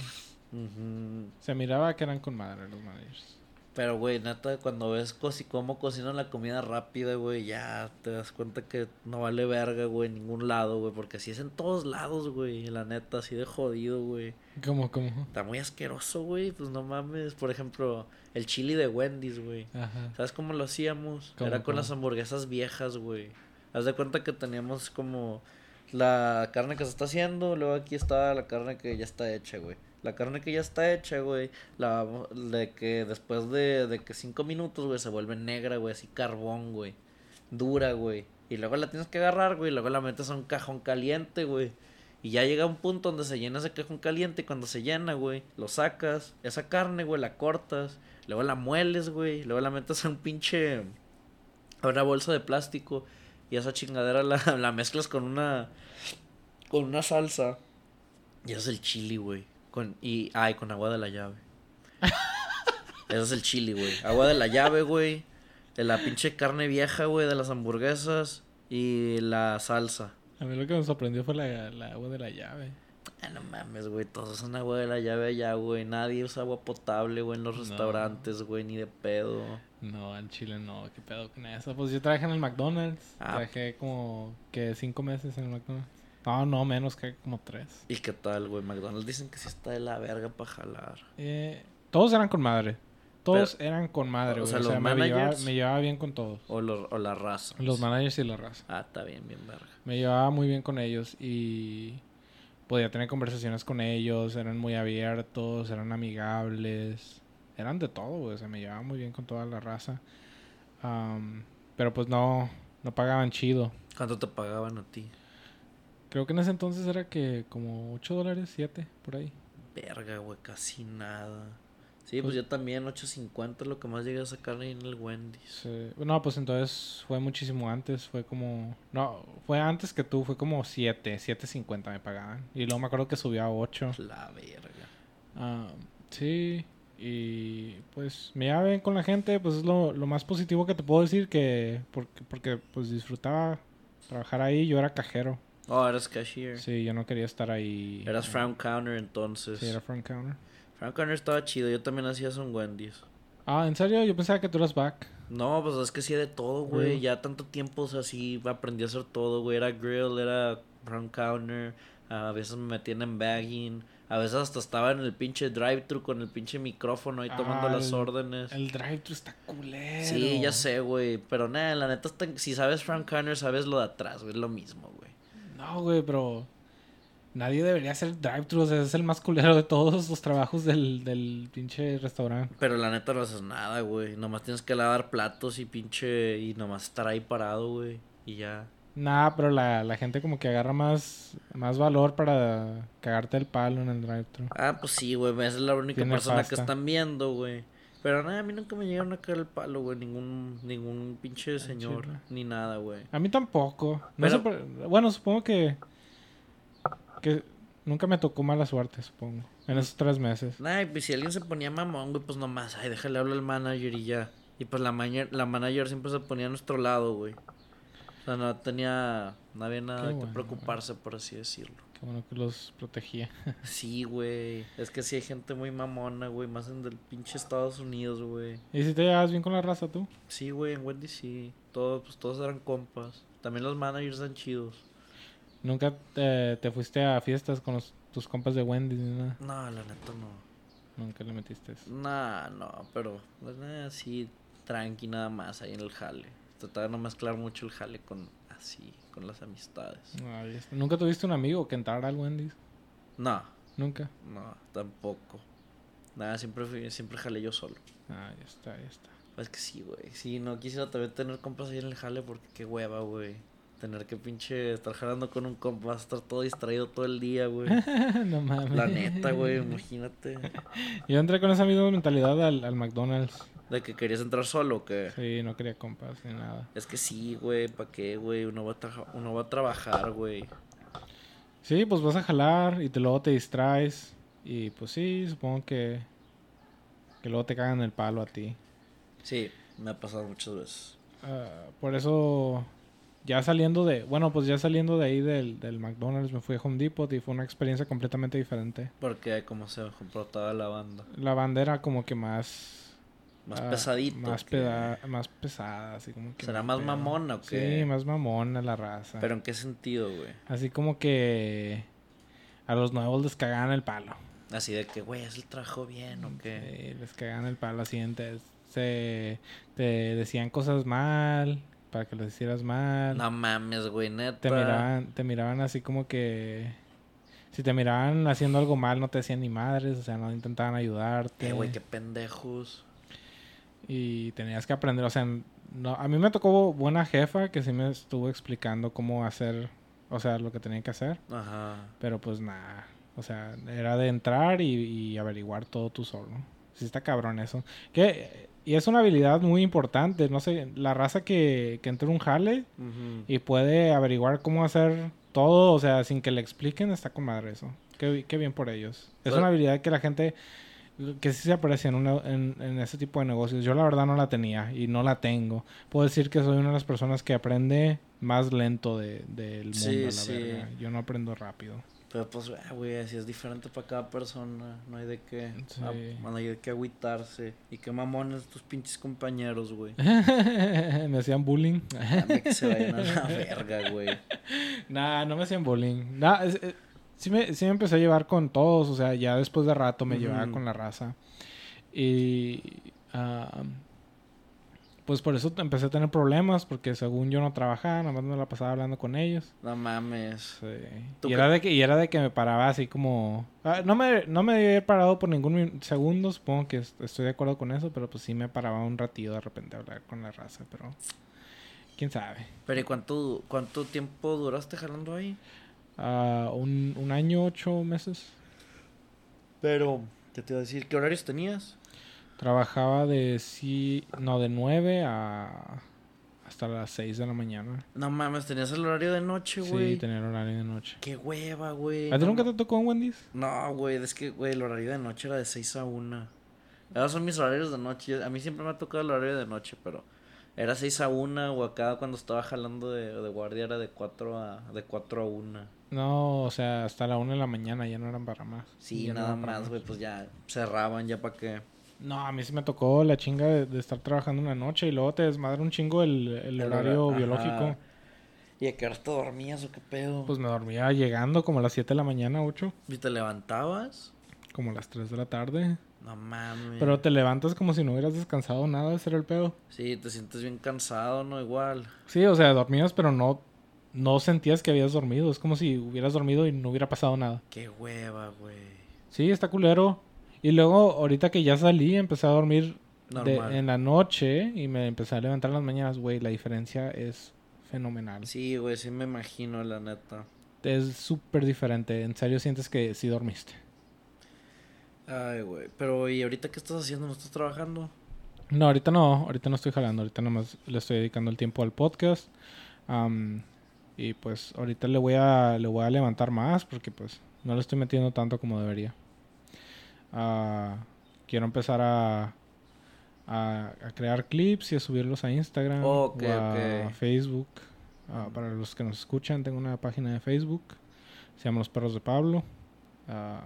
Ujú. Se miraba que eran con madre los managers. Pero, güey, neta, cuando ves co- cómo cocinan la comida rápida, güey, ya te das cuenta que no vale verga, güey, en ningún lado, güey. Porque así es en todos lados, güey. La neta, así de jodido, güey. ¿Cómo, cómo? Está muy asqueroso, güey. Pues no mames. Por ejemplo, el chili de Wendy's, güey. Ajá. ¿Sabes cómo lo hacíamos? ¿Cómo, Era con cómo? las hamburguesas viejas, güey. Haz de cuenta que teníamos como la carne que se está haciendo, luego aquí está la carne que ya está hecha, güey. La carne que ya está hecha, güey, la vamos- de que después de, de que cinco minutos, güey, se vuelve negra, güey, así carbón, güey. Dura, güey. Y luego la tienes que agarrar, güey, y luego la metes a un cajón caliente, güey. Y ya llega un punto donde se llena ese cajón caliente. Y cuando se llena, güey, lo sacas. Esa carne, güey, la cortas. Luego la mueles, güey. Luego la metes a un pinche. a una bolsa de plástico. Y esa chingadera la, *laughs* la mezclas con una. con una salsa. Y eso es el chili, güey. Con, y. ay, con agua de la *laughs* llave. eso es el chili, güey. Agua de la llave, güey. de La pinche carne vieja, güey, de las hamburguesas. Y la salsa. A mí lo que me sorprendió fue la, la agua de la llave. Ah, no mames, güey. Todos usan agua de la llave allá, güey. Nadie usa agua potable, güey, en los No. restaurantes, güey, ni de pedo. No, en Chile no, qué pedo con eso. Pues yo trabajé en el McDonald's. Ah. Trabajé como que cinco meses en el McDonald's. No, no, menos que como tres. ¿Y qué tal, güey? McDonald's dicen que sí está de la verga para jalar. Eh, todos eran con madre. Todos eran con madre, o güey. sea, O sea, los me, llevaba, managers- me llevaba bien con todos. O, los- o la raza. Los managers y la raza. Ah, está bien, bien verga. Me llevaba muy bien con ellos y podía tener conversaciones con ellos. Eran muy abiertos, eran amigables. Eran de todo, güey. O sea, me llevaba muy bien con toda la raza. Am, pero pues no, no pagaban chido. ¿Cuánto te pagaban a ti? Creo que en ese entonces era que como 8 dólares, 7, por ahí. Verga, güey, casi nada. Sí, pues Pues- yo también, 8.50 es lo que más llegué a sacar ahí en el Wendy's. Sí. No, pues entonces fue muchísimo antes, fue como... No, fue antes que tú, fue como 7, 7.50 me pagaban. Y luego me acuerdo que subió a 8. La verga. Ah, sí, y pues me llevaba bien con la gente, pues es lo, lo más positivo que te puedo decir, que porque, porque pues disfrutaba trabajar ahí, yo era cajero. Oh, eras cashier. Sí, yo no quería estar ahí. Eras eh, front counter entonces. Sí, era front counter. Front counter estaba chido, yo también hacía eso en Wendy's. Ah, ¿en serio? Yo pensaba que tú eras back. No, pues es que sí de todo, Grill. güey. Ya tanto tiempo, o sea, sí aprendí a hacer todo, güey. Era grill, era front counter. A veces me metían en bagging. A veces hasta estaba en el pinche drive-thru con el pinche micrófono ahí tomando Ah, las el- órdenes. El drive-thru está culero. Sí, ya sé, güey. Pero nada, la neta, está- si sabes front counter, sabes lo de atrás, güey. Es lo mismo, güey. No, güey, pero nadie debería hacer drive-thru. O sea, es el más culero de todos los trabajos del, del pinche restaurante. Pero la neta no haces nada, güey. Nomás tienes que lavar platos y pinche. Y nomás estar ahí parado, güey. Y ya. Nah, pero la, la gente como que agarra más, más valor para cagarte el palo en el drive-thru. Ah, pues sí, güey. Esa es la única Tiene persona que pasta. están viendo, güey. Pero nada, a mí nunca me llegaron a caer el palo, güey. Ningún, ningún pinche señor. chile. Ni nada, güey. A mí tampoco. No Pero- sé por- bueno, supongo que, que nunca me tocó mala suerte, supongo. En esos tres meses. Nah, pues si alguien se ponía mamón, güey, pues nomás, ay, déjale hablar al manager y ya. Y pues la, manager, la manager siempre se ponía a nuestro lado, güey. O sea, no tenía, no había nada Qué que bueno, preocuparse, por así decirlo. Qué bueno que los protegía. Sí, güey. Es que sí hay gente muy mamona, güey. Más en del pinche Estados Unidos, güey. ¿Y si te llevas bien con la raza tú? Sí, güey, en Wendy sí. Todos, pues todos eran compas. También los managers eran chidos. ¿Nunca eh, te fuiste a fiestas con los- tus compas de Wendy's ni nada? No, la neta no. Nunca le metiste eso. Nah, no, pero pues, nada, sí, tranqui nada más ahí en el jale. Trataba de no mezclar mucho el jale con así, con las amistades. Ay, este- ¿Nunca tuviste un amigo que entrara al Wendy's? No, Nunca. no, tampoco. Nada, siempre fui- siempre jale yo solo. Ah, ya está, ya está. *laughs* Es que sí, güey. Sí, no quisiera también tener compas ahí en el jale porque qué hueva, güey. Tener que pinche estar jalando con un compa, estar todo distraído todo el día, *laughs* güey. no mames. La neta, güey, imagínate. Yo entré con esa misma mentalidad al, al McDonald's. De que querías entrar solo, que Sí, no quería compas ni nada. es que sí, güey, ¿para qué, güey? Uno va a, traja- uno va a trabajar, güey. Sí, pues vas a jalar y te, luego te distraes. Y pues sí, supongo que. Que luego te cagan el palo a ti. Sí, me ha pasado muchas veces. Ah, por eso. Ya saliendo de. Bueno, pues ya saliendo de ahí del, del McDonald's me fui a Home Depot y fue una experiencia completamente diferente. Porque como se comportaba la banda. La banda era como que más. Más ah, pesadito. Más, que- peda- más pesada, así como que. ¿Será más pedo. mamona o Sí, qué? más mamona la raza. Pero en qué sentido, güey. Así como que. A los nuevos les cagaban el palo. Así de que, güey, ¿es el trabajo bien Mm, o qué? Sí, les cagaban el palo así entes- Se, te decían cosas mal para que los hicieras mal. No mames, güey, neta. te, miraban, te miraban así como que... Si te miraban haciendo algo mal, no te decían ni madres, o sea, no intentaban ayudarte. Eh, güey, qué pendejos. Y tenías que aprender, o sea, no, a mí me tocó buena jefa que sí me estuvo explicando cómo hacer, o sea, lo que tenía que hacer. Ajá. Pero pues nada. O sea, era de entrar y, y averiguar todo tú solo. Sí está cabrón eso. Que, y es una habilidad muy importante. No sé, la raza que, que entra a un jale Ujú. y puede averiguar cómo hacer todo, o sea, sin que le expliquen, está con madre eso. Qué, bi- qué bien por ellos. Es Pero- una habilidad que la gente, que sí se aprecia en, una- en- en ese tipo de negocios. Yo la verdad no la tenía y no la tengo. Puedo decir que soy una de las personas que aprende más lento de- del mundo. Sí, a la sí. verga. Yo no aprendo rápido. Pero pues, ah, güey, así es diferente para cada persona. No hay de qué. Sí. ah, no hay de qué agüitarse. Y qué mamones tus pinches compañeros, güey. *laughs* me hacían bullying. *laughs* Dame que se vayan a la verga, güey. Nah, no me hacían bullying. Nah, es- eh, sí, me, sí me empecé a llevar con todos. O sea, ya después de rato me llevaba Ujú. con la raza. Y. ah, pues por eso te- empecé a tener problemas. Porque según yo no trabajaba, nada más me la pasaba hablando con ellos. No mames. Sí. ¿Tú Y, qué- era de que, y era de que me paraba así como... ah, no, me, no me debía haber parado por ningún min- segundo, supongo que est- estoy de acuerdo con eso, pero pues sí me paraba un ratito de repente a hablar con la raza, pero... ¿Quién sabe? Pero ¿y cuánto, cuánto tiempo duraste jalando ahí? Ah, un, un año, ocho meses. Pero, ¿qué te iba a decir? ¿Qué horarios tenías? Trabajaba de sí... No, de nueve a... Hasta las seis de la mañana. No mames, tenías el horario de noche, güey. Sí, tener horario de noche. Qué hueva, güey. ¿A ti No nunca te tocó un Wendy's? No, güey, es que, güey, el horario de noche era de 6 a 1. Esos son mis horarios de noche. Yo- A mí siempre me ha tocado el horario de noche, pero era 6 a 1 o acá cuando estaba jalando de, de guardia era de 4 a, de 4 a 1. No, o sea, hasta la una de la mañana ya no eran para más. Sí, Ya no nada eran para más, güey, pues ya cerraban, ya para qué. No, a mí sí me tocó la chinga de, de estar trabajando una noche y luego te desmadra un chingo el, el El horario hora- biológico. ajá. ¿Y a qué hora te dormías o qué pedo? Pues me dormía llegando como a las 7 de la mañana, 8, ¿Y te levantabas? como a las 3 de la tarde. No mames. Pero te levantas como si no hubieras descansado nada, ese era el pedo. Sí, te sientes bien cansado, ¿no? Igual. Sí, o sea, dormías pero no, no sentías que habías dormido. Es como si hubieras dormido y no hubiera pasado nada. Qué hueva, güey. Sí, está culero. Y luego, ahorita que ya salí, empecé a dormir de- Normal. en la noche y me empecé a levantar en las mañanas. Güey, la diferencia es fenomenal. Sí, güey, sí me imagino, la neta. Es súper diferente. En serio sientes que sí dormiste. Ay, güey. Pero, ¿y ahorita qué estás haciendo? ¿No estás trabajando? No, ahorita no, ahorita no estoy jalando, ahorita nomás le estoy dedicando el tiempo al podcast. Am, y pues ahorita le voy a le voy a levantar más porque pues no le estoy metiendo tanto como debería. Ah, quiero empezar a, a, a crear clips y a subirlos a Instagram Ok, o a ok. Facebook. Ah, para los que nos escuchan, tengo una página de Facebook. Se llama Los Perros de Pablo. Ah,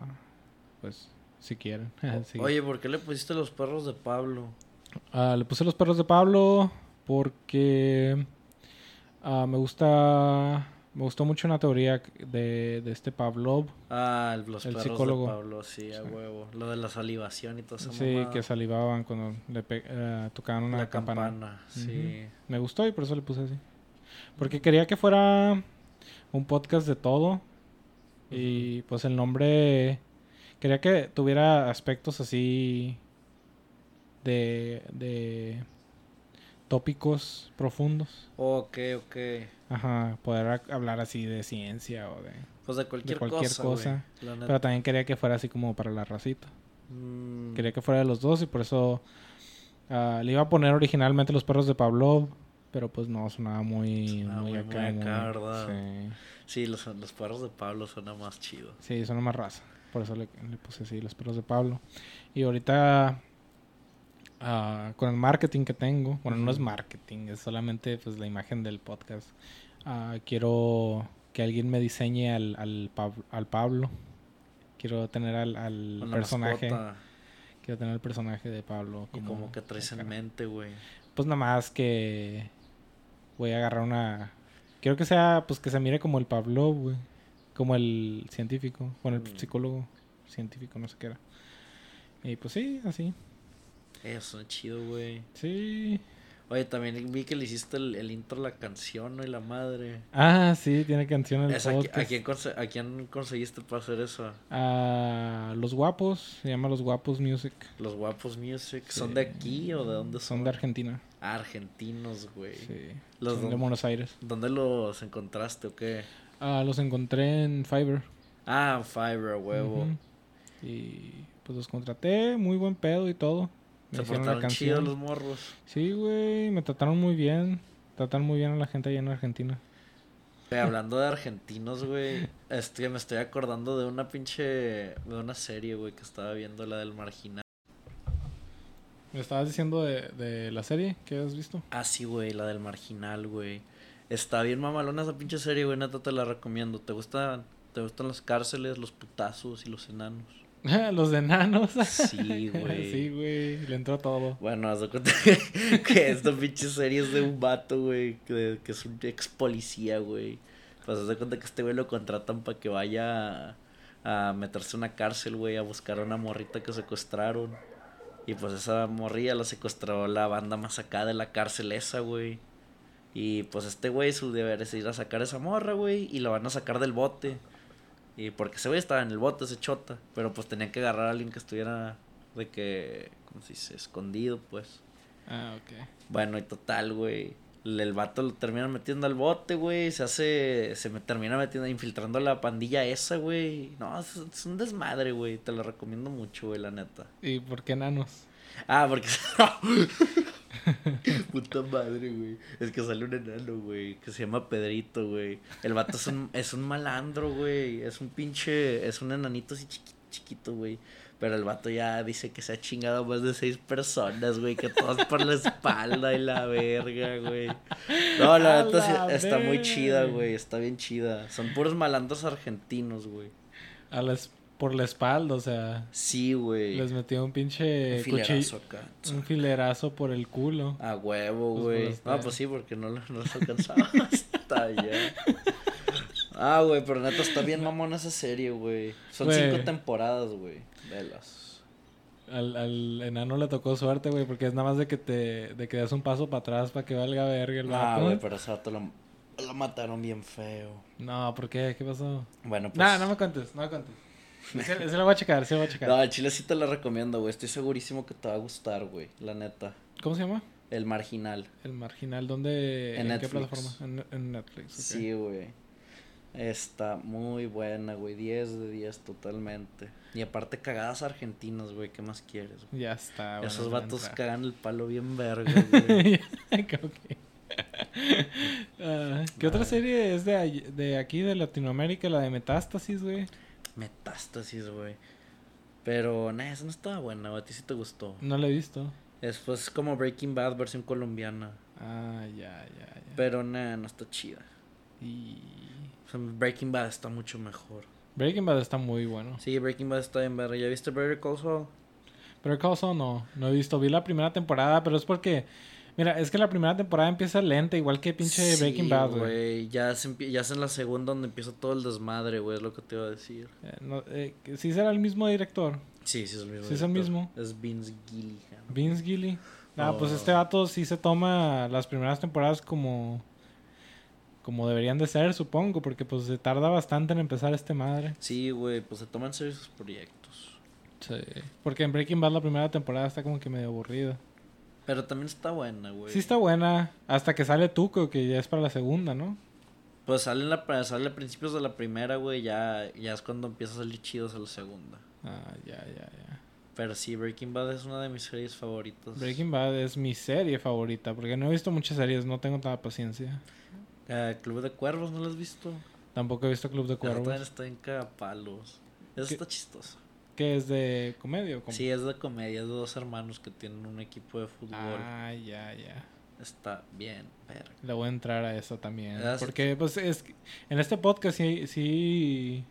pues si quieren. *laughs* Ah, sí. Oye, ¿por qué le pusiste los perros de Pablo? Ah, le puse los perros de Pablo porque ah, me gusta. Me gustó mucho una teoría de, de este Pavlov. Ah, el- los El perros psicólogo. de Pablo, sí, a huevo. Lo de la salivación y todo eso. Sí, que salivaban cuando le pe- eh, tocaban una la campana. campana. Sí. Me gustó y por eso le puse así. Porque quería que fuera un podcast de todo. Y pues el nombre. Quería que tuviera aspectos así. de. de. tópicos profundos. Ok, ok. Ajá, poder ac- hablar así de ciencia o de... Pues de cualquier, cualquier cosa. güey. cosa. La neta. Pero también quería que fuera así como para la racita. Mm, Quería que fuera de los dos y por eso ah, le iba a poner originalmente los perros de Pavlov, pero pues no, sonaba muy... Sonaba muy muy- acá, muy acá, muy- ¿verdad? Sí, Sí, los, los perros de Pablo suena más chido. sí, suena más raza. Por eso le, le puse así los perros de Pablo. Y ahorita... ah, con el marketing que tengo, bueno, no es marketing, es solamente pues la imagen del podcast. Ah, quiero que alguien me diseñe al, al, Pab- al Pablo. Quiero tener al, al Con la personaje. mascota. Quiero tener el personaje de Pablo. Y como que traes en acá. mente, güey. Pues nada más que voy a agarrar una. Quiero que sea, pues que se mire como el Pablo, güey. Como el científico. Bueno, el Mm. psicólogo científico, no sé qué era. Y pues sí, así. Eso, chido, güey. Sí. Oye, también vi que le hiciste el, el intro a la canción, ¿no? Y la madre. Ah, sí, tiene canción en el Esa, ¿a, qui- a podcast. quién conse- ¿A quién conseguiste para hacer eso? Ah, Los Guapos, se llama Los Guapos Music. Los guapos music. ¿Son Sí. de aquí o de dónde son? Son de Argentina. Ah, Argentinos, güey. Sí. Los Son de don- Buenos Aires. ¿Dónde los encontraste o qué? Ah, los encontré en Fiverr. Ah, Fiverr, huevo. Ujú. Y pues los contraté, muy buen pedo y todo. Me Se hicieron la portaron chido canción. los morros. Sí, güey, me trataron muy bien. Trataron muy bien a la gente allá en Argentina. Güey, hablando de argentinos, güey. Es que me estoy acordando de una pinche. de una serie, güey, que estaba viendo, la del marginal. ¿Me estabas diciendo de, de la serie que has visto? *laughs* Ah, sí, güey, la del marginal, güey. Está bien mamalona esa pinche serie, güey. Neta, te la recomiendo. ¿Te gustan, te gustan las cárceles, los putazos y los enanos? los enanos. Sí, güey. *laughs* sí, güey, le entró todo. Bueno, haz de cuenta *laughs* que, que esta pinche serie es de un vato, güey, que, que es un ex policía, güey. Pues haz de cuenta que este güey lo contratan para que vaya a, a meterse a una cárcel, güey, a buscar a una morrita que secuestraron. Y pues esa morrilla la secuestró la banda más acá de la cárcel esa, güey. Y pues este güey, su deber es ir a sacar a esa morra, güey, y la van a sacar del bote. Y porque ese güey estaba en el bote, ese chota. Pero pues tenían que agarrar a alguien que estuviera de que, ¿cómo se dice? Escondido, pues. Ah, ok. Bueno, y total, güey. El el vato lo terminan metiendo al bote, güey. Se hace. Se me termina metiendo, infiltrando la pandilla esa, güey. No, es, es un desmadre, güey. Te lo recomiendo mucho, güey, la neta. ¿Y por qué enanos? Ah, *laughs* porque. *laughs* Puta madre, güey. Es que sale un enano, güey. Que se llama Pedrito, güey. El vato es un, es un malandro, güey. Es un pinche. Es un enanito así chiqui- chiquito, güey. Pero el vato ya dice que se ha chingado más de seis personas, güey. Que todas por la espalda y la verga, güey. No, A la neta la sí- está muy chida, verga. güey. Está bien chida. Son puros malandros argentinos, güey. A las, por la espalda, o sea, Sí, güey. les metió un pinche Un filerazo cuchillo. acá. Un filerazo por el culo. A huevo, Pues, güey. pues, ah, está- pues sí, porque no, lo- no los alcanzaba *laughs* hasta allá. Ah, güey, pero neta está bien mamona esa serie, güey. Son Güey. cinco temporadas, güey. Velas. Al, al enano le tocó suerte, güey, porque es nada más de que te de que das un paso para atrás para que valga verga el Ah, vato. güey, pero ese vato lo, lo mataron bien feo. No, ¿por qué? ¿Qué pasó? Bueno, pues. Nah, no me contes, no me contes. Ese, se lo voy a checar, se lo voy a checar. No, al chile sí te la recomiendo, güey. Estoy segurísimo que te va a gustar, güey. La neta. ¿Cómo se llama? El marginal. El marginal, ¿dónde? En qué Netflix. plataforma? En, en Netflix. ok. Sí, güey. Está muy buena, güey. 10 de 10 totalmente. Y aparte cagadas argentinas, güey. ¿Qué más quieres? güey? Ya está. Ah, bueno, Esos voy a vatos *laughs* entrar. cagan el palo bien verga, *laughs* güey. Como que- *laughs* Ah, ¿Qué otra Madre. serie es de, ahí- de aquí, de Latinoamérica? La de Metástasis, güey. Metástasis, güey. Pero, nah, esa no estaba buena, güey. A ti sí te gustó. No la he visto. Es pues, como Breaking Bad versión colombiana. Ah, ya, ya, ya. Pero, nah, no está chida. Y... O sea, Breaking Bad está mucho mejor. Breaking Bad está muy bueno. Sí, Breaking Bad está bien verga. ¿Ya viste Better Call Saul? Pero Caso no, no he visto. Vi la primera temporada, pero es porque. Mira, es que la primera temporada empieza lenta, igual que pinche Sí, Breaking Bad, güey. Ya, se empie- ya es en la segunda donde empieza todo el desmadre, güey. Es lo que te iba a decir. Eh, no, eh, que sí será el mismo director, Sí, sí es el mismo. Sí es director. el mismo. Es Vince Gilligan. Vince Gilly. Ah, pues Oh. este vato sí se toma las primeras temporadas como. Como deberían de ser, supongo, porque pues se tarda bastante en empezar este madre. Sí, güey, pues se toman en serio sus proyectos. Sí. Porque en Breaking Bad la primera temporada está como que medio aburrida. Pero también está buena, güey. Sí está buena, hasta que sale Tuco, que ya es para la segunda, ¿no? Pues sale, en la, pra- sale a principios de la primera, güey. Ya, ya es cuando empieza a salir chidos a la segunda. Ah, ya, ya, ya. Pero sí, Breaking Bad es una de mis series favoritas. Breaking Bad es mi serie favorita, porque no he visto muchas series, no tengo tanta paciencia. Ah, Club de Cuervos, ¿no lo has visto? Tampoco he visto Club de Pero también Cuervos, está en cagapalos. Eso ¿Qué? está chistoso. que es de comedia o cómo? Sí, es de comedia, es de dos hermanos que tienen un equipo de fútbol. Ah, ya, ya. Está bien, verga. Le voy a entrar a eso también. Ah, sí. Porque, pues, es que en este podcast sí, sí,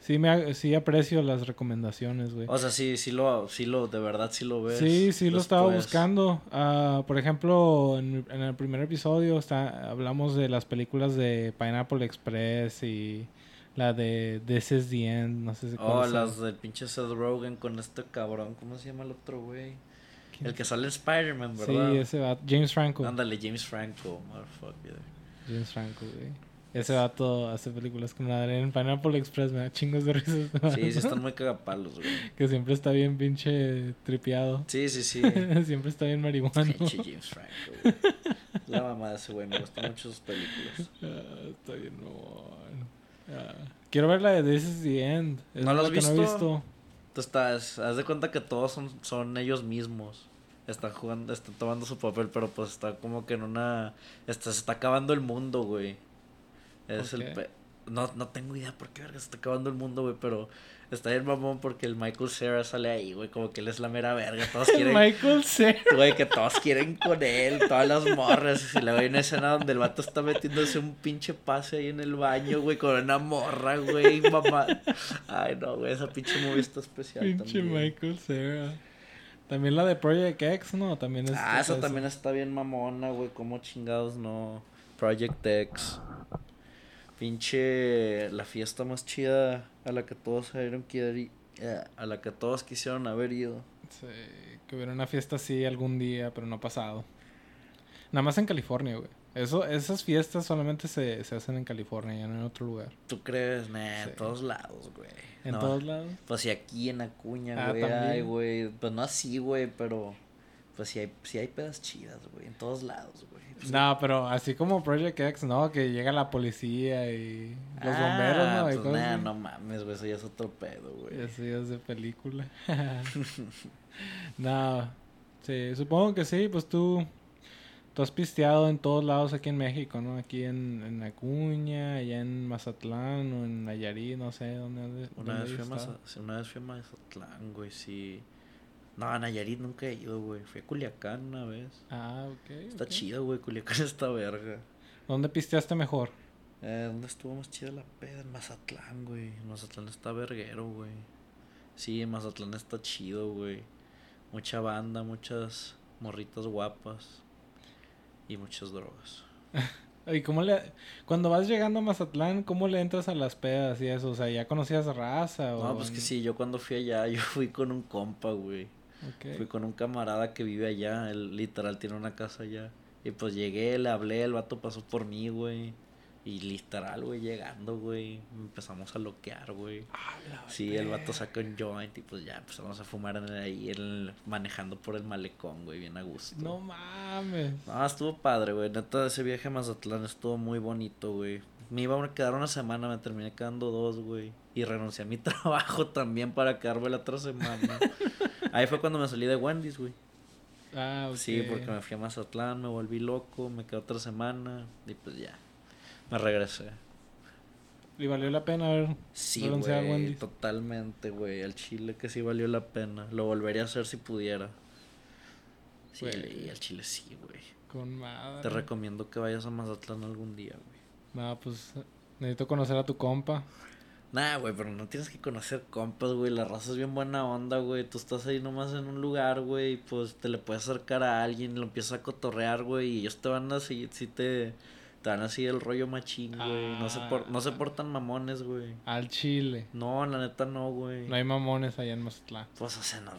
sí, me, a- sí aprecio las recomendaciones, güey. O sea, sí, sí lo, sí lo, de verdad sí lo ves. Sí, sí lo estaba después. buscando. Ah, por ejemplo, en, en el primer episodio está, hablamos de las películas de Pineapple Express y la de This is the End, no sé si Oh, cuáles son. las del pinche Seth Rogen con este cabrón, ¿cómo se llama el otro güey? ¿Quién? El que sale en Spider-Man, ¿verdad? Sí, ese vato. James Franco. Ándale, James Franco, motherfucker. James Franco, güey. Ese vato hace películas con madre. En Pineapple Express me da chingos de risas. Sí, sí están muy cagapalos, güey. *laughs* Que siempre está bien pinche tripeado. Sí, sí, sí. *laughs* siempre está bien marihuana. *laughs* Pinche James Franco, güey. La mamá de ese güey, me gustan mucho sus películas. Ah, está bien mamón. Ah, Quiero ver la de This is the End. Es ¿No la has que No he visto? visto. Tú estás, haz de cuenta que todos son, son ellos mismos. Están jugando, están tomando su papel, pero pues está como que en una. Está, se está acabando el mundo, güey. Es ¿Por el. qué? pe- No, no tengo idea por qué verga se está acabando el mundo, güey, pero está bien mamón porque el Michael Cera sale ahí, güey, como que él es la mera verga. Todos quieren. *laughs* Michael Cera. Güey, que todos quieren con él, todas las morras. Y le doy una escena donde el vato está metiéndose un pinche pase ahí en el baño, güey, con una morra, güey, mamá. Ay, no, güey, esa pinche movie está especial Pinche también. Michael Cera. También la de Project X, ¿no? También es. Ah, esa es- también está bien mamona, güey, como chingados no. Project X. Pinche la fiesta más chida a la que todos salieron quiere ir- eh, a la que todos quisieron haber ido. Sí, que hubiera una fiesta así algún día, pero no ha pasado. Nada más en California, güey. Eso, esas fiestas solamente se, se hacen en California, ya no en otro lugar. ¿Tú crees? Nah, Sí. en todos lados, güey. En No. todos lados. Pues sí, aquí en Acuña, Ah, güey. ay, también. güey. Pues no así, güey, pero. Pues sí hay, sí hay pedas chidas, güey. En todos lados, güey. Pues, No, pero así como Project X, ¿no? Que llega la policía y los ah, bomberos, ¿no? Y Pues, cosas nah, así. no mames, güey. Eso ya es otro pedo, Y güey. así Pues, es de película. *laughs* no, sí, supongo que sí, pues tú, tú has pisteado en todos lados aquí en México, ¿no? Aquí en, en Acuña, allá en Mazatlán o en Nayarit, no sé dónde. dónde- Una dónde vez, fui a hayas Maza- estado. sí, una vez fui a Mazatlán, güey, sí. No, a Nayarit nunca he ido, güey. Fui a Culiacán una vez. Ah, ok. Está ok. chido, güey. Culiacán *laughs* está verga. ¿Dónde pisteaste mejor? Eh, ¿Dónde estuvo más chida la peda? En Mazatlán, güey. En Mazatlán está verguero, güey. Sí, en Mazatlán está chido, güey. Mucha banda, muchas morritas guapas. Y muchas drogas. ¿Y cómo le... Cuando vas llegando a Mazatlán, ¿cómo le entras a las pedas y eso? O sea, ¿ya conocías raza o...? No, pues que sí, yo cuando fui allá, *laughs* yo fui con un compa, güey. Ok. Fui con un camarada que vive allá. Él literal tiene una casa allá. Y pues llegué, le hablé, el vato pasó por mí, güey. Y literal, güey, llegando, güey, empezamos a loquear, güey. Ah, Sí, el vato sacó un joint y pues ya empezamos a fumar en- ahí el- manejando por el malecón, güey, bien a gusto. No mames. No, estuvo padre, güey. Neta, ese viaje a Mazatlán estuvo muy bonito, güey. Me iba a quedar una semana, me terminé quedando dos, güey. Y renuncié a mi *laughs* trabajo también para quedarme la otra *laughs* semana. Ahí fue cuando me salí de Wendy's, güey. Ah, ok. Sí, porque me fui a Mazatlán, me volví loco, me quedé otra semana y pues ya. Me regresé. Y valió la pena ver. Sí, renunciar a güey, Wendy's. totalmente, güey. Al chile que sí valió la pena. Lo volvería a hacer si pudiera. Sí, Güey. y al chile sí, güey. Con madre. Te recomiendo que vayas a Mazatlán algún día, güey. No, pues necesito conocer a tu compa. Nah, güey, pero no tienes que conocer compas, güey. La raza es bien buena onda, güey. Tú estás ahí nomás en un lugar, güey. Y pues te le puedes acercar a alguien, lo empiezas a cotorrear, güey. Y ellos te van a seguir, sí te, te van a seguir el rollo machín, güey. No, se por, no se Ah. portan mamones, güey. Al Chile. No, la neta no, güey. No hay mamones allá en Mazatlán. Pues, o sea, no,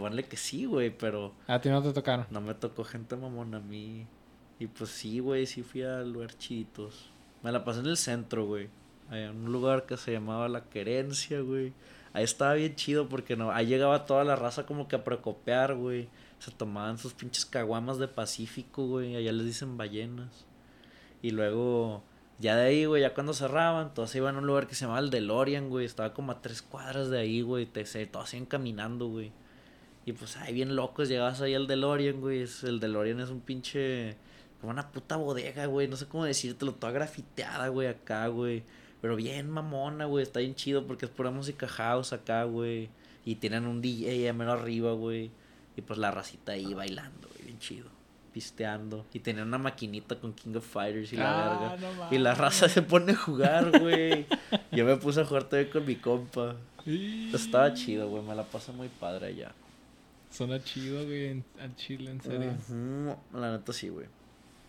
ponle que sí, güey, pero A ti no te tocaron. no me tocó gente mamona a mí. Y pues sí, güey, sí fui a lugar chiditos. Me la pasé en el centro, güey. Allá En un lugar que se llamaba La Querencia, güey. Ahí estaba bien chido porque no, ahí llegaba toda la raza como que a precopear, güey. Se tomaban sus pinches caguamas de Pacífico, güey. Allá les dicen ballenas. Y luego, ya de ahí, güey, ya cuando cerraban, todos se iban a un lugar que se llamaba el DeLorean, güey. Estaba como a tres cuadras de ahí, güey. Te, se, todos se iban caminando, güey. Y pues ahí bien locos, llegabas ahí al DeLorean, güey. es- el DeLorean es un pinche. Como una puta bodega, güey. No sé cómo decírtelo. Toda grafiteada, güey, acá, güey. Pero bien mamona, güey. Está bien chido porque es pura música house acá, güey. Y tienen un DJ ahí menos arriba, güey. Y pues la racita ahí bailando, güey. Bien chido. Pisteando. Y tenían una maquinita con King of Fighters y la verga. Ah, no Y la mames. raza se pone a jugar, güey. Yo me puse a jugar todavía con mi compa. Sí. Estaba chido, güey. Me la pasé muy padre allá. Suena chido, güey, en- al Chile, en serio. Ah. Ujú, La neta sí, güey.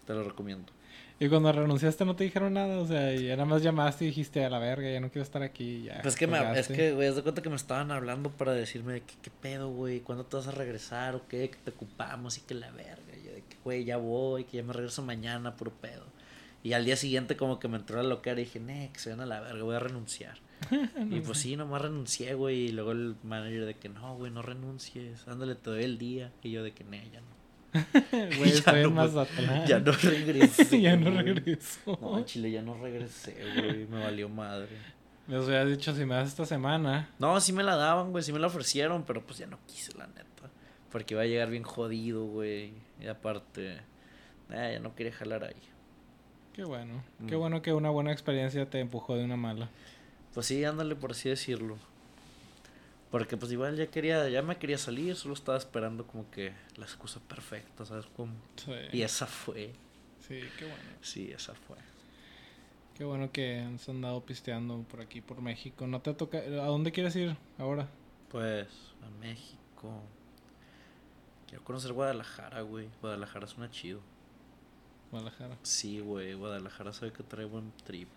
Te lo recomiendo. Y cuando renunciaste no te dijeron nada, o sea, ya nada más llamaste y dijiste a la verga, ya no quiero estar aquí, ya. Pues es que, me, es colgaste. que, *laughs* güey, haz de cuenta que me estaban hablando para decirme de que, qué pedo, güey, cuándo te vas a regresar o qué, que te ocupamos y que la verga. Y Yo de que, güey, ya voy, que ya me regreso mañana, puro pedo. Y al día siguiente como que me entró la loquera y dije, ne, que se van a la verga, voy a *laughs* renunciar. y pues sí, nomás renuncié, güey. Y luego el manager de que, no, güey, no renuncies, ándale, te doy el día. Y yo de que, ne, ya no. *laughs* Güey, ya estoy en no voy- Mazatlán. Ya no regresé. *laughs* ya no güey. regreso. No, en Chile ya no regresé, güey, me valió madre. Me hubieras dicho, si me das esta semana, No, sí me la daban, güey, sí me la ofrecieron, pero pues ya no quise, la neta. Porque iba a llegar bien jodido, güey. Y aparte, eh, ya no quería jalar ahí. qué bueno. Qué Mm. bueno que una buena experiencia te empujó de una mala. Pues sí, ándale, por así decirlo. Porque pues igual ya quería, ya me quería salir, solo estaba esperando como que la excusa perfecta, ¿sabes cómo? Sí, Y esa fue, sí qué bueno. sí, esa fue. Qué bueno que se han dado pisteando por aquí, por México. ¿No te toca? ¿A dónde quieres ir ahora? Pues, a México. Quiero conocer Guadalajara, güey. Guadalajara suena chido. Guadalajara. Sí, güey, Guadalajara sabe que trae buen trip.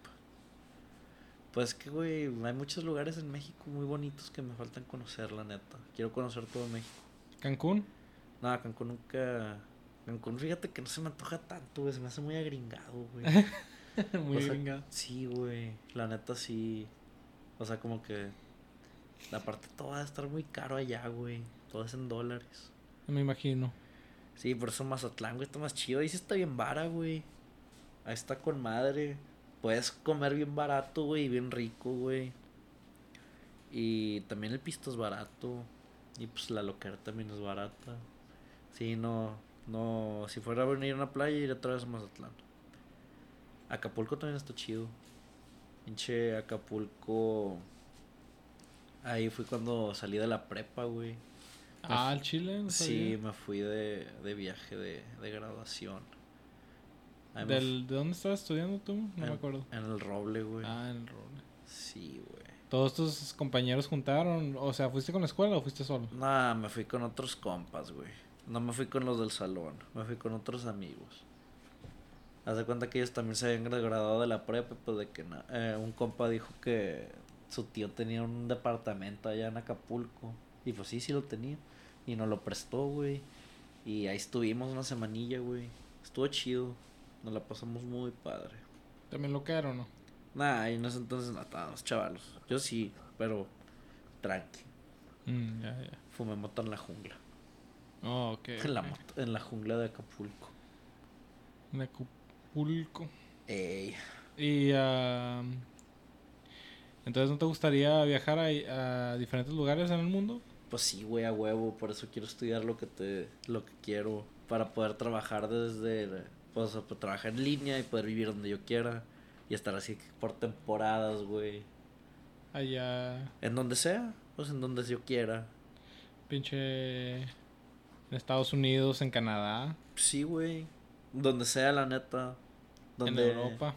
Pues que, güey, hay muchos lugares en México muy bonitos que me faltan conocer, la neta. Quiero conocer todo México. ¿Cancún? *laughs* Nada, Cancún nunca... Cancún, fíjate que no se me antoja tanto, güey, se me hace muy agringado, güey. Muy O sea, gringado. Sí, güey, la neta sí. O sea, como que... La parte toda va a estar muy caro allá, güey. Todo es en dólares. Me imagino. Sí, por eso Mazatlán, güey, está más chido. Ahí sí está bien vara, güey. Ahí está con madre. Puedes comer bien barato, güey, y bien rico, güey. Y también el pisto es barato. Y pues la loquera también es barata. Sí, no, no. Si fuera a venir a una playa, iría otra vez a Mazatlán. Acapulco también está chido. Pinche Acapulco. Ahí fui cuando salí de la prepa, güey. Ah, al Chile. No Sí, sabía. me fui de, de viaje de, de graduación. Ahí me Del- ¿De dónde estabas estudiando tú? No En- me acuerdo. fu- En el roble, güey. Ah, en Rona. Sí, güey. ¿Todos tus compañeros juntaron? O sea, ¿fuiste con la escuela o fuiste solo? Nah, me fui con otros compas, güey. No me fui con los del salón, me fui con otros amigos. Haz de cuenta que ellos también se habían graduado de la prepa, pues de que na- eh, un compa dijo que su tío tenía un departamento allá en Acapulco. Y pues sí, sí lo tenía. Y nos lo prestó, güey. Y ahí estuvimos una semanilla, güey. Estuvo chido. Nos la pasamos muy padre. ¿También lo que era o no? Nah, en ese entonces no estábamos chavalos. Yo sí, pero tranqui. Mm, ya, ya. Fumé mota en la jungla. Oh, ok. En la, ok. mota- en la jungla de Acapulco. En Acapulco. Ey. Y. ah, entonces, ¿no te gustaría viajar a, a diferentes lugares en el mundo? Pues sí, güey, a huevo, por eso quiero estudiar lo que te lo que quiero para poder trabajar desde la- pues a- trabajar en línea y poder vivir donde yo quiera y estar así por temporadas, güey, Allá, en donde sea, pues en donde yo quiera. pinche. En Estados Unidos, en Canadá, Sí, güey, donde sea, la neta. Donde en Europa.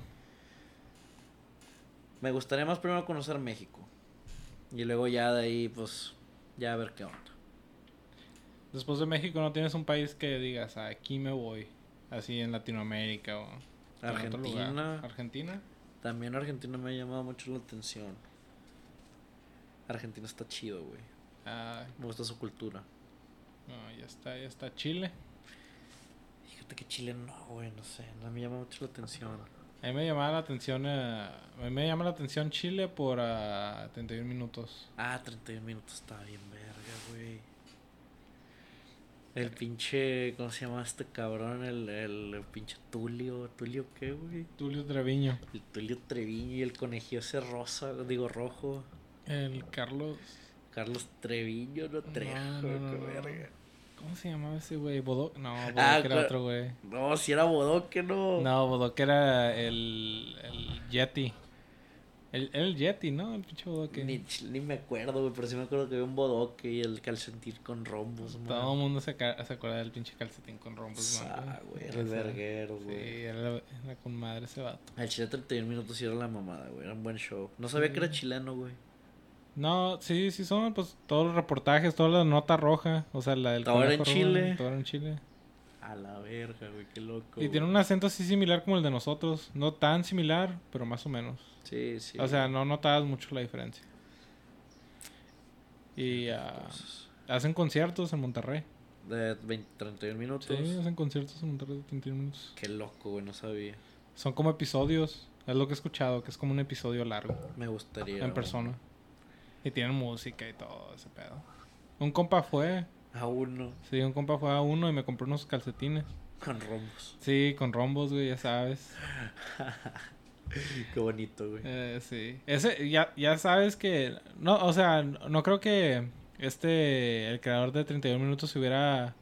Me gustaría más primero conocer México y luego ya de ahí pues ya a ver qué onda. Después de México, ¿no tienes un país que digas, aquí me voy? Así en Latinoamérica o. en otro lugar. Argentina. Argentina. También Argentina me ha llamado mucho la atención. Argentina está chido, güey. Ah, Me gusta su cultura. no, ya está, ya está Chile. Fíjate que Chile no, güey, no sé, no me llama mucho la atención. A mí me llamaba la atención, eh, a mí me llama la atención Chile por ah, 31 minutos. Ah, 31 minutos está bien verga, güey. El pinche, ¿cómo se llama este cabrón? El, el, el pinche Tulio, ¿Tulio qué, güey? Tulio Treviño. El Tulio Treviño y el conejillo ese rosa, digo rojo. El Carlos. Carlos Treviño, no Trejo, no, no, qué no. verga. ¿Cómo se llamaba ese güey? Bodoc. No, Bodoc Ah, era claro. otro güey. No, si era bodoque, no. No, Bodoc era el, el Yeti. El, el Yeti, ¿no? El pinche Bodoc. Ni, ch- ni me acuerdo, güey, pero sí me acuerdo que había un bodoque y el calcentín con rombos, man. Todo el mundo se, ca- se acuerda del pinche calcetín con rombos, Ah, pues, ¿no? güey, Ya el sé. verguero, Sí, güey. era, la- era con madre ese vato. El Chile 31 minutos sí era la mamada, güey. Era un buen show. No sabía Mm. que era chileno, güey. No, sí, sí son pues todos los reportajes, toda la nota roja, o sea, la del Todo era en Conejo Rubén, Chile. todo era en Chile. A la verga, güey. Qué loco. Y tiene un acento así similar como el de nosotros, no tan similar, pero más o menos. Sí, sí. O sea, no notabas mucho la diferencia. Y ah, Cosas. hacen conciertos en Monterrey. De 20, 31 minutos. Sí, hacen conciertos en Monterrey de 31 minutos. Qué loco, güey. No sabía. Son como episodios, es lo que he escuchado, que es como un episodio largo. Me gustaría. en güey. persona. Y tienen música y todo ese pedo. Un compa fue, A uno. sí, un compa fue a uno y me compró unos calcetines. Con *laughs* rombos. Sí, con rombos, güey, ya sabes. Qué bonito, güey. Eh, sí. Ese, ya, ya sabes que. No, o sea, no no creo que este, el creador de 31 minutos se hubiera.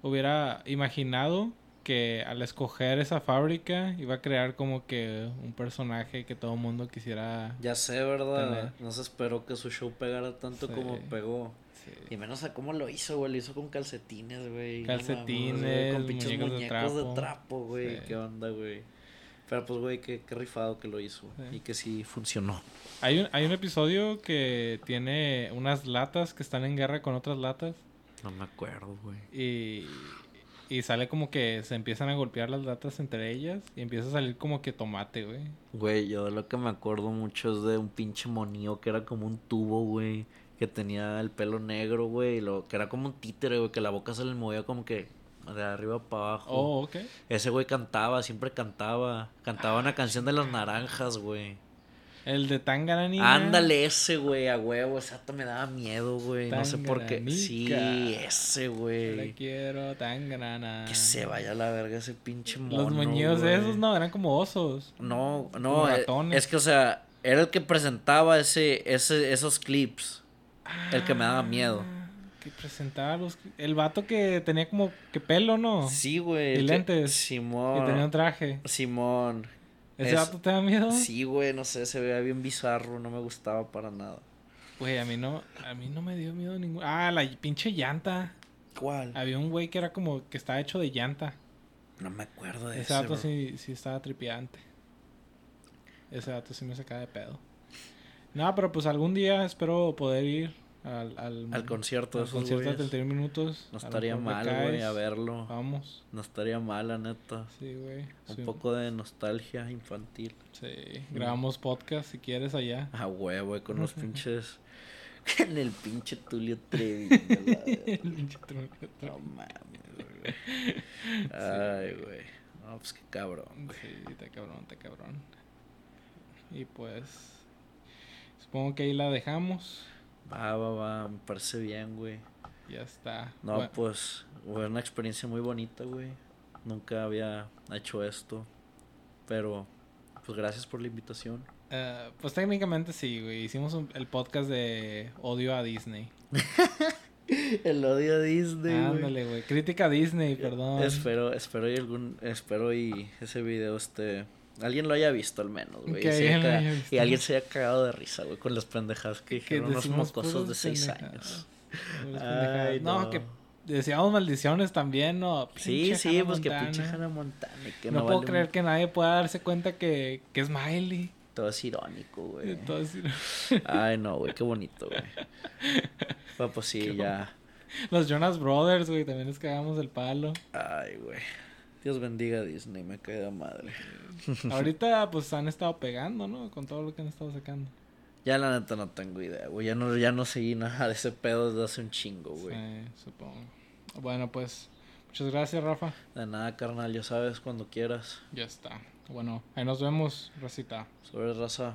Hubiera imaginado que al escoger esa fábrica iba a crear como que un personaje que todo el mundo quisiera. Ya sé, ¿verdad? Tener. No se esperó que su show pegara tanto Sí. como pegó. Sí. Y menos a cómo lo hizo, güey. Lo hizo con calcetines, güey. No mames, Calcetines, güey, con pinches muñecos muñecos, de de trapo. trapo, güey. Sí. Qué onda, güey. Pero pues, güey, qué, qué rifado que lo hizo. güey, Sí. Y que sí funcionó. Hay un, hay un episodio que tiene unas latas que están en guerra con otras latas No me acuerdo, güey. y, y sale como que se empiezan a golpear las latas entre ellas y empieza a salir como que tomate, güey. Güey, yo de lo que me acuerdo mucho es de un pinche monío que era como un tubo, güey. Que tenía el pelo negro, güey. y Lo, que era como un títere, güey. Que la boca se le movía como que de arriba para abajo. Oh, ok. Ese güey cantaba, siempre cantaba. Cantaba una canción de las naranjas, güey. El de Tangaranina. Ándale ese, güey, a huevo. Exacto, me daba miedo, güey. No sé por qué. Sí, Tangaranica. ese, Yo La güey. quiero, Tangarana. Que se vaya a la verga ese pinche mono. Los moñidos güey. esos no, eran como osos. No, Como no, eh, ratones. es que, o sea, era el que presentaba ese, ese, esos clips. El que me daba miedo. Ah, Que presentaba los... El vato que tenía como que pelo, ¿no? Sí, güey. Oh. el Y que- lentes. Simón. Que tenía un Ah. traje. Simón. ¿Ese Es- vato te da miedo? Sí, güey, no sé, se veía bien bizarro, no me gustaba para nada. Güey, a mí no, a mí no me dio miedo ningún. Ah, la pinche llanta. ¿Cuál? Había un güey que era como que estaba hecho de llanta. Ah, No me acuerdo de eso. Ese dato sí, sí estaba tripiante. Ese dato sí me sacaba de pedo. No, pero pues algún día espero poder ir al, al, Al concierto de al esos concierto de güeyes. 31 minutos. No A lo estaría mejor me mal, güey, caes. a verlo. Vamos. No estaría mal, la neta. Sí, güey. Un Sí, poco de nostalgia infantil. Sí. Grabamos podcast si quieres allá. *laughs* A huevo, güey, con los pinches. *laughs* En el pinche Tulio *laughs* Treviño. la verga. El pinche tru- no mames, güey. Ay, güey. No, pues qué cabrón. Sí, está cabrón, está cabrón. Y pues. Supongo que ahí la dejamos. Va, va, va, me parece bien, güey. Ya está. No, Bueno, pues fue una experiencia muy bonita, güey. Nunca había hecho esto. Pero, pues gracias por la invitación. *laughs* eh, pues técnicamente sí, güey. Hicimos un- el podcast de odio a Disney. El odio a Disney, Ah, güey. Eh, Ándale, güey. Crítica a Disney, perdón. Espero, espero y algún, espero y ese video este alguien lo haya visto al menos, güey. Que y se haya alguien lo caga- haya visto. Y alguien se haya cagado de risa, güey, con las pendejadas que Que dijeron unos decimos mocosos puras de seis años. pendejadas. *laughs* Puras pendejadas. Ay, no, no. que decíamos maldiciones también, ¿no? Sí, Pinche sí, Hannah pues que Montana. pinche Hannah Montana, y que no, no, puedo vale creer un- que nadie pueda darse cuenta que, que es Miley. todo es irónico, güey. Entonces, Ay, no, güey, qué bonito, güey. Pues, pues sí, ya. *laughs* los Jonas Brothers, güey, también les cagamos *laughs* el palo. Ay, güey. Dios bendiga a Disney, me cae de madre. Ahorita, pues, han estado pegando, ¿no? Con todo lo que han estado sacando. Ya la neta no tengo idea, güey. Ya no, ya no seguí nada de ese pedo desde hace un chingo, güey. Sí, supongo. Bueno, pues, muchas gracias, Rafa. De nada, carnal, ya sabes, cuando quieras. Ya está. Bueno, ahí nos vemos, Rosita. Sobre raza.